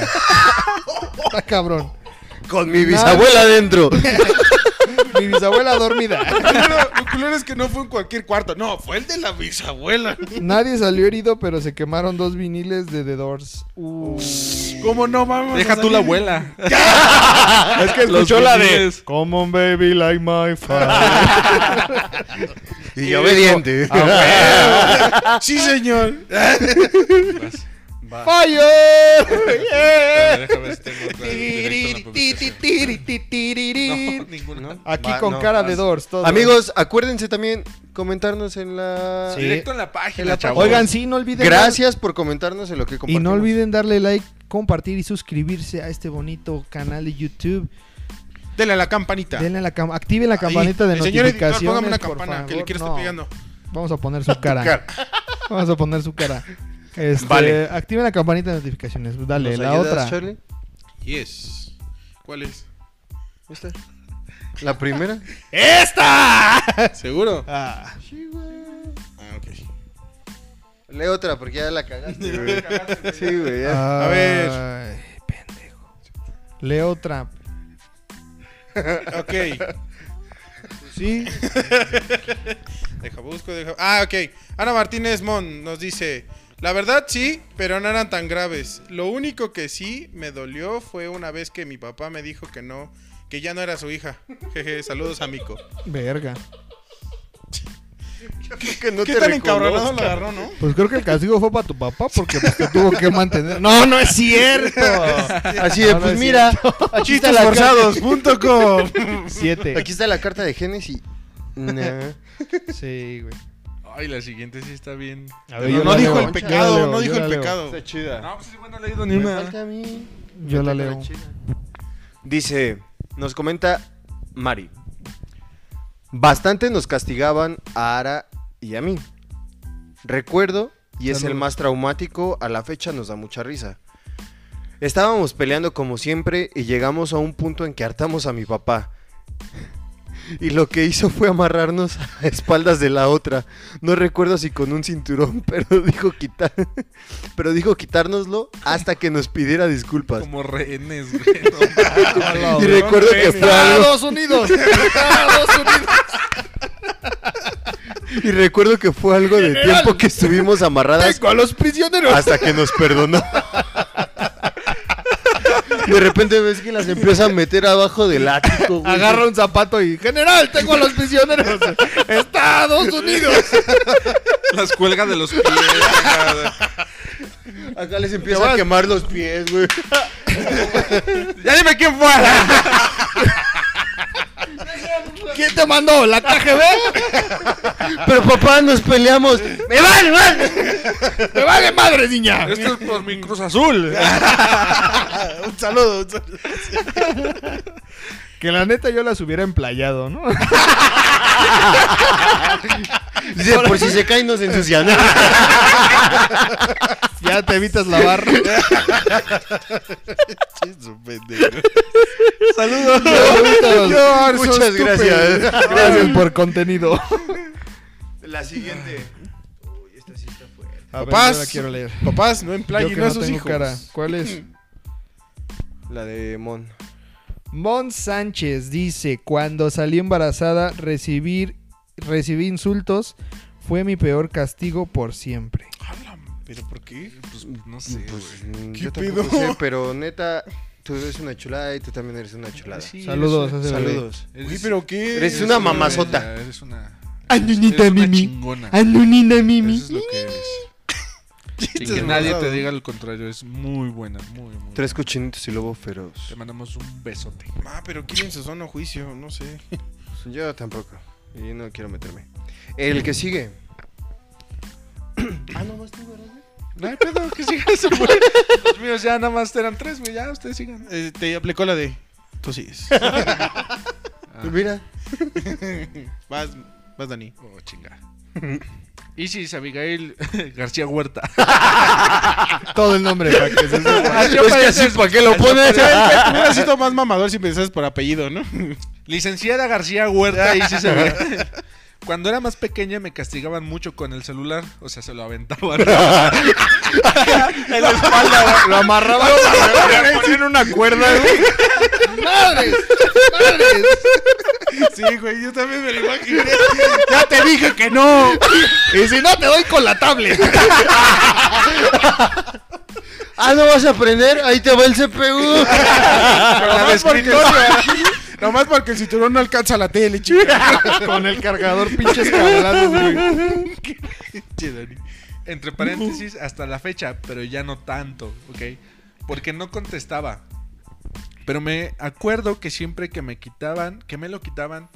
[SPEAKER 1] Está cabrón.
[SPEAKER 3] Con mi
[SPEAKER 1] bisabuela
[SPEAKER 3] adentro.
[SPEAKER 1] Mi bisabuela dormida.
[SPEAKER 2] Lo culero es que no fue en cualquier cuarto. No, fue el de la bisabuela.
[SPEAKER 1] Nadie salió herido, pero se quemaron dos viniles de The Doors.
[SPEAKER 2] ¿Cómo no vamos?
[SPEAKER 4] Deja tú la abuela.
[SPEAKER 1] Es que
[SPEAKER 4] escuchó la de-
[SPEAKER 1] Come on, baby, like my father.
[SPEAKER 3] Y yo obediente.
[SPEAKER 1] Ah,
[SPEAKER 2] Ah. Sí, señor.
[SPEAKER 4] Vas.
[SPEAKER 1] ¡Fire!
[SPEAKER 4] Espérame, déjame ver si tengo otra directo en la publicación. No, ninguna.
[SPEAKER 1] Aquí
[SPEAKER 3] Va,
[SPEAKER 1] con
[SPEAKER 3] no,
[SPEAKER 1] cara
[SPEAKER 3] vas.
[SPEAKER 1] de Doors. todo.
[SPEAKER 3] Amigos, acuérdense también comentarnos en la.
[SPEAKER 1] Sí.
[SPEAKER 4] Directo en la página, chavos.
[SPEAKER 1] Oigan, sí, no olviden.
[SPEAKER 3] Gracias por comentarnos en lo que
[SPEAKER 1] Y
[SPEAKER 3] compartimos.
[SPEAKER 1] no olviden darle like, compartir y suscribirse a este bonito canal de YouTube.
[SPEAKER 2] Dele a la campanita.
[SPEAKER 1] Denle a la cam- activen la campanita de
[SPEAKER 2] Ahí. El señor editor,
[SPEAKER 1] notificaciones.
[SPEAKER 2] póngame una
[SPEAKER 1] por
[SPEAKER 2] campana
[SPEAKER 1] favor.
[SPEAKER 2] que le quiero
[SPEAKER 1] No,
[SPEAKER 2] estar pegando.
[SPEAKER 1] Vamos a poner su cara.
[SPEAKER 3] Cara.
[SPEAKER 1] vamos a poner su cara. Este,
[SPEAKER 3] Vale.
[SPEAKER 1] Activen la campanita de notificaciones. Dale,
[SPEAKER 3] ¿Nos
[SPEAKER 1] la
[SPEAKER 3] ayudas,
[SPEAKER 1] otra.
[SPEAKER 3] Charlie?
[SPEAKER 2] Yes. ¿Cuál es?
[SPEAKER 3] ¿Esta? La primera.
[SPEAKER 2] ¡Esta! ¿Seguro?
[SPEAKER 1] Ah,
[SPEAKER 2] Ah, ok.
[SPEAKER 3] Lee otra porque ya la cagaste. güey. sí, güey. ya.
[SPEAKER 1] a
[SPEAKER 2] ver.
[SPEAKER 1] pendejo. Lee otra.
[SPEAKER 2] Ok.
[SPEAKER 1] Sí.
[SPEAKER 2] Deja busco, deja. Ah, ok. Ana Martínez Mon nos dice: La verdad sí, pero no eran tan graves. Lo único que sí me dolió fue una vez que mi papá me dijo que no, que ya no era su hija. Jeje, saludos a Mico.
[SPEAKER 1] Verga.
[SPEAKER 3] Que no
[SPEAKER 2] Qué
[SPEAKER 3] te
[SPEAKER 2] tan
[SPEAKER 3] reconozca.
[SPEAKER 2] encabronado lo agarró, ¿no?
[SPEAKER 1] Pues creo que el castigo fue para tu papá porque pues, te tuvo que mantener. No, no es cierto.
[SPEAKER 3] Así de,
[SPEAKER 1] No, no
[SPEAKER 3] pues
[SPEAKER 1] es
[SPEAKER 3] mira, aquí está, la carta,
[SPEAKER 1] Siete.
[SPEAKER 3] aquí está la carta de Génesis. Nah.
[SPEAKER 1] Sí, güey.
[SPEAKER 4] Ay, la siguiente sí está bien.
[SPEAKER 1] A
[SPEAKER 2] No,
[SPEAKER 1] yo
[SPEAKER 2] no
[SPEAKER 1] la
[SPEAKER 2] dijo
[SPEAKER 1] leo.
[SPEAKER 2] el
[SPEAKER 1] Yo
[SPEAKER 2] pecado,
[SPEAKER 1] la leo,
[SPEAKER 2] no
[SPEAKER 1] yo
[SPEAKER 2] dijo
[SPEAKER 1] la
[SPEAKER 2] el
[SPEAKER 1] leo.
[SPEAKER 2] pecado.
[SPEAKER 3] Está chida.
[SPEAKER 4] No, pues sí, bueno, no he leído ni
[SPEAKER 3] Me
[SPEAKER 4] una.
[SPEAKER 3] falta a mí.
[SPEAKER 1] Yo la
[SPEAKER 3] Vete con
[SPEAKER 1] leo.
[SPEAKER 3] chela. Dice, nos comenta Mari. Bastante nos castigaban a Ara y a mí. Recuerdo, y es
[SPEAKER 1] Saludos.
[SPEAKER 3] el más traumático, a la fecha nos da mucha risa. Estábamos peleando como siempre y llegamos a un punto en que hartamos a mi papá. Y lo que hizo fue amarrarnos a espaldas de la otra. No recuerdo si con un cinturón, pero dijo quitar, pero dijo quitárnoslo hasta que nos pidiera disculpas.
[SPEAKER 4] Como rehenes, güey. no.
[SPEAKER 3] Y recuerdo que fue algo-
[SPEAKER 1] Unidos.
[SPEAKER 3] y recuerdo que fue algo de tiempo que estuvimos amarradas
[SPEAKER 1] a los prisioneros.
[SPEAKER 3] hasta que nos perdonó. De repente ves que las empieza a meter abajo del ático, güey.
[SPEAKER 1] Agarra un zapato y general, tengo a los prisioneros. Estados Unidos.
[SPEAKER 4] Las cuelga de los pies.
[SPEAKER 3] Acá les empieza a quemar los pies, güey.
[SPEAKER 4] ¡Ya dime quién fue!
[SPEAKER 1] ¿Quién te mandó? ¿La KGB?
[SPEAKER 3] Pero papá, nos peleamos.
[SPEAKER 1] ¡Me vale, vale! ¡Me vale madre, niña!
[SPEAKER 4] Esto es por mi Cruz Azul.
[SPEAKER 2] Un saludo, un saludo.
[SPEAKER 1] Que la neta yo las hubiera emplayado, ¿no?
[SPEAKER 3] Dice, por si se caen nos ensucian.
[SPEAKER 1] ya te evitas lavar.
[SPEAKER 2] Chingo, pendejo.
[SPEAKER 1] Saludos.
[SPEAKER 3] Muchas gracias.
[SPEAKER 1] Gracias por contenido.
[SPEAKER 3] La siguiente. Uy, esta sí está fuerte.
[SPEAKER 1] A ver,
[SPEAKER 2] Papás.
[SPEAKER 1] yo la quiero leer.
[SPEAKER 2] Papás, no emplayen
[SPEAKER 1] Yo que
[SPEAKER 2] a
[SPEAKER 1] no
[SPEAKER 2] sus
[SPEAKER 1] tengo
[SPEAKER 2] hijos.
[SPEAKER 1] cara. ¿Cuál es?
[SPEAKER 3] La de Mon.
[SPEAKER 1] Mon Sánchez dice, cuando salí embarazada, recibir, recibí insultos fue mi peor castigo por siempre.
[SPEAKER 2] Ala, ¿Pero por qué?
[SPEAKER 4] Pues, no sé,
[SPEAKER 3] Pues,
[SPEAKER 4] güey.
[SPEAKER 3] mm,
[SPEAKER 2] ¿Qué
[SPEAKER 3] yo tampoco
[SPEAKER 2] pedo?
[SPEAKER 3] sé, pero neta, tú eres una chulada y tú también eres una chulada.
[SPEAKER 4] Sí,
[SPEAKER 1] Saludos.
[SPEAKER 4] eres
[SPEAKER 1] hace bebé.
[SPEAKER 3] Saludos.
[SPEAKER 4] una-
[SPEAKER 2] Uy, ¿pero qué?
[SPEAKER 3] Eres una
[SPEAKER 4] una
[SPEAKER 3] mamazota.
[SPEAKER 4] bella, Eres una...
[SPEAKER 1] Anunita
[SPEAKER 4] eres una
[SPEAKER 1] Mimi.
[SPEAKER 4] chingona.
[SPEAKER 1] Anunina Mimi.
[SPEAKER 4] Eso es lo que eres. Y
[SPEAKER 2] Chistes
[SPEAKER 4] que nadie
[SPEAKER 2] borrados.
[SPEAKER 4] te diga lo contrario. Es muy buena, muy, muy
[SPEAKER 3] Tres
[SPEAKER 4] buena.
[SPEAKER 3] cochinitos y lobo feroz.
[SPEAKER 4] Te mandamos un besote.
[SPEAKER 2] Ah, pero quieren su zona juicio, no sé.
[SPEAKER 3] Yo tampoco. Y no quiero meterme. El que sigue. ah, no, más tú, ¿verdad?
[SPEAKER 4] No hay pedo, que sigan eso, güey. Los míos ya nada más eran tres, güey. Ya, ustedes sigan.
[SPEAKER 2] Eh, te aplicó la de. Tú sigues.
[SPEAKER 4] Ah.
[SPEAKER 3] Mira.
[SPEAKER 2] vas, vas, Dani.
[SPEAKER 4] Oh, chinga. Isis Abigail García Huerta.
[SPEAKER 1] Todo el nombre. para que se sepa.
[SPEAKER 3] Es que así, ¿para qué lo pones?
[SPEAKER 2] Hubiera sido más mamador si pensabas por apellido, ¿no?
[SPEAKER 4] Licenciada García Huerta, Isis Abigail. Cuando era más pequeña me castigaban mucho con el celular. O sea, se lo aventaban. en la espalda, güey.
[SPEAKER 1] Lo amarraba.
[SPEAKER 4] Le ponían una cuerda, güey.
[SPEAKER 1] ¡Madres! ¡Madres!
[SPEAKER 2] Sí, güey, yo también me lo imaginé.
[SPEAKER 1] ¡Ya te dije que no! Y si no, te doy con la tablet.
[SPEAKER 3] Ah, no vas a aprender. Ahí te va el CPU.
[SPEAKER 2] Nomás porque, nomás porque el cinturón no alcanza la tele, chica.
[SPEAKER 1] con el cargador pinches cablados, güey.
[SPEAKER 2] Che, Dani.
[SPEAKER 4] Entre paréntesis, hasta la fecha, pero ya no tanto, ¿ok? Porque no contestaba. Pero me acuerdo que siempre que me quitaban, que me lo quitaban,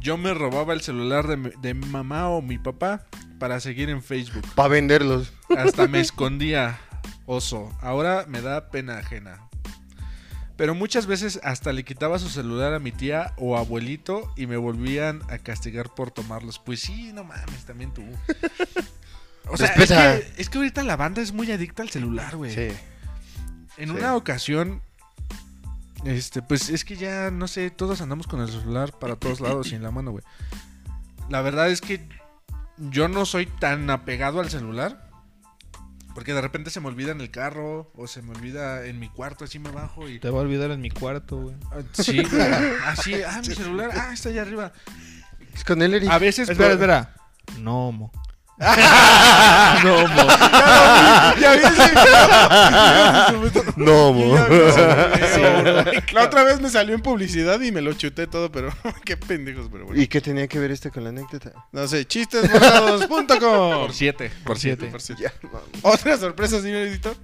[SPEAKER 4] yo me robaba el celular de mi, de mi mamá o mi papá para seguir en Facebook.
[SPEAKER 3] Para venderlos.
[SPEAKER 4] Hasta me escondía, oso. Ahora me da pena ajena. Pero muchas veces hasta le quitaba su celular a mi tía o abuelito y me volvían a castigar por tomarlos. Pues sí, no mames, también tú. O sea, es
[SPEAKER 3] Respeta.
[SPEAKER 4] que, es que ahorita la banda es muy adicta al celular, güey.
[SPEAKER 3] Sí.
[SPEAKER 4] En
[SPEAKER 3] sí.
[SPEAKER 4] una ocasión, este, pues es que ya, no sé, todos andamos con el celular para todos lados y en la mano, güey. La verdad es que yo no soy tan apegado al celular. Porque de repente se me olvida en el carro o se me olvida en mi cuarto, así me bajo y...
[SPEAKER 1] Te va a olvidar en mi cuarto, güey.
[SPEAKER 4] Ah, Sí, güey. así, ah, mi celular, ah, está allá arriba.
[SPEAKER 3] Es con él, Eric.
[SPEAKER 4] A veces...
[SPEAKER 1] Espera,
[SPEAKER 4] por-
[SPEAKER 1] espera. No, mo.
[SPEAKER 4] Ah,
[SPEAKER 3] No, mo.
[SPEAKER 2] La otra vez me salió en publicidad y me lo chuté todo, pero qué pendejos, pero bueno.
[SPEAKER 3] ¿Y qué tenía que ver este con la anécdota?
[SPEAKER 2] No sé, chistesborrados.com.
[SPEAKER 4] Por siete.
[SPEAKER 1] Por siete.
[SPEAKER 2] Por cierto.
[SPEAKER 3] Ya, mamá.
[SPEAKER 2] Otra sorpresa, señor editor.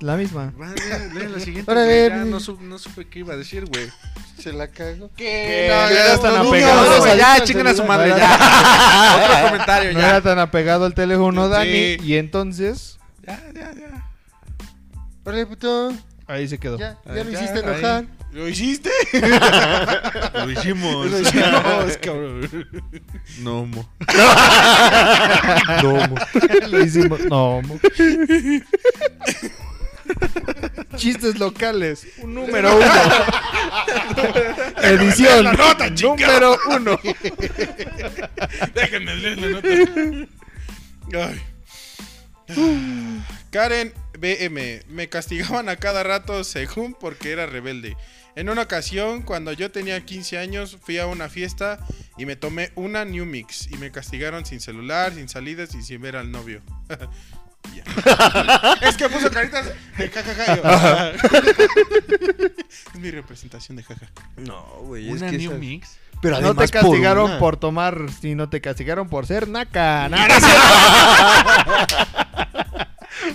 [SPEAKER 1] La misma.
[SPEAKER 4] Va, lee- lee la siguiente.
[SPEAKER 3] Ahora,
[SPEAKER 4] güey,
[SPEAKER 3] a ver.
[SPEAKER 4] ya no, su- no supe qué iba a decir, güey.
[SPEAKER 3] Se la cago.
[SPEAKER 2] Que
[SPEAKER 1] Eh, no eras tan
[SPEAKER 2] no,
[SPEAKER 1] apegado,
[SPEAKER 2] no,
[SPEAKER 1] güey.
[SPEAKER 2] güey.
[SPEAKER 4] ya, chingan a su madre, ya. Otro comentario,
[SPEAKER 1] No
[SPEAKER 4] ya.
[SPEAKER 1] era tan apegado al teléfono,
[SPEAKER 2] Sí.
[SPEAKER 1] Dani. Y entonces,
[SPEAKER 4] Ya, ya, ya.
[SPEAKER 3] Órale, puto.
[SPEAKER 1] ahí se quedó.
[SPEAKER 3] Ya, ya
[SPEAKER 4] Ahí
[SPEAKER 3] me
[SPEAKER 4] está,
[SPEAKER 3] hiciste
[SPEAKER 4] ahí.
[SPEAKER 3] enojar.
[SPEAKER 2] ¿Lo hiciste?
[SPEAKER 4] Lo hicimos.
[SPEAKER 2] Lo hicimos, cabrón.
[SPEAKER 4] No, mo.
[SPEAKER 1] No, mo. Le hicimos- No, mo. Chistes locales.
[SPEAKER 2] Número uno.
[SPEAKER 1] Edición.
[SPEAKER 2] La nota, chica.
[SPEAKER 1] número uno.
[SPEAKER 2] Déjenme leer la nota. Ay. Karen BM. Me castigaban a cada rato según porque era rebelde. En una ocasión, cuando yo tenía 15 años, fui a una fiesta y me tomé una New Mix. Y me castigaron sin celular, sin salidas y sin ver al novio. Ya. es que puso caritas de jajaja. yo. es mi representación de jaja.
[SPEAKER 3] No, güey, es
[SPEAKER 4] Una
[SPEAKER 3] que
[SPEAKER 4] New
[SPEAKER 3] esas-
[SPEAKER 4] Mix.
[SPEAKER 3] Pero
[SPEAKER 1] No te
[SPEAKER 3] además por
[SPEAKER 1] castigaron
[SPEAKER 3] una.
[SPEAKER 1] por, tomar, sino te castigaron por ser naca. No,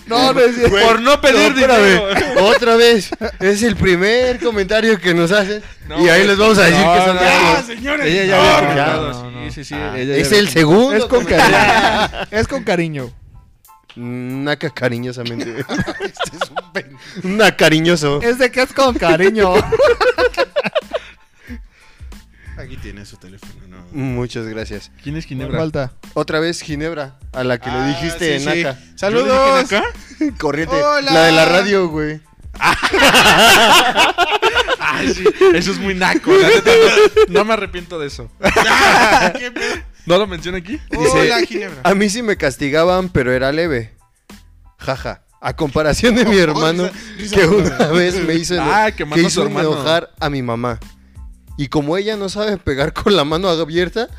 [SPEAKER 1] no, no, es cierto.
[SPEAKER 4] Por no pedir
[SPEAKER 3] Espérame,
[SPEAKER 4] dinero.
[SPEAKER 3] Otra vez, es el primer comentario que nos hacen.
[SPEAKER 4] No,
[SPEAKER 3] y ahí
[SPEAKER 4] güey.
[SPEAKER 3] les vamos a decir
[SPEAKER 4] No,
[SPEAKER 3] que
[SPEAKER 4] no,
[SPEAKER 3] son nacos.
[SPEAKER 2] ¡Ah, señores!
[SPEAKER 4] Ella ya
[SPEAKER 2] no.
[SPEAKER 4] había
[SPEAKER 3] no,
[SPEAKER 4] comentado,
[SPEAKER 1] no, no.
[SPEAKER 4] sí, sí, sí,
[SPEAKER 3] Ah,
[SPEAKER 4] ella ya
[SPEAKER 3] es
[SPEAKER 4] había-
[SPEAKER 3] el segundo.
[SPEAKER 1] Es con
[SPEAKER 3] comentario.
[SPEAKER 1] cariño. Es con cariño.
[SPEAKER 3] Naca cariñosamente.
[SPEAKER 2] Este es un pen-
[SPEAKER 3] Una cariñoso.
[SPEAKER 1] Es de que es con cariño.
[SPEAKER 2] Aquí tiene su teléfono, ¿no?
[SPEAKER 3] Muchas gracias.
[SPEAKER 4] ¿Quién es
[SPEAKER 1] No
[SPEAKER 4] Ginebra?
[SPEAKER 1] falta.
[SPEAKER 3] Otra vez Ginebra, a la que
[SPEAKER 2] Ah,
[SPEAKER 3] le
[SPEAKER 2] sí,
[SPEAKER 3] dijiste
[SPEAKER 2] sí.
[SPEAKER 3] Naca.
[SPEAKER 4] ¿Yo
[SPEAKER 2] ¡Saludos!
[SPEAKER 4] dije acá?
[SPEAKER 3] Corriente.
[SPEAKER 2] Hola.
[SPEAKER 3] La de la radio, güey.
[SPEAKER 4] Ay, Ah, sí, eso es muy naco. la neta, no- no me arrepiento de eso.
[SPEAKER 2] ¡Ah, qué pedo!
[SPEAKER 4] ¿No lo menciona aquí?
[SPEAKER 3] Dice-
[SPEAKER 2] Hola, Ginebra.
[SPEAKER 3] A mí sí me castigaban, pero era leve. Jaja. A comparación de mi hermano,
[SPEAKER 2] risa
[SPEAKER 3] que
[SPEAKER 2] puta,
[SPEAKER 3] una vez me hizo, eno-
[SPEAKER 4] Ah, que mandó
[SPEAKER 3] que
[SPEAKER 4] a su
[SPEAKER 3] hizo
[SPEAKER 4] hermano.
[SPEAKER 3] enojar a mi mamá. Y como ella no sabe pegar con la mano abierta,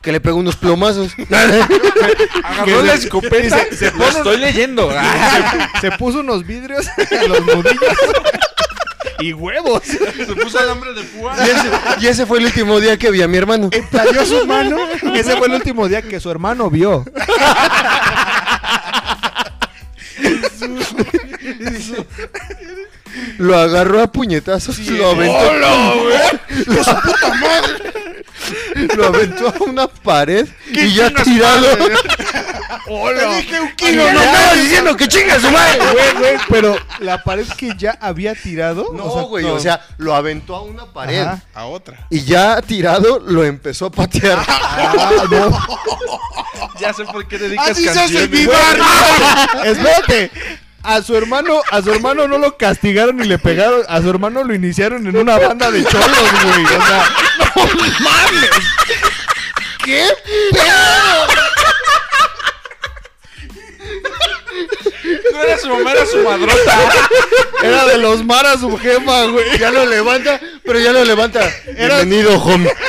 [SPEAKER 3] que le pegó unos plomazos.
[SPEAKER 4] Agarró la escopeta. Lo estoy leyendo. Ah.
[SPEAKER 1] Se puso unos vidrios en los nudillos. Y huevos.
[SPEAKER 4] Se puso alambre de púa.
[SPEAKER 3] y, ese, y ese fue el último día que vi a mi hermano.
[SPEAKER 1] Estalló su mano. Ese fue el último día que su hermano vio.
[SPEAKER 3] Lo agarró a puñetazos, lo aventó. Lo aventó a una pared y ya tirado.
[SPEAKER 2] ¡Hola! dije un
[SPEAKER 3] Y
[SPEAKER 2] kilo,
[SPEAKER 3] no,
[SPEAKER 2] no
[SPEAKER 3] estaba diciendo que chinga su madre.
[SPEAKER 1] Güey, güey, pero la pared que ya había tirado.
[SPEAKER 3] No,
[SPEAKER 1] o sea,
[SPEAKER 3] güey,
[SPEAKER 1] no.
[SPEAKER 3] o sea, lo aventó a una pared.
[SPEAKER 1] Ajá.
[SPEAKER 2] A otra.
[SPEAKER 3] Y ya tirado lo empezó a patear.
[SPEAKER 1] Ah, no.
[SPEAKER 4] Ya sé por qué dedicas
[SPEAKER 2] ¡Así se hace
[SPEAKER 4] canciones.
[SPEAKER 2] mi barrio!
[SPEAKER 1] Espérate. A su hermano, a su hermano no lo castigaron ni le pegaron, a su hermano lo iniciaron en una banda de cholos, güey. O sea,
[SPEAKER 3] ¿Qué?
[SPEAKER 4] No era su mamá, era su madrota.
[SPEAKER 3] Era de los maras su jefa, güey. Ya lo levanta, pero ya lo levanta. Bienvenido, homie.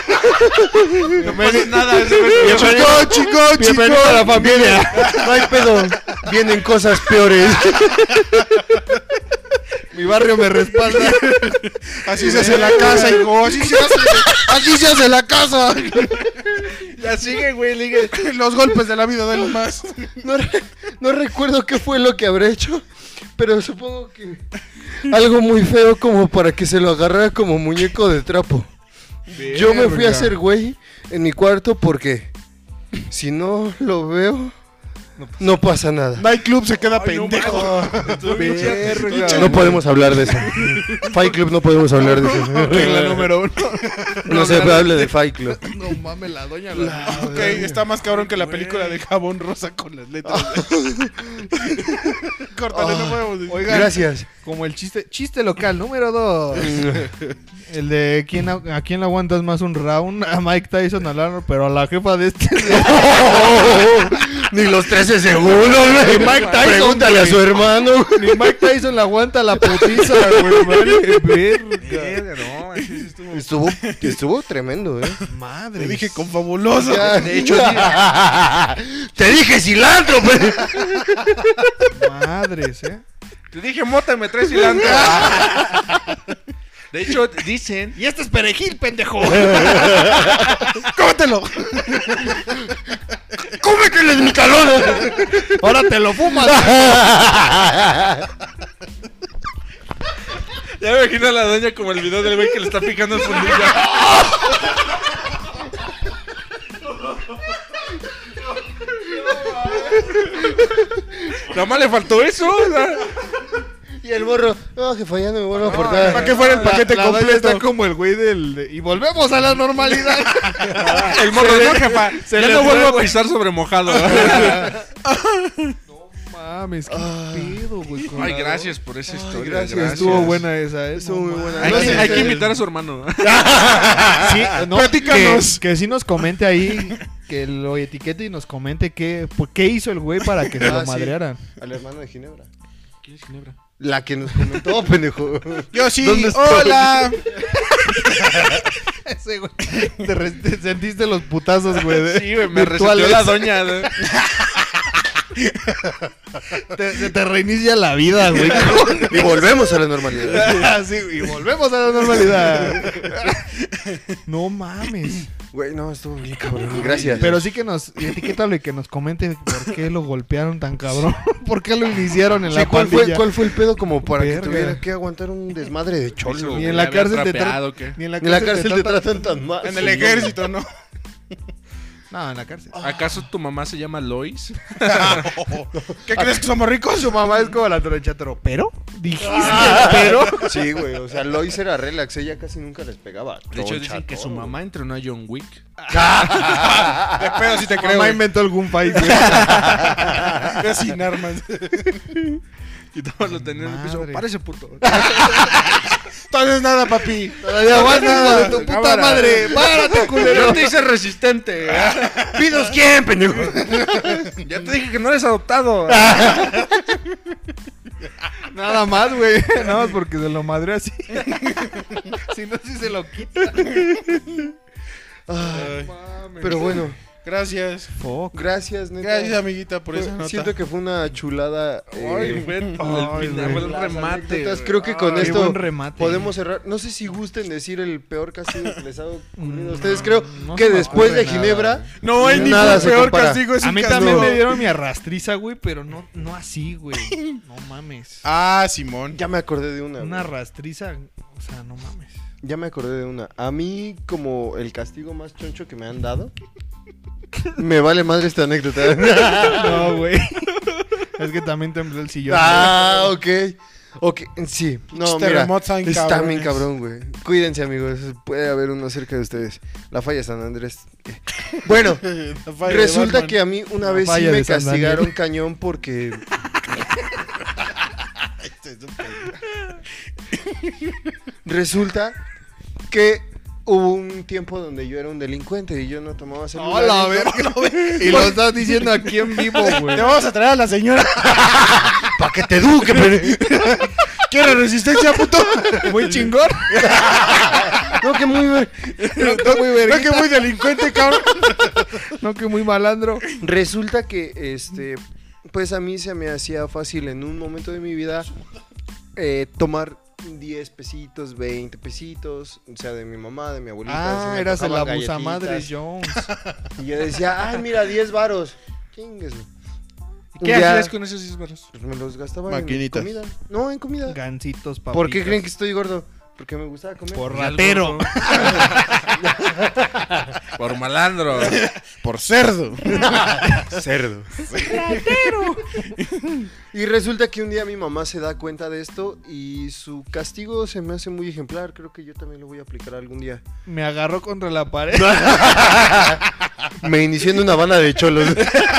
[SPEAKER 4] No pasa nada. ese güey.
[SPEAKER 3] Chico, chico, chico. a la familia. No hay pedo. Vienen cosas peores.
[SPEAKER 1] mi barrio me respalda.
[SPEAKER 2] Así se hace la casa, hijo. Así se hace
[SPEAKER 3] Aquí se hace la casa.
[SPEAKER 4] Ya sigue, güey. ligue.
[SPEAKER 2] los golpes de la vida de los más.
[SPEAKER 3] No, re- no recuerdo qué fue lo que habré hecho, pero supongo que algo muy feo como para que se lo agarrara como muñeco de trapo. Yo me fui a hacer güey en mi cuarto porque si no lo veo, no pasa nada.
[SPEAKER 2] Night Club se queda pendejo.
[SPEAKER 1] Verga.
[SPEAKER 3] No podemos hablar de eso. Fight Club no podemos hablar de
[SPEAKER 1] Regla
[SPEAKER 3] eso.
[SPEAKER 1] número uno.
[SPEAKER 3] No se hable de Fight Club.
[SPEAKER 1] No mames, la doña
[SPEAKER 2] ok, está más cabrón que la película de jabón rosa con las letras. Ah. Córtale, no podemos decir.
[SPEAKER 1] Oigan,
[SPEAKER 3] Gracias.
[SPEAKER 1] como el chiste, chiste local número dos. El de quién a, a quién le aguantas más un round, a Mike Tyson, a Lano, pero a la jefa de este.
[SPEAKER 3] Ni los 13 segundos, güey.
[SPEAKER 1] Mike Tyson,
[SPEAKER 3] Pregúntale a su hermano. güey.
[SPEAKER 1] Ni Mike Tyson la aguanta la putiza, güey. vale, verga.
[SPEAKER 4] Verga, No, ese sí estuvo-
[SPEAKER 3] Estuvo, estuvo tremendo, eh.
[SPEAKER 1] Madre.
[SPEAKER 2] Te dije con fabuloso.
[SPEAKER 3] De hecho, te dije cilantro, pero...
[SPEAKER 1] Madres, eh.
[SPEAKER 4] Te dije mota, me traes cilantro. De hecho, dicen.
[SPEAKER 1] Y este es perejil, pendejo.
[SPEAKER 2] ¡Cómetelo!
[SPEAKER 3] ¡Cómetele de mi calor!
[SPEAKER 1] Ahora te lo fumas.
[SPEAKER 4] Ya me imagino a la doña como el video del güey que le está picando el fundillo. Nada más le faltó eso. o sea.
[SPEAKER 3] y el borro, no, jefa, ya no me vuelvo a portar.
[SPEAKER 2] ¿Para qué fuera el paquete
[SPEAKER 1] la doña
[SPEAKER 2] completo?
[SPEAKER 1] está como el güey del. de- y volvemos a la normalidad.
[SPEAKER 4] El morro de jefa.
[SPEAKER 1] se
[SPEAKER 4] ya
[SPEAKER 1] le
[SPEAKER 4] no
[SPEAKER 1] fue,
[SPEAKER 4] vuelvo a
[SPEAKER 1] güey.
[SPEAKER 4] pisar sobre mojado.
[SPEAKER 5] mames, qué
[SPEAKER 3] Ay.
[SPEAKER 5] pedo, güey. con
[SPEAKER 4] Ay,
[SPEAKER 5] la-
[SPEAKER 4] gracias por esa historia.
[SPEAKER 2] gracias,
[SPEAKER 4] Gracias,
[SPEAKER 5] Estuvo buena esa, ¿eh?
[SPEAKER 3] Estuvo
[SPEAKER 5] No
[SPEAKER 3] muy
[SPEAKER 5] mames.
[SPEAKER 3] buena.
[SPEAKER 4] Hay, que,
[SPEAKER 3] Gracias,
[SPEAKER 4] hay que
[SPEAKER 1] eh.
[SPEAKER 3] Fer.
[SPEAKER 4] invitar a su hermano.
[SPEAKER 1] Sí, no,
[SPEAKER 2] Platícanos.
[SPEAKER 1] Que, que sí nos comente ahí, que lo etiquete y nos comente qué, por qué hizo el güey para que se
[SPEAKER 3] Ah,
[SPEAKER 1] lo
[SPEAKER 3] sí.
[SPEAKER 1] madrearan.
[SPEAKER 3] Al hermano de Ginebra.
[SPEAKER 4] ¿Quién es Ginebra?
[SPEAKER 3] La que nos comentó, pendejo.
[SPEAKER 2] Yo sí,
[SPEAKER 3] ¿Dónde estoy?
[SPEAKER 2] hola.
[SPEAKER 1] Ese güey. Te, re- te sentiste los putazos, güey. de-
[SPEAKER 4] Sí, güey, me
[SPEAKER 1] virtuales.
[SPEAKER 4] reseteó la doña. güey.
[SPEAKER 1] Te, se te reinicia la vida, güey.
[SPEAKER 3] y volvemos a la normalidad.
[SPEAKER 1] Así, y volvemos a la normalidad. No mames.
[SPEAKER 3] Güey, no, estuvo bien cabrón. Gracias.
[SPEAKER 1] Pero sí que nos etiquétalo y que nos comente por qué lo golpearon tan cabrón. ¿Por qué lo iniciaron en
[SPEAKER 3] Sí,
[SPEAKER 1] la
[SPEAKER 3] ¿cuál, fue,
[SPEAKER 1] pandilla?
[SPEAKER 3] ¿Cuál fue el pedo como para
[SPEAKER 1] Verga.
[SPEAKER 3] que tuviera que aguantar un desmadre de cholo?
[SPEAKER 1] Ni
[SPEAKER 3] güey?
[SPEAKER 1] en la
[SPEAKER 4] Me habían
[SPEAKER 1] cárcel te
[SPEAKER 4] trapeado,
[SPEAKER 1] tratan.
[SPEAKER 4] ¿qué?
[SPEAKER 1] Ni en
[SPEAKER 3] En la cárcel te tratan tan mal.
[SPEAKER 2] En el ejército, ¿no?
[SPEAKER 1] No, en la cárcel.
[SPEAKER 4] Ah. ¿Acaso tu mamá se llama Lois?
[SPEAKER 2] ¿Qué crees que somos ricos?
[SPEAKER 1] Su mamá es como la trocha Ah. pero dijiste, pero.
[SPEAKER 3] Ah. Sí, güey. O sea, Lois era relax. Ella casi nunca les pegaba.
[SPEAKER 4] De hecho,
[SPEAKER 3] Choncha,
[SPEAKER 4] dicen que su
[SPEAKER 3] todo.
[SPEAKER 4] mamá entrenó a John Wick.
[SPEAKER 2] De pedo si te creo.
[SPEAKER 1] Mamá
[SPEAKER 2] güey.
[SPEAKER 1] inventó algún país.
[SPEAKER 2] Yo sin armas.
[SPEAKER 4] Y todos lo tenían en el
[SPEAKER 1] Ah,
[SPEAKER 4] piso.
[SPEAKER 1] Madre. Ah,
[SPEAKER 4] Párese, puto.
[SPEAKER 2] Entonces nada, papi.
[SPEAKER 1] Todavía aguanta de tu puta
[SPEAKER 4] Cámara.
[SPEAKER 1] madre. Párate, culero.
[SPEAKER 4] Yo te hice resistente.
[SPEAKER 3] ¿Pidos quién, pendejo?
[SPEAKER 4] Ya te dije que no eres adoptado.
[SPEAKER 1] Ah. Nada más, güey. Nada más porque se lo madre así. si no, si se lo quita.
[SPEAKER 2] Ay,
[SPEAKER 3] Pero bueno,
[SPEAKER 2] gracias.
[SPEAKER 3] gracias, neta.
[SPEAKER 2] Gracias, amiguita, por esa
[SPEAKER 3] Fue-
[SPEAKER 2] nota.
[SPEAKER 3] Siento que fue una chulada.
[SPEAKER 4] Ay,
[SPEAKER 3] eh,
[SPEAKER 4] fue el,
[SPEAKER 1] Ay,
[SPEAKER 4] final, fue el
[SPEAKER 1] güey.
[SPEAKER 4] remate.
[SPEAKER 3] anécdotas.
[SPEAKER 4] güey.
[SPEAKER 3] Creo que con
[SPEAKER 1] Qué
[SPEAKER 3] esto
[SPEAKER 1] buen remate.
[SPEAKER 3] podemos cerrar. No sé si gusten decir el peor castigo que les ha ocurrido
[SPEAKER 1] No,
[SPEAKER 3] a ustedes. Creo
[SPEAKER 1] Mm, no
[SPEAKER 3] que
[SPEAKER 1] se me
[SPEAKER 3] después
[SPEAKER 1] ocurre
[SPEAKER 3] de
[SPEAKER 1] nada,
[SPEAKER 3] Ginebra.
[SPEAKER 1] güey.
[SPEAKER 2] No hay ningún
[SPEAKER 3] Nada se
[SPEAKER 2] peor
[SPEAKER 3] compara.
[SPEAKER 2] castigo. Es
[SPEAKER 1] A
[SPEAKER 2] un
[SPEAKER 1] mí
[SPEAKER 2] castigo.
[SPEAKER 1] también me dieron mi arrastriza, güey, pero no, no así, güey. No mames.
[SPEAKER 2] Ah, Simón.
[SPEAKER 3] Ya me acordé de una.
[SPEAKER 1] Una
[SPEAKER 3] güey.
[SPEAKER 1] arrastriza, o sea, no mames.
[SPEAKER 3] Ya me acordé de una. A mí, como el castigo más choncho que me han dado. me vale madre esta anécdota.
[SPEAKER 1] No, güey. Es que también tembló el sillón.
[SPEAKER 3] ah, ok. Ok, sí. No,
[SPEAKER 2] Pinches
[SPEAKER 3] mira.
[SPEAKER 2] terremotos están
[SPEAKER 3] Está bien
[SPEAKER 2] cabrones.
[SPEAKER 3] cabrón, güey. Cuídense, amigos. Puede haber uno cerca de ustedes. La falla San Andrés. Bueno,
[SPEAKER 2] La falla de
[SPEAKER 3] Resulta
[SPEAKER 2] Batman.
[SPEAKER 3] que a mí una
[SPEAKER 1] La
[SPEAKER 3] vez sí
[SPEAKER 1] falla
[SPEAKER 3] me
[SPEAKER 1] de San Daniel.
[SPEAKER 3] castigaron cañón porque resulta que hubo un tiempo donde yo era un delincuente y yo no tomaba celular.
[SPEAKER 1] Hola, a
[SPEAKER 3] y
[SPEAKER 1] ver.
[SPEAKER 3] no-
[SPEAKER 1] Y lo estás diciendo aquí en vivo, güey.
[SPEAKER 2] Te vamos a traer a la señora.
[SPEAKER 3] Para que te eduque, pero...
[SPEAKER 2] ¿Quieres resistencia, puto?
[SPEAKER 1] Muy chingón.
[SPEAKER 3] No, que muy... ver-
[SPEAKER 1] No, muy
[SPEAKER 2] ¿No que muy delincuente, cabrón?
[SPEAKER 1] No, que muy malandro.
[SPEAKER 3] Resulta que, este, pues a mí se me hacía fácil en un momento de mi vida eh, tomar 10 pesitos, 20 pesitos, o sea, de mi mamá, de mi abuelita. se
[SPEAKER 1] Ah,
[SPEAKER 3] me
[SPEAKER 1] eras el
[SPEAKER 3] antojaban
[SPEAKER 1] abusamadre
[SPEAKER 3] galletitas.
[SPEAKER 1] Jones.
[SPEAKER 3] Y yo decía, ay, mira, 10 varos. Chingues, güey.
[SPEAKER 4] ¿Qué
[SPEAKER 3] Ya,
[SPEAKER 4] hacías con esos disparos?
[SPEAKER 3] Pues me los gastaba
[SPEAKER 2] Maquinitas.
[SPEAKER 3] en comida. No, en comida.
[SPEAKER 1] Gancitos, papitas.
[SPEAKER 3] ¿Por qué creen que estoy gordo? Porque me gustaba comer.
[SPEAKER 1] Por ratero.
[SPEAKER 4] Por malandro.
[SPEAKER 2] Por cerdo.
[SPEAKER 3] cerdo. y resulta que un día mi mamá se da cuenta de esto y su castigo se me hace muy ejemplar. Creo que yo también lo voy a aplicar algún día.
[SPEAKER 1] Me agarró contra la pared.
[SPEAKER 3] Me inicié en una banda de cholos.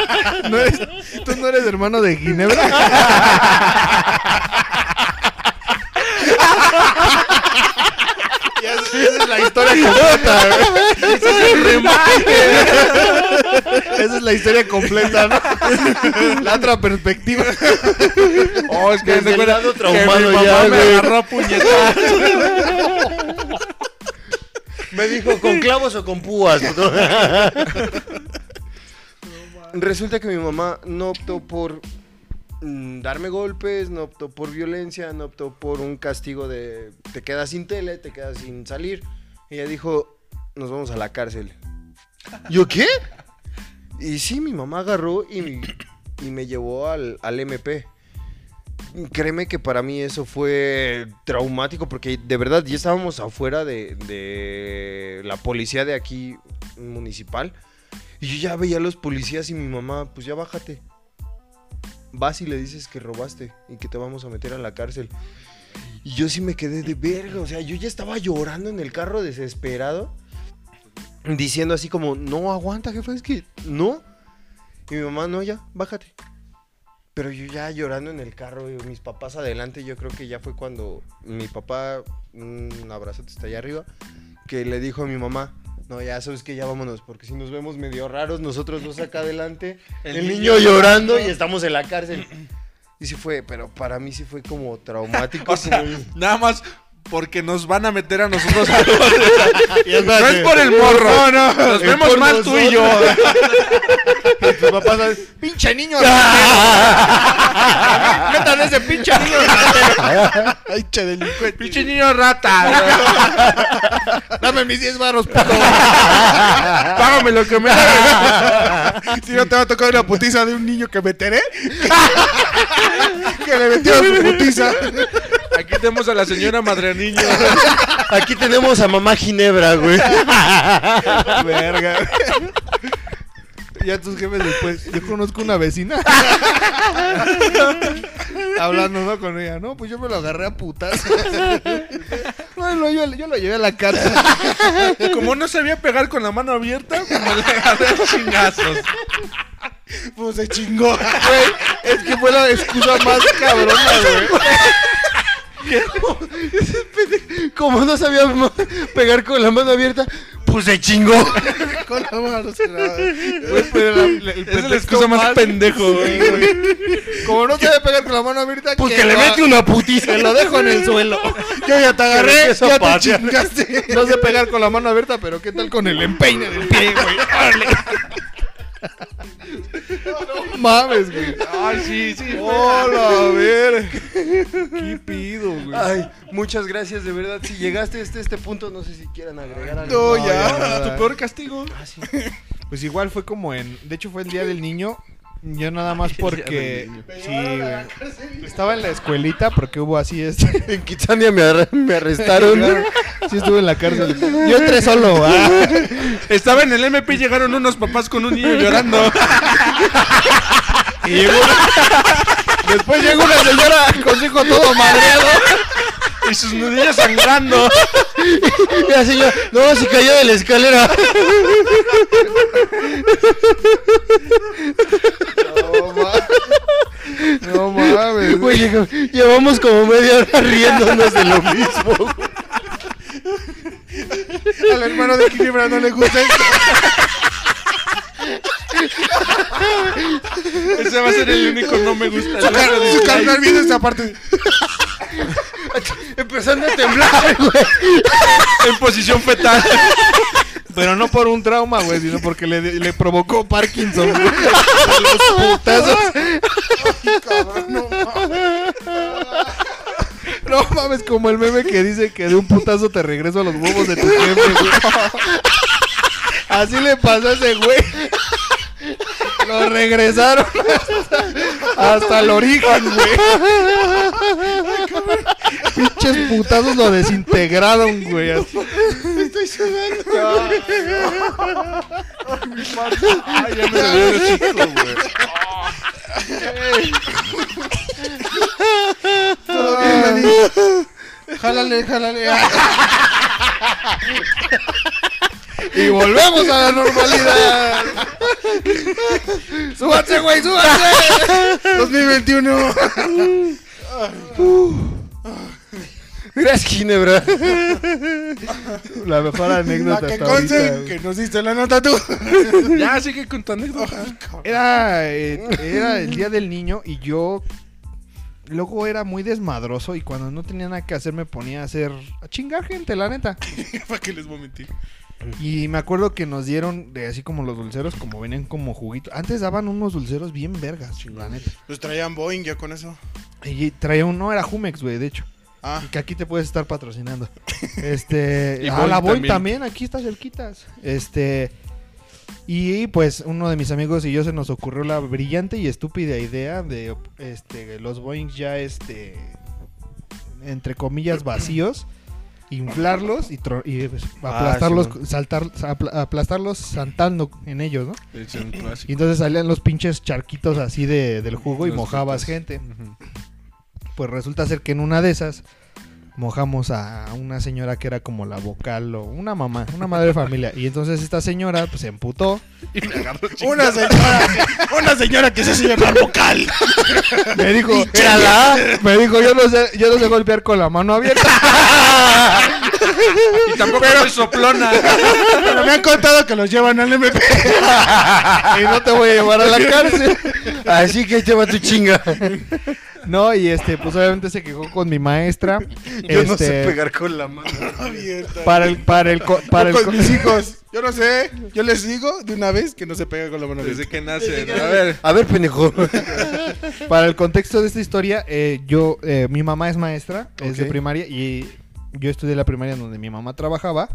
[SPEAKER 1] ¿No eres- ¿Tú no eres hermano de Ginebra?
[SPEAKER 3] Esa es la historia completa.
[SPEAKER 1] Esa es la historia completa, ¿no? La otra perspectiva.
[SPEAKER 4] Oh, es que
[SPEAKER 3] Desde
[SPEAKER 4] me
[SPEAKER 3] el lado
[SPEAKER 4] que
[SPEAKER 3] traumado
[SPEAKER 4] mi mamá
[SPEAKER 3] ya,
[SPEAKER 4] me
[SPEAKER 3] güey.
[SPEAKER 4] agarró a puñetazos.
[SPEAKER 3] Me dijo, ¿con clavos o con púas? Resulta que mi mamá no optó por mm, darme golpes, no optó por violencia, no optó por un castigo de te quedas sin tele, te quedas sin salir. Ella dijo, nos vamos a la cárcel. ¿Yo qué? Y sí, mi mamá agarró y, me- y me llevó al, al MP. Créeme que para mí eso fue traumático porque de verdad ya estábamos afuera de, de la policía de aquí municipal. Y yo ya veía a los policías y mi mamá, pues ya bájate. Vas y le dices que robaste y que te vamos a meter a la cárcel. Y yo sí me quedé de verga, o sea, yo ya estaba llorando en el carro desesperado. Diciendo así como, no aguanta, jefe, es que no. Y mi mamá, no, ya, bájate. Pero yo ya llorando en el carro, yo, mis papás adelante, yo creo que ya fue cuando mi papá, un abrazote está allá arriba, que le dijo a mi mamá, no, ya sabes que ya vámonos, porque si nos vemos medio raros, nosotros dos acá adelante, el,
[SPEAKER 2] El
[SPEAKER 3] niño,
[SPEAKER 2] niño
[SPEAKER 3] llorando y estamos en la cárcel. Y sí fue, pero para mí sí fue como traumático.
[SPEAKER 4] O sea,
[SPEAKER 3] como-
[SPEAKER 4] nada más porque nos van a meter a nosotros. a- no
[SPEAKER 1] espérate.
[SPEAKER 4] es por el morro. Nos
[SPEAKER 1] Es
[SPEAKER 4] vemos
[SPEAKER 1] por
[SPEAKER 4] mal tú y yo.
[SPEAKER 1] Tus papás saben, pinche niño. Métale ese pinche niño.
[SPEAKER 2] Ay, che, delincuente.
[SPEAKER 4] Pinche niño rata.
[SPEAKER 1] Dame mis 10 varos, puto.
[SPEAKER 4] Págame lo que me hagas.
[SPEAKER 2] Si no te va a tocar una putiza de un niño que meteré. que le metió su putiza.
[SPEAKER 4] Aquí tenemos a la señora madre niño.
[SPEAKER 3] Aquí tenemos a mamá Ginebra, güey.
[SPEAKER 1] Verga. Ya tus jefes después. Yo conozco una vecina. Hablando ¿no? con ella. No, pues yo me lo agarré a putas. No, lo- yo, yo lo llevé a la cárcel.
[SPEAKER 4] Como no sabía pegar con la mano abierta, pues me le agarré a chingazos.
[SPEAKER 2] Pues se chingó.
[SPEAKER 1] Güey, es que fue la excusa más cabrona, güey.
[SPEAKER 3] Como no sabía ma- pegar con la mano abierta, pues se chingó.
[SPEAKER 2] Con la mano cerrada.
[SPEAKER 1] Güey, pero la- la- el
[SPEAKER 4] Esa es pues, la
[SPEAKER 1] pretexto
[SPEAKER 4] excusa más pendejo, güey.
[SPEAKER 1] Sí, güey. Como no sabe pegar con la mano abierta,
[SPEAKER 3] Pues que le
[SPEAKER 1] lo-
[SPEAKER 3] mete una putiza.
[SPEAKER 1] Te lo dejo en el suelo. Yo ya te
[SPEAKER 3] Que
[SPEAKER 1] agarré,
[SPEAKER 3] empieza a
[SPEAKER 1] ya te
[SPEAKER 3] patear.
[SPEAKER 1] chingaste. No sé pegar con la mano abierta, pero ¿qué tal con el empeine del pie, güey? Órale. No mames, güey.
[SPEAKER 4] Ay, sí, sí.
[SPEAKER 1] Hola, a ver. ¿Qué pido, güey?
[SPEAKER 3] Ay, muchas gracias, de verdad. Si llegaste hasta este punto, no sé si quieran agregar algo.
[SPEAKER 2] No, ya. Ah,
[SPEAKER 1] nada.
[SPEAKER 4] Tu peor castigo.
[SPEAKER 1] Oh, Pues igual fue como en. De hecho, fue el día del niño. Yo nada más porque. Sí, güey. Estaba en la escuelita porque hubo así este.
[SPEAKER 3] En Kitsania me, arre- me arrestaron.
[SPEAKER 1] Sí, estuve en la cárcel. Yo entré solo, ah.
[SPEAKER 4] Estaba en el MP y llegaron unos papás con un niño llorando.
[SPEAKER 1] Y llegó una- Después Pues llegó una señora con su hijo todo madreado.
[SPEAKER 4] Y sus nudillos sangrando.
[SPEAKER 3] Y la señora, no, se cayó de la escalera.
[SPEAKER 1] No mames. No mames.
[SPEAKER 3] Güey, llegó- llevamos como media hora riéndonos de lo mismo. güey.
[SPEAKER 2] Al hermano de Ginebra no le gusta esto.
[SPEAKER 4] Ese va a ser el único no me gusta.
[SPEAKER 2] Su, car- su carnal viene esta parte.
[SPEAKER 3] Empezando a temblar, güey.
[SPEAKER 4] en posición fetal.
[SPEAKER 1] Pero no por un trauma, güey, sino porque le, le provocó Parkinson. güey. No mames, como el meme que dice que de un putazo te regreso a los huevos de tu jefe, güey. Así le pasó a ese güey. Lo regresaron hasta, hasta el origen, güey. Pinches putazos lo desintegraron, güey. así.
[SPEAKER 2] Estoy sudando.
[SPEAKER 4] Ay, ya me dolió el hocico, güey.
[SPEAKER 2] Todo bien, Dani. Jálale, jálale.
[SPEAKER 1] Y volvemos a la normalidad. ¡Súbanse, güey, súbanse!
[SPEAKER 2] 2021.
[SPEAKER 3] Gracias, Ginebra.
[SPEAKER 1] La mejor
[SPEAKER 2] La
[SPEAKER 1] anécdota
[SPEAKER 2] que
[SPEAKER 1] hasta ahorita,
[SPEAKER 2] conste
[SPEAKER 1] güey.
[SPEAKER 2] que nos diste la nota tú.
[SPEAKER 4] Ya, sigue con tu anécdota.
[SPEAKER 1] Era, eh, era el día del niño y yo luego era muy desmadroso y cuando no tenía nada que hacer me ponía a hacer a chingar gente, la neta.
[SPEAKER 2] ¿Para qué les voy a mentir?
[SPEAKER 1] Y me acuerdo que nos dieron de así como los dulceros, como venían como juguitos. Antes daban unos dulceros bien vergas, la neta.
[SPEAKER 2] Pues traían Boeing ya con eso.
[SPEAKER 1] Y traía uno, era Jumex, güey, de hecho.
[SPEAKER 2] Ah,
[SPEAKER 1] Que aquí te puedes estar patrocinando. Este.
[SPEAKER 4] Y
[SPEAKER 1] a
[SPEAKER 4] Boeing
[SPEAKER 1] la Boeing
[SPEAKER 4] también.
[SPEAKER 1] también. aquí está cerquitas. Este. Y pues uno de mis amigos y yo se nos ocurrió la brillante y estúpida idea de este los Boeing ya este entre comillas vacíos, inflarlos y, tro- y, pues,
[SPEAKER 3] Ah,
[SPEAKER 1] aplastarlos,
[SPEAKER 3] Simón.
[SPEAKER 1] saltar, apl- aplastarlos saltando en ellos, ¿no?
[SPEAKER 4] Es un
[SPEAKER 1] Y
[SPEAKER 4] clásico.
[SPEAKER 1] entonces salían los pinches charquitos así de, del jugo y
[SPEAKER 4] Los
[SPEAKER 1] mojabas
[SPEAKER 4] frutos.
[SPEAKER 1] gente. Pues resulta ser que en una de esas mojamos a una señora que era como la vocal o una mamá, una madre de familia. Y entonces esta señora pues se emputó,
[SPEAKER 4] Y me agarró chingada.
[SPEAKER 2] Una señora, que- una señora que se hace llamar vocal.
[SPEAKER 1] me dijo, "Era la A". me dijo, yo no sé, yo no sé golpear con la mano abierta,
[SPEAKER 4] Y tampoco soy soplona.
[SPEAKER 2] Pero me han contado que los llevan al MP.
[SPEAKER 1] y no te voy a llevar a la cárcel.
[SPEAKER 3] Así que lleva tu chinga.
[SPEAKER 1] No, y este, pues obviamente se quejó con mi maestra.
[SPEAKER 3] Yo no
[SPEAKER 1] Este,
[SPEAKER 3] sé pegar con la mano.
[SPEAKER 1] Para el, para el, co- para el
[SPEAKER 2] Yo
[SPEAKER 1] co-
[SPEAKER 2] con mis hijos. Yo no sé. Yo les digo de una vez que no se pega con la mano
[SPEAKER 4] Desde
[SPEAKER 2] abierta.
[SPEAKER 4] que nace. ¿no? A ver.
[SPEAKER 3] A ver, pendejo.
[SPEAKER 1] Para el contexto de esta historia, eh, yo, eh, mi mamá es maestra, es de
[SPEAKER 3] Ok.
[SPEAKER 1] primaria y yo estudié la primaria en donde mi mamá trabajaba.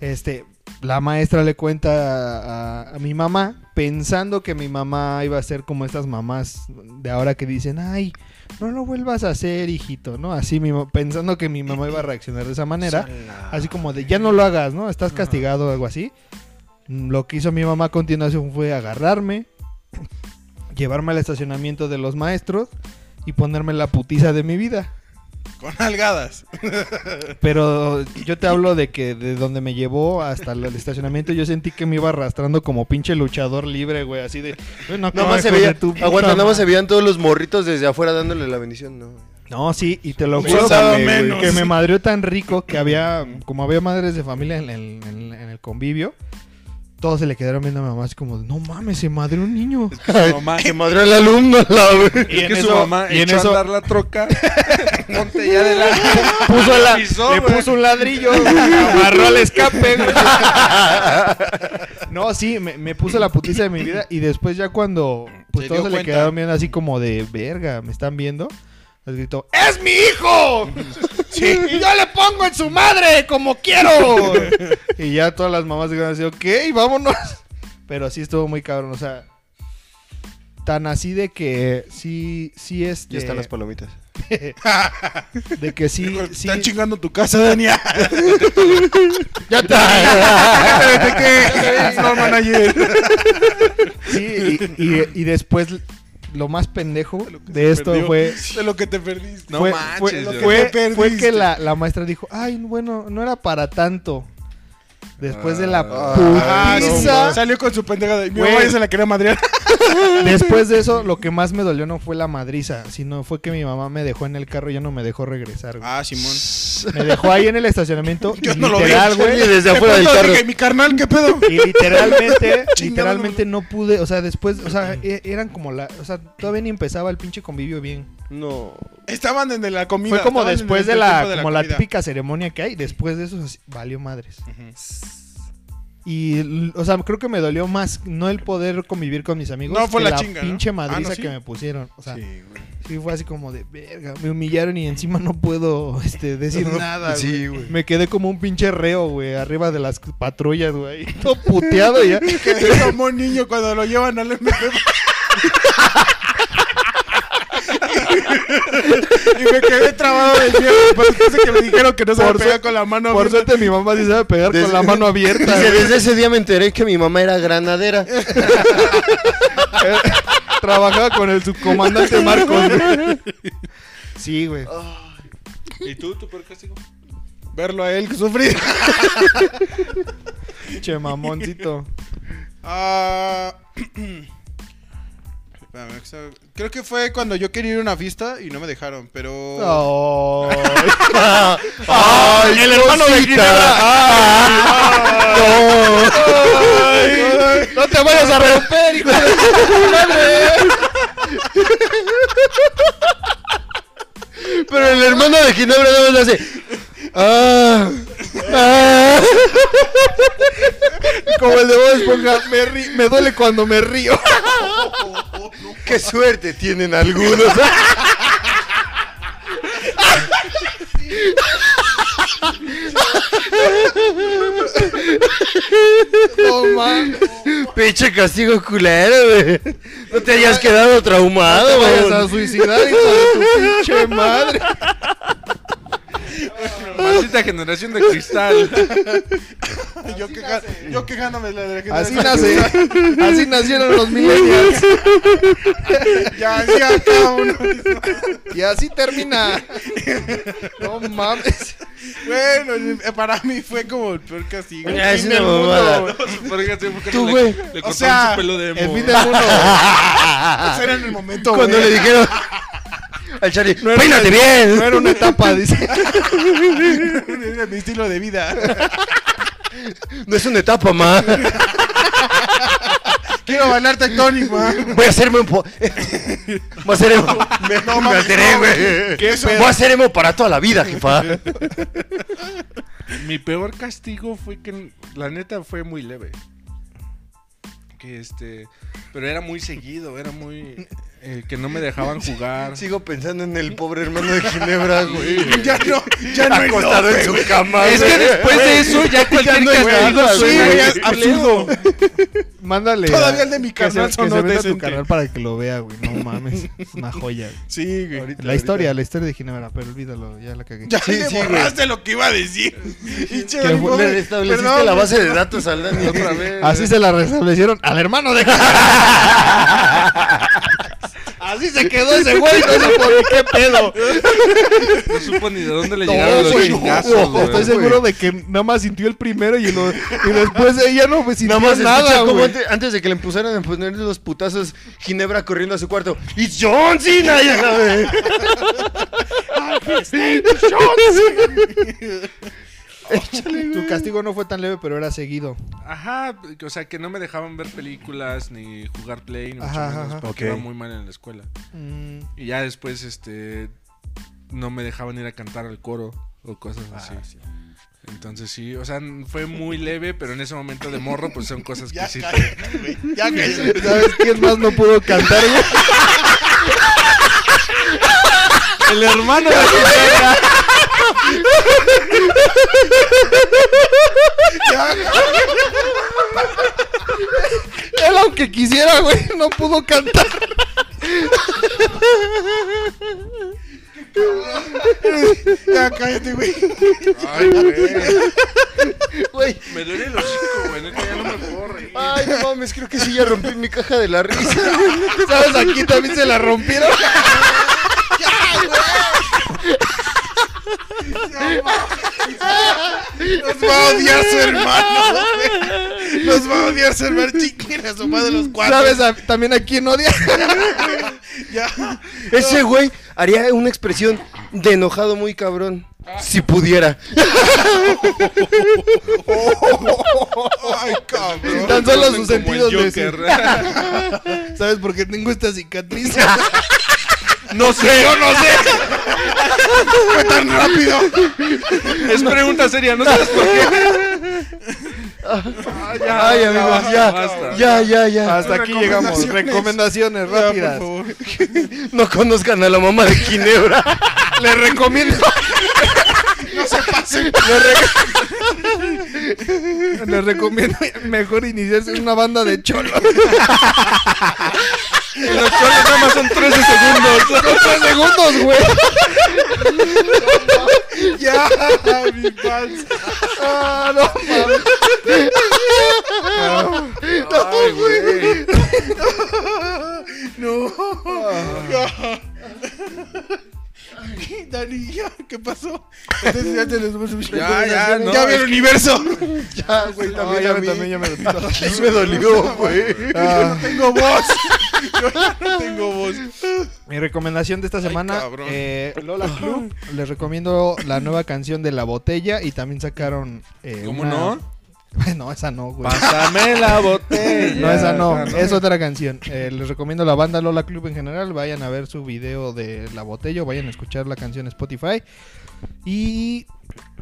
[SPEAKER 1] Este, la maestra le cuenta a, a mi mamá, pensando que mi mamá iba a ser como estas mamás de ahora que dicen, ay, no lo vuelvas a hacer, hijito, ¿no? Así, mi ma- pensando que mi mamá iba a reaccionar de esa manera. Así como de, ya no lo hagas, ¿no? Estás castigado o algo así. Mm, Lo que hizo mi mamá a continuación fue agarrarme, llevarme al estacionamiento de los maestros y ponerme la putiza de mi vida.
[SPEAKER 2] Con algadas.
[SPEAKER 1] Pero yo te hablo de que de donde me llevó hasta el estacionamiento yo sentí que me iba arrastrando como pinche luchador libre, güey, así de... "Ven acá,
[SPEAKER 3] Nada más se
[SPEAKER 1] hijo de
[SPEAKER 3] veía.
[SPEAKER 1] tu puta
[SPEAKER 3] Aguanta, nada más se
[SPEAKER 1] madre".
[SPEAKER 3] veían todos los morritos desde afuera dándole la bendición. No.
[SPEAKER 1] No, sí, y te lo
[SPEAKER 2] Me
[SPEAKER 1] juro
[SPEAKER 2] gustaba
[SPEAKER 1] que-
[SPEAKER 2] menos.
[SPEAKER 1] que me madrió tan rico que había, como había madres de familia en el, en el- en el convivio, todos se le quedaron viendo a mi mamá así como, no mames, se madrió un niño.
[SPEAKER 4] Su mamá.
[SPEAKER 3] Que madre al alumno, la ve-
[SPEAKER 1] Y
[SPEAKER 4] Es
[SPEAKER 1] en
[SPEAKER 4] que su
[SPEAKER 1] eso-
[SPEAKER 4] mamá
[SPEAKER 1] y en
[SPEAKER 4] echó a
[SPEAKER 1] eso-
[SPEAKER 4] andar la troca. Ponte ya delante.
[SPEAKER 1] Puso la-
[SPEAKER 4] Pisó,
[SPEAKER 1] le
[SPEAKER 4] güey.
[SPEAKER 1] puso un ladrillo, güey, amarró al escape. güey. No, sí, me, me puso la putiza de mi vida y después ya cuando pues
[SPEAKER 2] Se
[SPEAKER 1] todos se
[SPEAKER 2] dio
[SPEAKER 1] le
[SPEAKER 2] cuenta.
[SPEAKER 1] quedaron viendo así como de verga, me están viendo. Les gritó, ¡Es mi hijo! Sí, y yo le pongo en su madre como quiero. y ya todas las mamás dijeron así, ok, vámonos. Pero sí estuvo muy cabrón, o sea, tan así de que sí, sí este...
[SPEAKER 3] Ya están
[SPEAKER 4] Eh,
[SPEAKER 3] las palomitas.
[SPEAKER 1] de que sí,
[SPEAKER 2] Digo,
[SPEAKER 1] sí,
[SPEAKER 2] Están chingando tu casa, Dania.
[SPEAKER 1] Ya te-
[SPEAKER 2] No, manager.
[SPEAKER 1] Sí, y, y- y después lo más pendejo de esto
[SPEAKER 2] Perdió
[SPEAKER 1] fue.
[SPEAKER 2] De lo que te perdiste.
[SPEAKER 4] No
[SPEAKER 1] fue,
[SPEAKER 4] manches,
[SPEAKER 1] fue-
[SPEAKER 4] yo.
[SPEAKER 1] fue-
[SPEAKER 2] Te
[SPEAKER 1] fue
[SPEAKER 2] perdiste.
[SPEAKER 1] que la, la maestra dijo, ay, bueno, no era para tanto. Después de la
[SPEAKER 3] Ah, no,
[SPEAKER 1] putiza,
[SPEAKER 3] mames.
[SPEAKER 2] Salió con su pendejada. y Mi
[SPEAKER 1] Güey.
[SPEAKER 2] mamá ya se la quería madrear.
[SPEAKER 1] después de eso, lo que más me dolió no fue la madriza, sino fue que mi mamá me dejó en el carro y ya no me dejó regresar. güey.
[SPEAKER 2] Ah, Simón.
[SPEAKER 1] Me dejó ahí en el estacionamiento.
[SPEAKER 2] Yo
[SPEAKER 1] y
[SPEAKER 2] no lo vi.
[SPEAKER 1] literal, güey,
[SPEAKER 3] Sale desde
[SPEAKER 2] De
[SPEAKER 3] afuera del
[SPEAKER 2] pronto
[SPEAKER 3] carro.
[SPEAKER 2] dije, mi carnal, ¿qué pedo?
[SPEAKER 1] Y literalmente,
[SPEAKER 2] Chingado,
[SPEAKER 1] literalmente no pude, o sea, después, o sea, e- eran como la, o sea, todavía ni empezaba el pinche convivio bien.
[SPEAKER 3] No.
[SPEAKER 2] Estaban en la comida.
[SPEAKER 1] Fue como
[SPEAKER 2] estaban en
[SPEAKER 1] después
[SPEAKER 2] el
[SPEAKER 1] de la,
[SPEAKER 2] tiempo
[SPEAKER 1] como la
[SPEAKER 2] comida.
[SPEAKER 1] típica ceremonia que hay, después de eso así, valió madres.
[SPEAKER 2] Ujú.
[SPEAKER 1] Y, l- o sea, creo que me dolió más no el poder convivir con mis amigos.
[SPEAKER 2] No, fue
[SPEAKER 1] que
[SPEAKER 2] la chinga, ¿no?
[SPEAKER 1] pinche
[SPEAKER 2] Ah, no,
[SPEAKER 1] madriza
[SPEAKER 2] sí.
[SPEAKER 1] que me pusieron. O sea, sí.
[SPEAKER 2] Sí, güey.
[SPEAKER 1] fue así como de verga. Me humillaron y encima no puedo este, decir nada. güey.
[SPEAKER 3] Sí, güey.
[SPEAKER 1] Me quedé como un pinche reo, güey, arriba de las patrullas, güey. Todo puteado ya.
[SPEAKER 2] que como un niño cuando lo llevan al MP. y me quedé trabado de miedo. Pues que sé que me dijeron que no se
[SPEAKER 1] Por
[SPEAKER 2] me pega
[SPEAKER 1] su-
[SPEAKER 2] con la mano.
[SPEAKER 1] Por
[SPEAKER 2] abierta.
[SPEAKER 1] suerte mi mamá sí sabe pegar
[SPEAKER 3] Desde-
[SPEAKER 1] con la mano abierta.
[SPEAKER 3] Dice,
[SPEAKER 1] güey.
[SPEAKER 3] desde ese día me enteré que mi mamá era granadera.
[SPEAKER 1] Trabajaba con el subcomandante Marcos. güey. Sí, güey.
[SPEAKER 2] Oh.
[SPEAKER 4] ¿Y tú, tu peor castigo?
[SPEAKER 2] Verlo a él sufrir.
[SPEAKER 1] Che mamoncito.
[SPEAKER 2] Ah, espérame, que estaba- Creo que fue cuando yo quería ir a una fiesta y no me dejaron, pero.
[SPEAKER 1] Ay.
[SPEAKER 3] ¡Ay, el hermano de
[SPEAKER 1] No te vayas a romper, hijo de
[SPEAKER 3] Pero el hermano de Ginebra no más hace. ¡Ah! ¡Ah!
[SPEAKER 1] Como el de Bob Esponja, me, ri- me duele cuando me río.
[SPEAKER 3] ¡Qué suerte tienen algunos!
[SPEAKER 1] No mames.
[SPEAKER 3] ¡Pinche castigo culero, güey! No te hayas quedado
[SPEAKER 1] No
[SPEAKER 3] traumado,
[SPEAKER 1] te vayas a
[SPEAKER 3] güey.
[SPEAKER 1] suicidar, hijo de tu pinche madre.
[SPEAKER 4] Maldita generación de cristal.
[SPEAKER 2] yo, queja- yo quejándome de la gente.
[SPEAKER 1] Así nace. Así nacieron los millennials.
[SPEAKER 2] Ya, ya, cada uno.
[SPEAKER 1] Y así termina. No mames.
[SPEAKER 2] Bueno, eh, para mí fue como el peor castigo.
[SPEAKER 3] Ya, es
[SPEAKER 2] Fin del
[SPEAKER 3] una
[SPEAKER 2] mundo,
[SPEAKER 3] mamada.
[SPEAKER 2] güey.
[SPEAKER 1] Tú, güey.
[SPEAKER 4] Le
[SPEAKER 2] O
[SPEAKER 4] cortaron
[SPEAKER 2] sea,
[SPEAKER 4] su pelo de
[SPEAKER 1] El
[SPEAKER 4] emo.
[SPEAKER 1] fin
[SPEAKER 2] Oh.
[SPEAKER 1] del mundo.
[SPEAKER 2] Eso era en el momento,
[SPEAKER 3] Cuando
[SPEAKER 2] güey.
[SPEAKER 3] le dijeron al Charlie,
[SPEAKER 1] era-
[SPEAKER 3] peínate bien.
[SPEAKER 1] No era una etapa, dice.
[SPEAKER 2] Era mi estilo de vida.
[SPEAKER 3] No es una etapa, ma.
[SPEAKER 2] Quiero bailar tectónico,
[SPEAKER 1] ¿ah?
[SPEAKER 2] güey.
[SPEAKER 3] Voy a hacerme un po. Voy a hacer emo.
[SPEAKER 2] No,
[SPEAKER 3] Me
[SPEAKER 2] mames,
[SPEAKER 3] alteré,
[SPEAKER 2] no,
[SPEAKER 3] güey.
[SPEAKER 2] Qué
[SPEAKER 3] Voy a hacer emo para toda la vida, jefa.
[SPEAKER 4] Mi peor castigo fue que la neta fue muy leve. Que este, pero era muy seguido, era muy eh, que no me dejaban jugar.
[SPEAKER 3] Sigo pensando en el pobre hermano de Ginebra, güey.
[SPEAKER 2] Ya no, ya no.
[SPEAKER 3] acostado en su cama.
[SPEAKER 4] Es que
[SPEAKER 3] güey.
[SPEAKER 4] después de eso ya cualquier
[SPEAKER 3] no hay
[SPEAKER 4] castigo
[SPEAKER 3] nada,
[SPEAKER 4] suena
[SPEAKER 3] güey.
[SPEAKER 4] bien
[SPEAKER 2] Es absurdo.
[SPEAKER 1] Mándale.
[SPEAKER 2] Todavía
[SPEAKER 1] a-
[SPEAKER 2] el de mi
[SPEAKER 1] que se-
[SPEAKER 2] carnal
[SPEAKER 1] que
[SPEAKER 2] sonó
[SPEAKER 1] se venda tu
[SPEAKER 2] decente.
[SPEAKER 1] canal para que lo vea, güey. No mames. Es una joya, güey.
[SPEAKER 2] Sí, güey.
[SPEAKER 1] La historia, la historia de Ginebra, pero olvídalo, ya la cagué.
[SPEAKER 2] Ya
[SPEAKER 3] Sí,
[SPEAKER 2] le
[SPEAKER 3] sí, güey.
[SPEAKER 2] borraste lo que iba a decir. Y che,
[SPEAKER 1] Que
[SPEAKER 2] mi
[SPEAKER 1] fue-
[SPEAKER 2] pobre-
[SPEAKER 3] Le restableciste
[SPEAKER 2] perdón,
[SPEAKER 3] la
[SPEAKER 2] güey.
[SPEAKER 3] base de datos al Dani otra vez.
[SPEAKER 1] Así se la restablecieron al hermano de Así se quedó ese güey, no sé por qué pedo.
[SPEAKER 4] No supo ni de dónde le
[SPEAKER 1] No,
[SPEAKER 4] llegaron los
[SPEAKER 1] güey,
[SPEAKER 4] chingazos,
[SPEAKER 1] no, estoy
[SPEAKER 4] güey.
[SPEAKER 1] seguro de que nada más sintió el primero y, lo- y después ella no me sintió
[SPEAKER 3] Nada más
[SPEAKER 1] nada,
[SPEAKER 3] nada, como
[SPEAKER 1] güey.
[SPEAKER 3] antes, antes de que le empezaran a poner los putazos, Ginebra corriendo a su cuarto. ¡It's John Cena! Ya sabes.
[SPEAKER 1] Tu castigo no fue tan leve, pero era seguido.
[SPEAKER 4] Ajá, o sea, que no me dejaban ver películas ni jugar play, ni mucho
[SPEAKER 1] Ajá,
[SPEAKER 4] menos,
[SPEAKER 1] ajá.
[SPEAKER 4] porque
[SPEAKER 3] Ok.
[SPEAKER 4] iba muy mal en la escuela.
[SPEAKER 1] Mm,
[SPEAKER 4] Y ya después, este, no me dejaban ir a cantar al coro o cosas
[SPEAKER 2] Ah,
[SPEAKER 4] así. Entonces sí, o sea, n- fue muy leve, pero en ese momento de morro, pues son cosas que
[SPEAKER 2] Ya
[SPEAKER 4] sí.
[SPEAKER 2] cállate, güey. Ya cállate.
[SPEAKER 1] ¿Sabes quién más no pudo cantar, güey?
[SPEAKER 4] El hermano de
[SPEAKER 1] Él, aunque quisiera, güey, no pudo cantar.
[SPEAKER 2] Ya cállate, güey.
[SPEAKER 4] Ay, güey.
[SPEAKER 3] Güey,
[SPEAKER 4] Me duele el hocico, güey. neta, ya no me puedo reír.
[SPEAKER 3] ay, no mames, creo que sí ya rompí mi caja de la risa.
[SPEAKER 1] ¿Sabes? Aquí también se la rompieron.
[SPEAKER 2] Nos va a odiar su hermano. güey. Nos va a odiar su hermano. Chiquen a su madre los cuatro.
[SPEAKER 1] ¿Sabes a- también a quién odia?
[SPEAKER 2] Ya.
[SPEAKER 3] Ese güey haría una expresión de enojado muy cabrón. Si pudiera.
[SPEAKER 2] Ay, cabrón.
[SPEAKER 1] Tan solo sus
[SPEAKER 4] Como el
[SPEAKER 1] sentidos de
[SPEAKER 4] Joker.
[SPEAKER 1] ¿Sabes por qué tengo esta cicatriz?
[SPEAKER 4] No sé, yo no sé.
[SPEAKER 2] Fue tan rápido.
[SPEAKER 4] Es pregunta seria, no sabes por qué.
[SPEAKER 3] Ay, amigos, ya.
[SPEAKER 4] basta.
[SPEAKER 3] Ya, ya, ya.
[SPEAKER 1] Hasta aquí llegamos. Recomendaciones
[SPEAKER 2] Ya, por
[SPEAKER 1] rápidas.
[SPEAKER 2] favor.
[SPEAKER 3] No conozcan a la mamá de Ginebra.
[SPEAKER 1] Les recomiendo.
[SPEAKER 2] No se pasen.
[SPEAKER 1] Les recomiendo mejor iniciarse en una banda de cholos.
[SPEAKER 4] Los cholos nada más son 13 segundos.
[SPEAKER 1] Son tres segundos, güey.
[SPEAKER 2] Ya, mi fans.
[SPEAKER 1] Ah, no mames.
[SPEAKER 4] Ay, güey.
[SPEAKER 2] Dani, ya, ¿qué pasó? Entonces ya te les voy a subir.
[SPEAKER 4] Ya, ya, no.
[SPEAKER 2] Ya vi el universo.
[SPEAKER 1] Ya, güey, también,
[SPEAKER 2] también
[SPEAKER 1] ya
[SPEAKER 2] a
[SPEAKER 1] me-
[SPEAKER 2] mí.
[SPEAKER 1] también ya me lo Ah.
[SPEAKER 3] Sí me dolió, güey.
[SPEAKER 2] Yo no tengo voz. Yo ya no tengo voz.
[SPEAKER 1] Mi recomendación de esta semana,
[SPEAKER 2] cabrón.
[SPEAKER 1] eh, Lola Club. Les recomiendo la nueva canción de La Botella y también sacaron. eh,
[SPEAKER 4] ¿Cómo
[SPEAKER 1] una-
[SPEAKER 4] no?
[SPEAKER 1] No, esa no, güey.
[SPEAKER 4] Pásame la botella.
[SPEAKER 1] No, esa no, es otra canción. Eh, les recomiendo la banda Lola Club en general. Vayan a ver su video de La Botella, o vayan a escuchar la canción en Spotify. Y,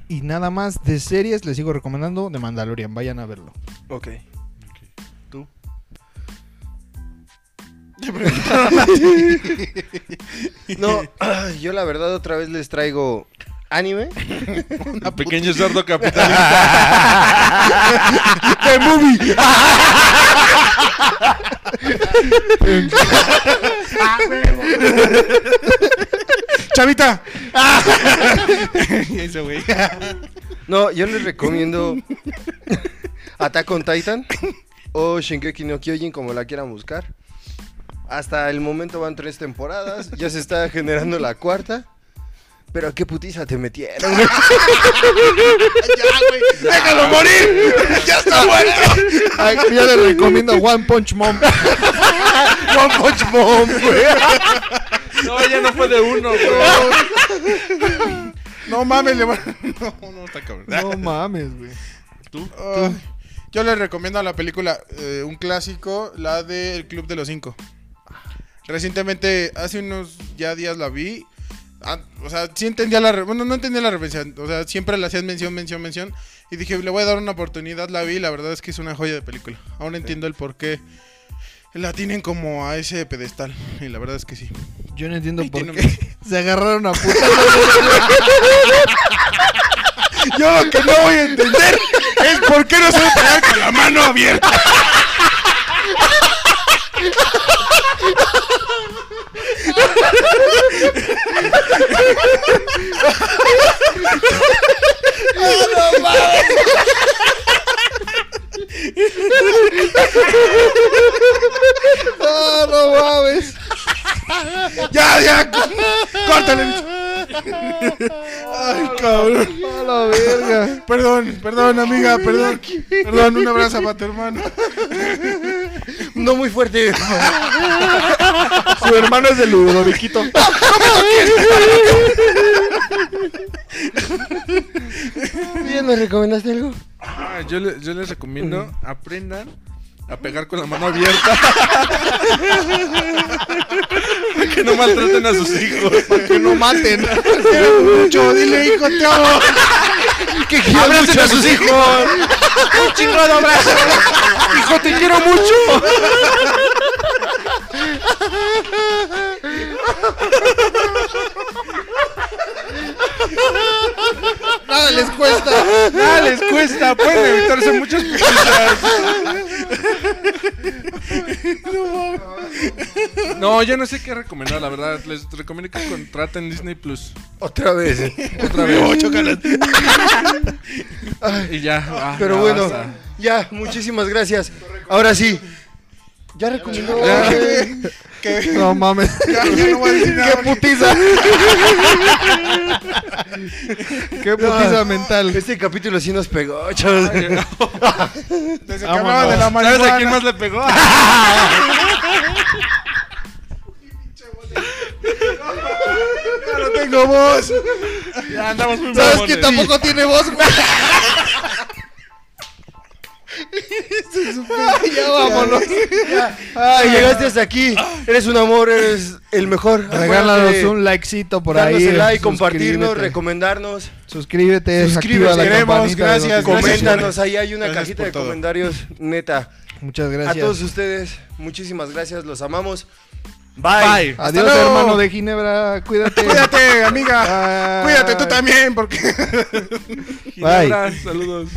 [SPEAKER 1] y nada más de series, les sigo recomendando de Mandalorian. Vayan a verlo.
[SPEAKER 3] Ok. ¿Tú? No, yo la verdad otra vez les traigo anime.
[SPEAKER 4] A pequeño cerdo capital.
[SPEAKER 3] ¡The movie!
[SPEAKER 2] Chavita. Eso, güey.
[SPEAKER 3] No, yo les recomiendo Attack on Titan o Shingeki no Kyojin, como la quieran buscar. Hasta el momento van tres temporadas, ya se está generando la cuarta. Pero qué putiza te metieron. güey.
[SPEAKER 2] ¡Ya, güey! ¡Déjalo morir! ¡Ya está muerto!
[SPEAKER 1] Ay, yo les recomiendo One Punch Mom.
[SPEAKER 3] One Punch Mom, güey.
[SPEAKER 4] No, ya no fue de uno, güey.
[SPEAKER 2] No mames, le van- No, no, está cabrón.
[SPEAKER 1] No mames, güey.
[SPEAKER 2] Ay, yo les recomiendo la película, eh, un clásico, la de El Club de los Cinco. Recientemente, hace unos ya días la vi. Ah, o sea, sí entendía la... re- Bueno, no entendía la referencia. O sea, siempre la hacían mención, mención, mención. Y dije, le voy a dar una oportunidad, la vi. y La verdad es que es una joya de película. Ahora entiendo el por qué la tienen como a ese pedestal. Y la verdad es que sí.
[SPEAKER 1] Yo no entiendo
[SPEAKER 2] Ay,
[SPEAKER 1] por
[SPEAKER 2] tiene
[SPEAKER 1] qué se agarraron a puta.
[SPEAKER 2] Yo lo que no voy a entender es por qué no se va a pegar con la mano abierta.
[SPEAKER 1] No, Ah, no mames.
[SPEAKER 2] Ya, ya, có- córtale. bicho. Ay, cabrón.
[SPEAKER 1] A la verga.
[SPEAKER 2] Perdón, perdón, amiga, perdón. Perdón, un abrazo para tu hermano.
[SPEAKER 3] No muy fuerte.
[SPEAKER 1] Su hermano es de Ludoviquito.
[SPEAKER 3] Bien, ¿me recomendaste algo?
[SPEAKER 4] Ah, yo, le- yo les recomiendo aprendan a pegar con la mano abierta. Para que no maltraten a sus hijos.
[SPEAKER 1] Para que no maten.
[SPEAKER 2] Mucho, dile, hijo, te amo.
[SPEAKER 3] Que quieran mucho a sus hijos.
[SPEAKER 4] ¡Un chingado abrazo! ¡Hijo, te quiero mucho!
[SPEAKER 2] Ah,
[SPEAKER 1] Nada les cuesta.
[SPEAKER 4] Nada Ah, les cuesta, pueden evitarse muchas cosas. No, yo no sé qué recomendar, la verdad. Les recomiendo que contraten Disney Plus.
[SPEAKER 3] Otra vez.
[SPEAKER 4] Otra vez. Y ya. ah,
[SPEAKER 3] Pero
[SPEAKER 4] ya
[SPEAKER 3] bueno,
[SPEAKER 4] basta.
[SPEAKER 3] ya, muchísimas gracias. Ahora sí. Ya recomendó.
[SPEAKER 4] Ya.
[SPEAKER 3] güey.
[SPEAKER 2] Que
[SPEAKER 1] No mames.
[SPEAKER 2] ya, ya no voy a decir nada.
[SPEAKER 1] Qué putiza. Qué putiza mental.
[SPEAKER 3] Este capítulo sí nos pegó, chavos.
[SPEAKER 2] Desde que
[SPEAKER 1] Vámonos.
[SPEAKER 2] hablaba de la
[SPEAKER 4] ¿Sabes a
[SPEAKER 2] marihuana.
[SPEAKER 4] quién más le pegó?
[SPEAKER 2] Ya no tengo voz.
[SPEAKER 4] Ya andamos muy
[SPEAKER 1] ¿Sabes que
[SPEAKER 4] mamones.
[SPEAKER 1] tampoco tiene voz, güey? Ay, ya vámonos.
[SPEAKER 3] Ay, llegaste hasta aquí. Eres un amor, eres el mejor. Acuérdate de
[SPEAKER 1] Regálanos un likecito por
[SPEAKER 3] darnos
[SPEAKER 1] ahí.
[SPEAKER 3] el like, compartirnos,
[SPEAKER 1] suscríbete.
[SPEAKER 3] recomendarnos.
[SPEAKER 1] Suscríbete,
[SPEAKER 3] Suscríbete,
[SPEAKER 1] activa la
[SPEAKER 2] queremos,
[SPEAKER 1] campanita de
[SPEAKER 2] gracias,
[SPEAKER 1] notificaciones.
[SPEAKER 3] Coméntanos, ahí hay una
[SPEAKER 2] Gracias
[SPEAKER 3] cajita
[SPEAKER 2] por
[SPEAKER 3] de
[SPEAKER 2] todo.
[SPEAKER 3] comentarios, neta.
[SPEAKER 1] Muchas
[SPEAKER 3] A
[SPEAKER 1] gracias.
[SPEAKER 3] todos ustedes, muchísimas gracias, los amamos.
[SPEAKER 4] Bye.
[SPEAKER 3] Hasta
[SPEAKER 1] Adiós,
[SPEAKER 3] luego.
[SPEAKER 1] hermano de Ginebra. Cuídate.
[SPEAKER 2] Cuídate, amiga.
[SPEAKER 1] Bye.
[SPEAKER 2] Cuídate tú también, porque.
[SPEAKER 1] Bye.
[SPEAKER 4] Saludos.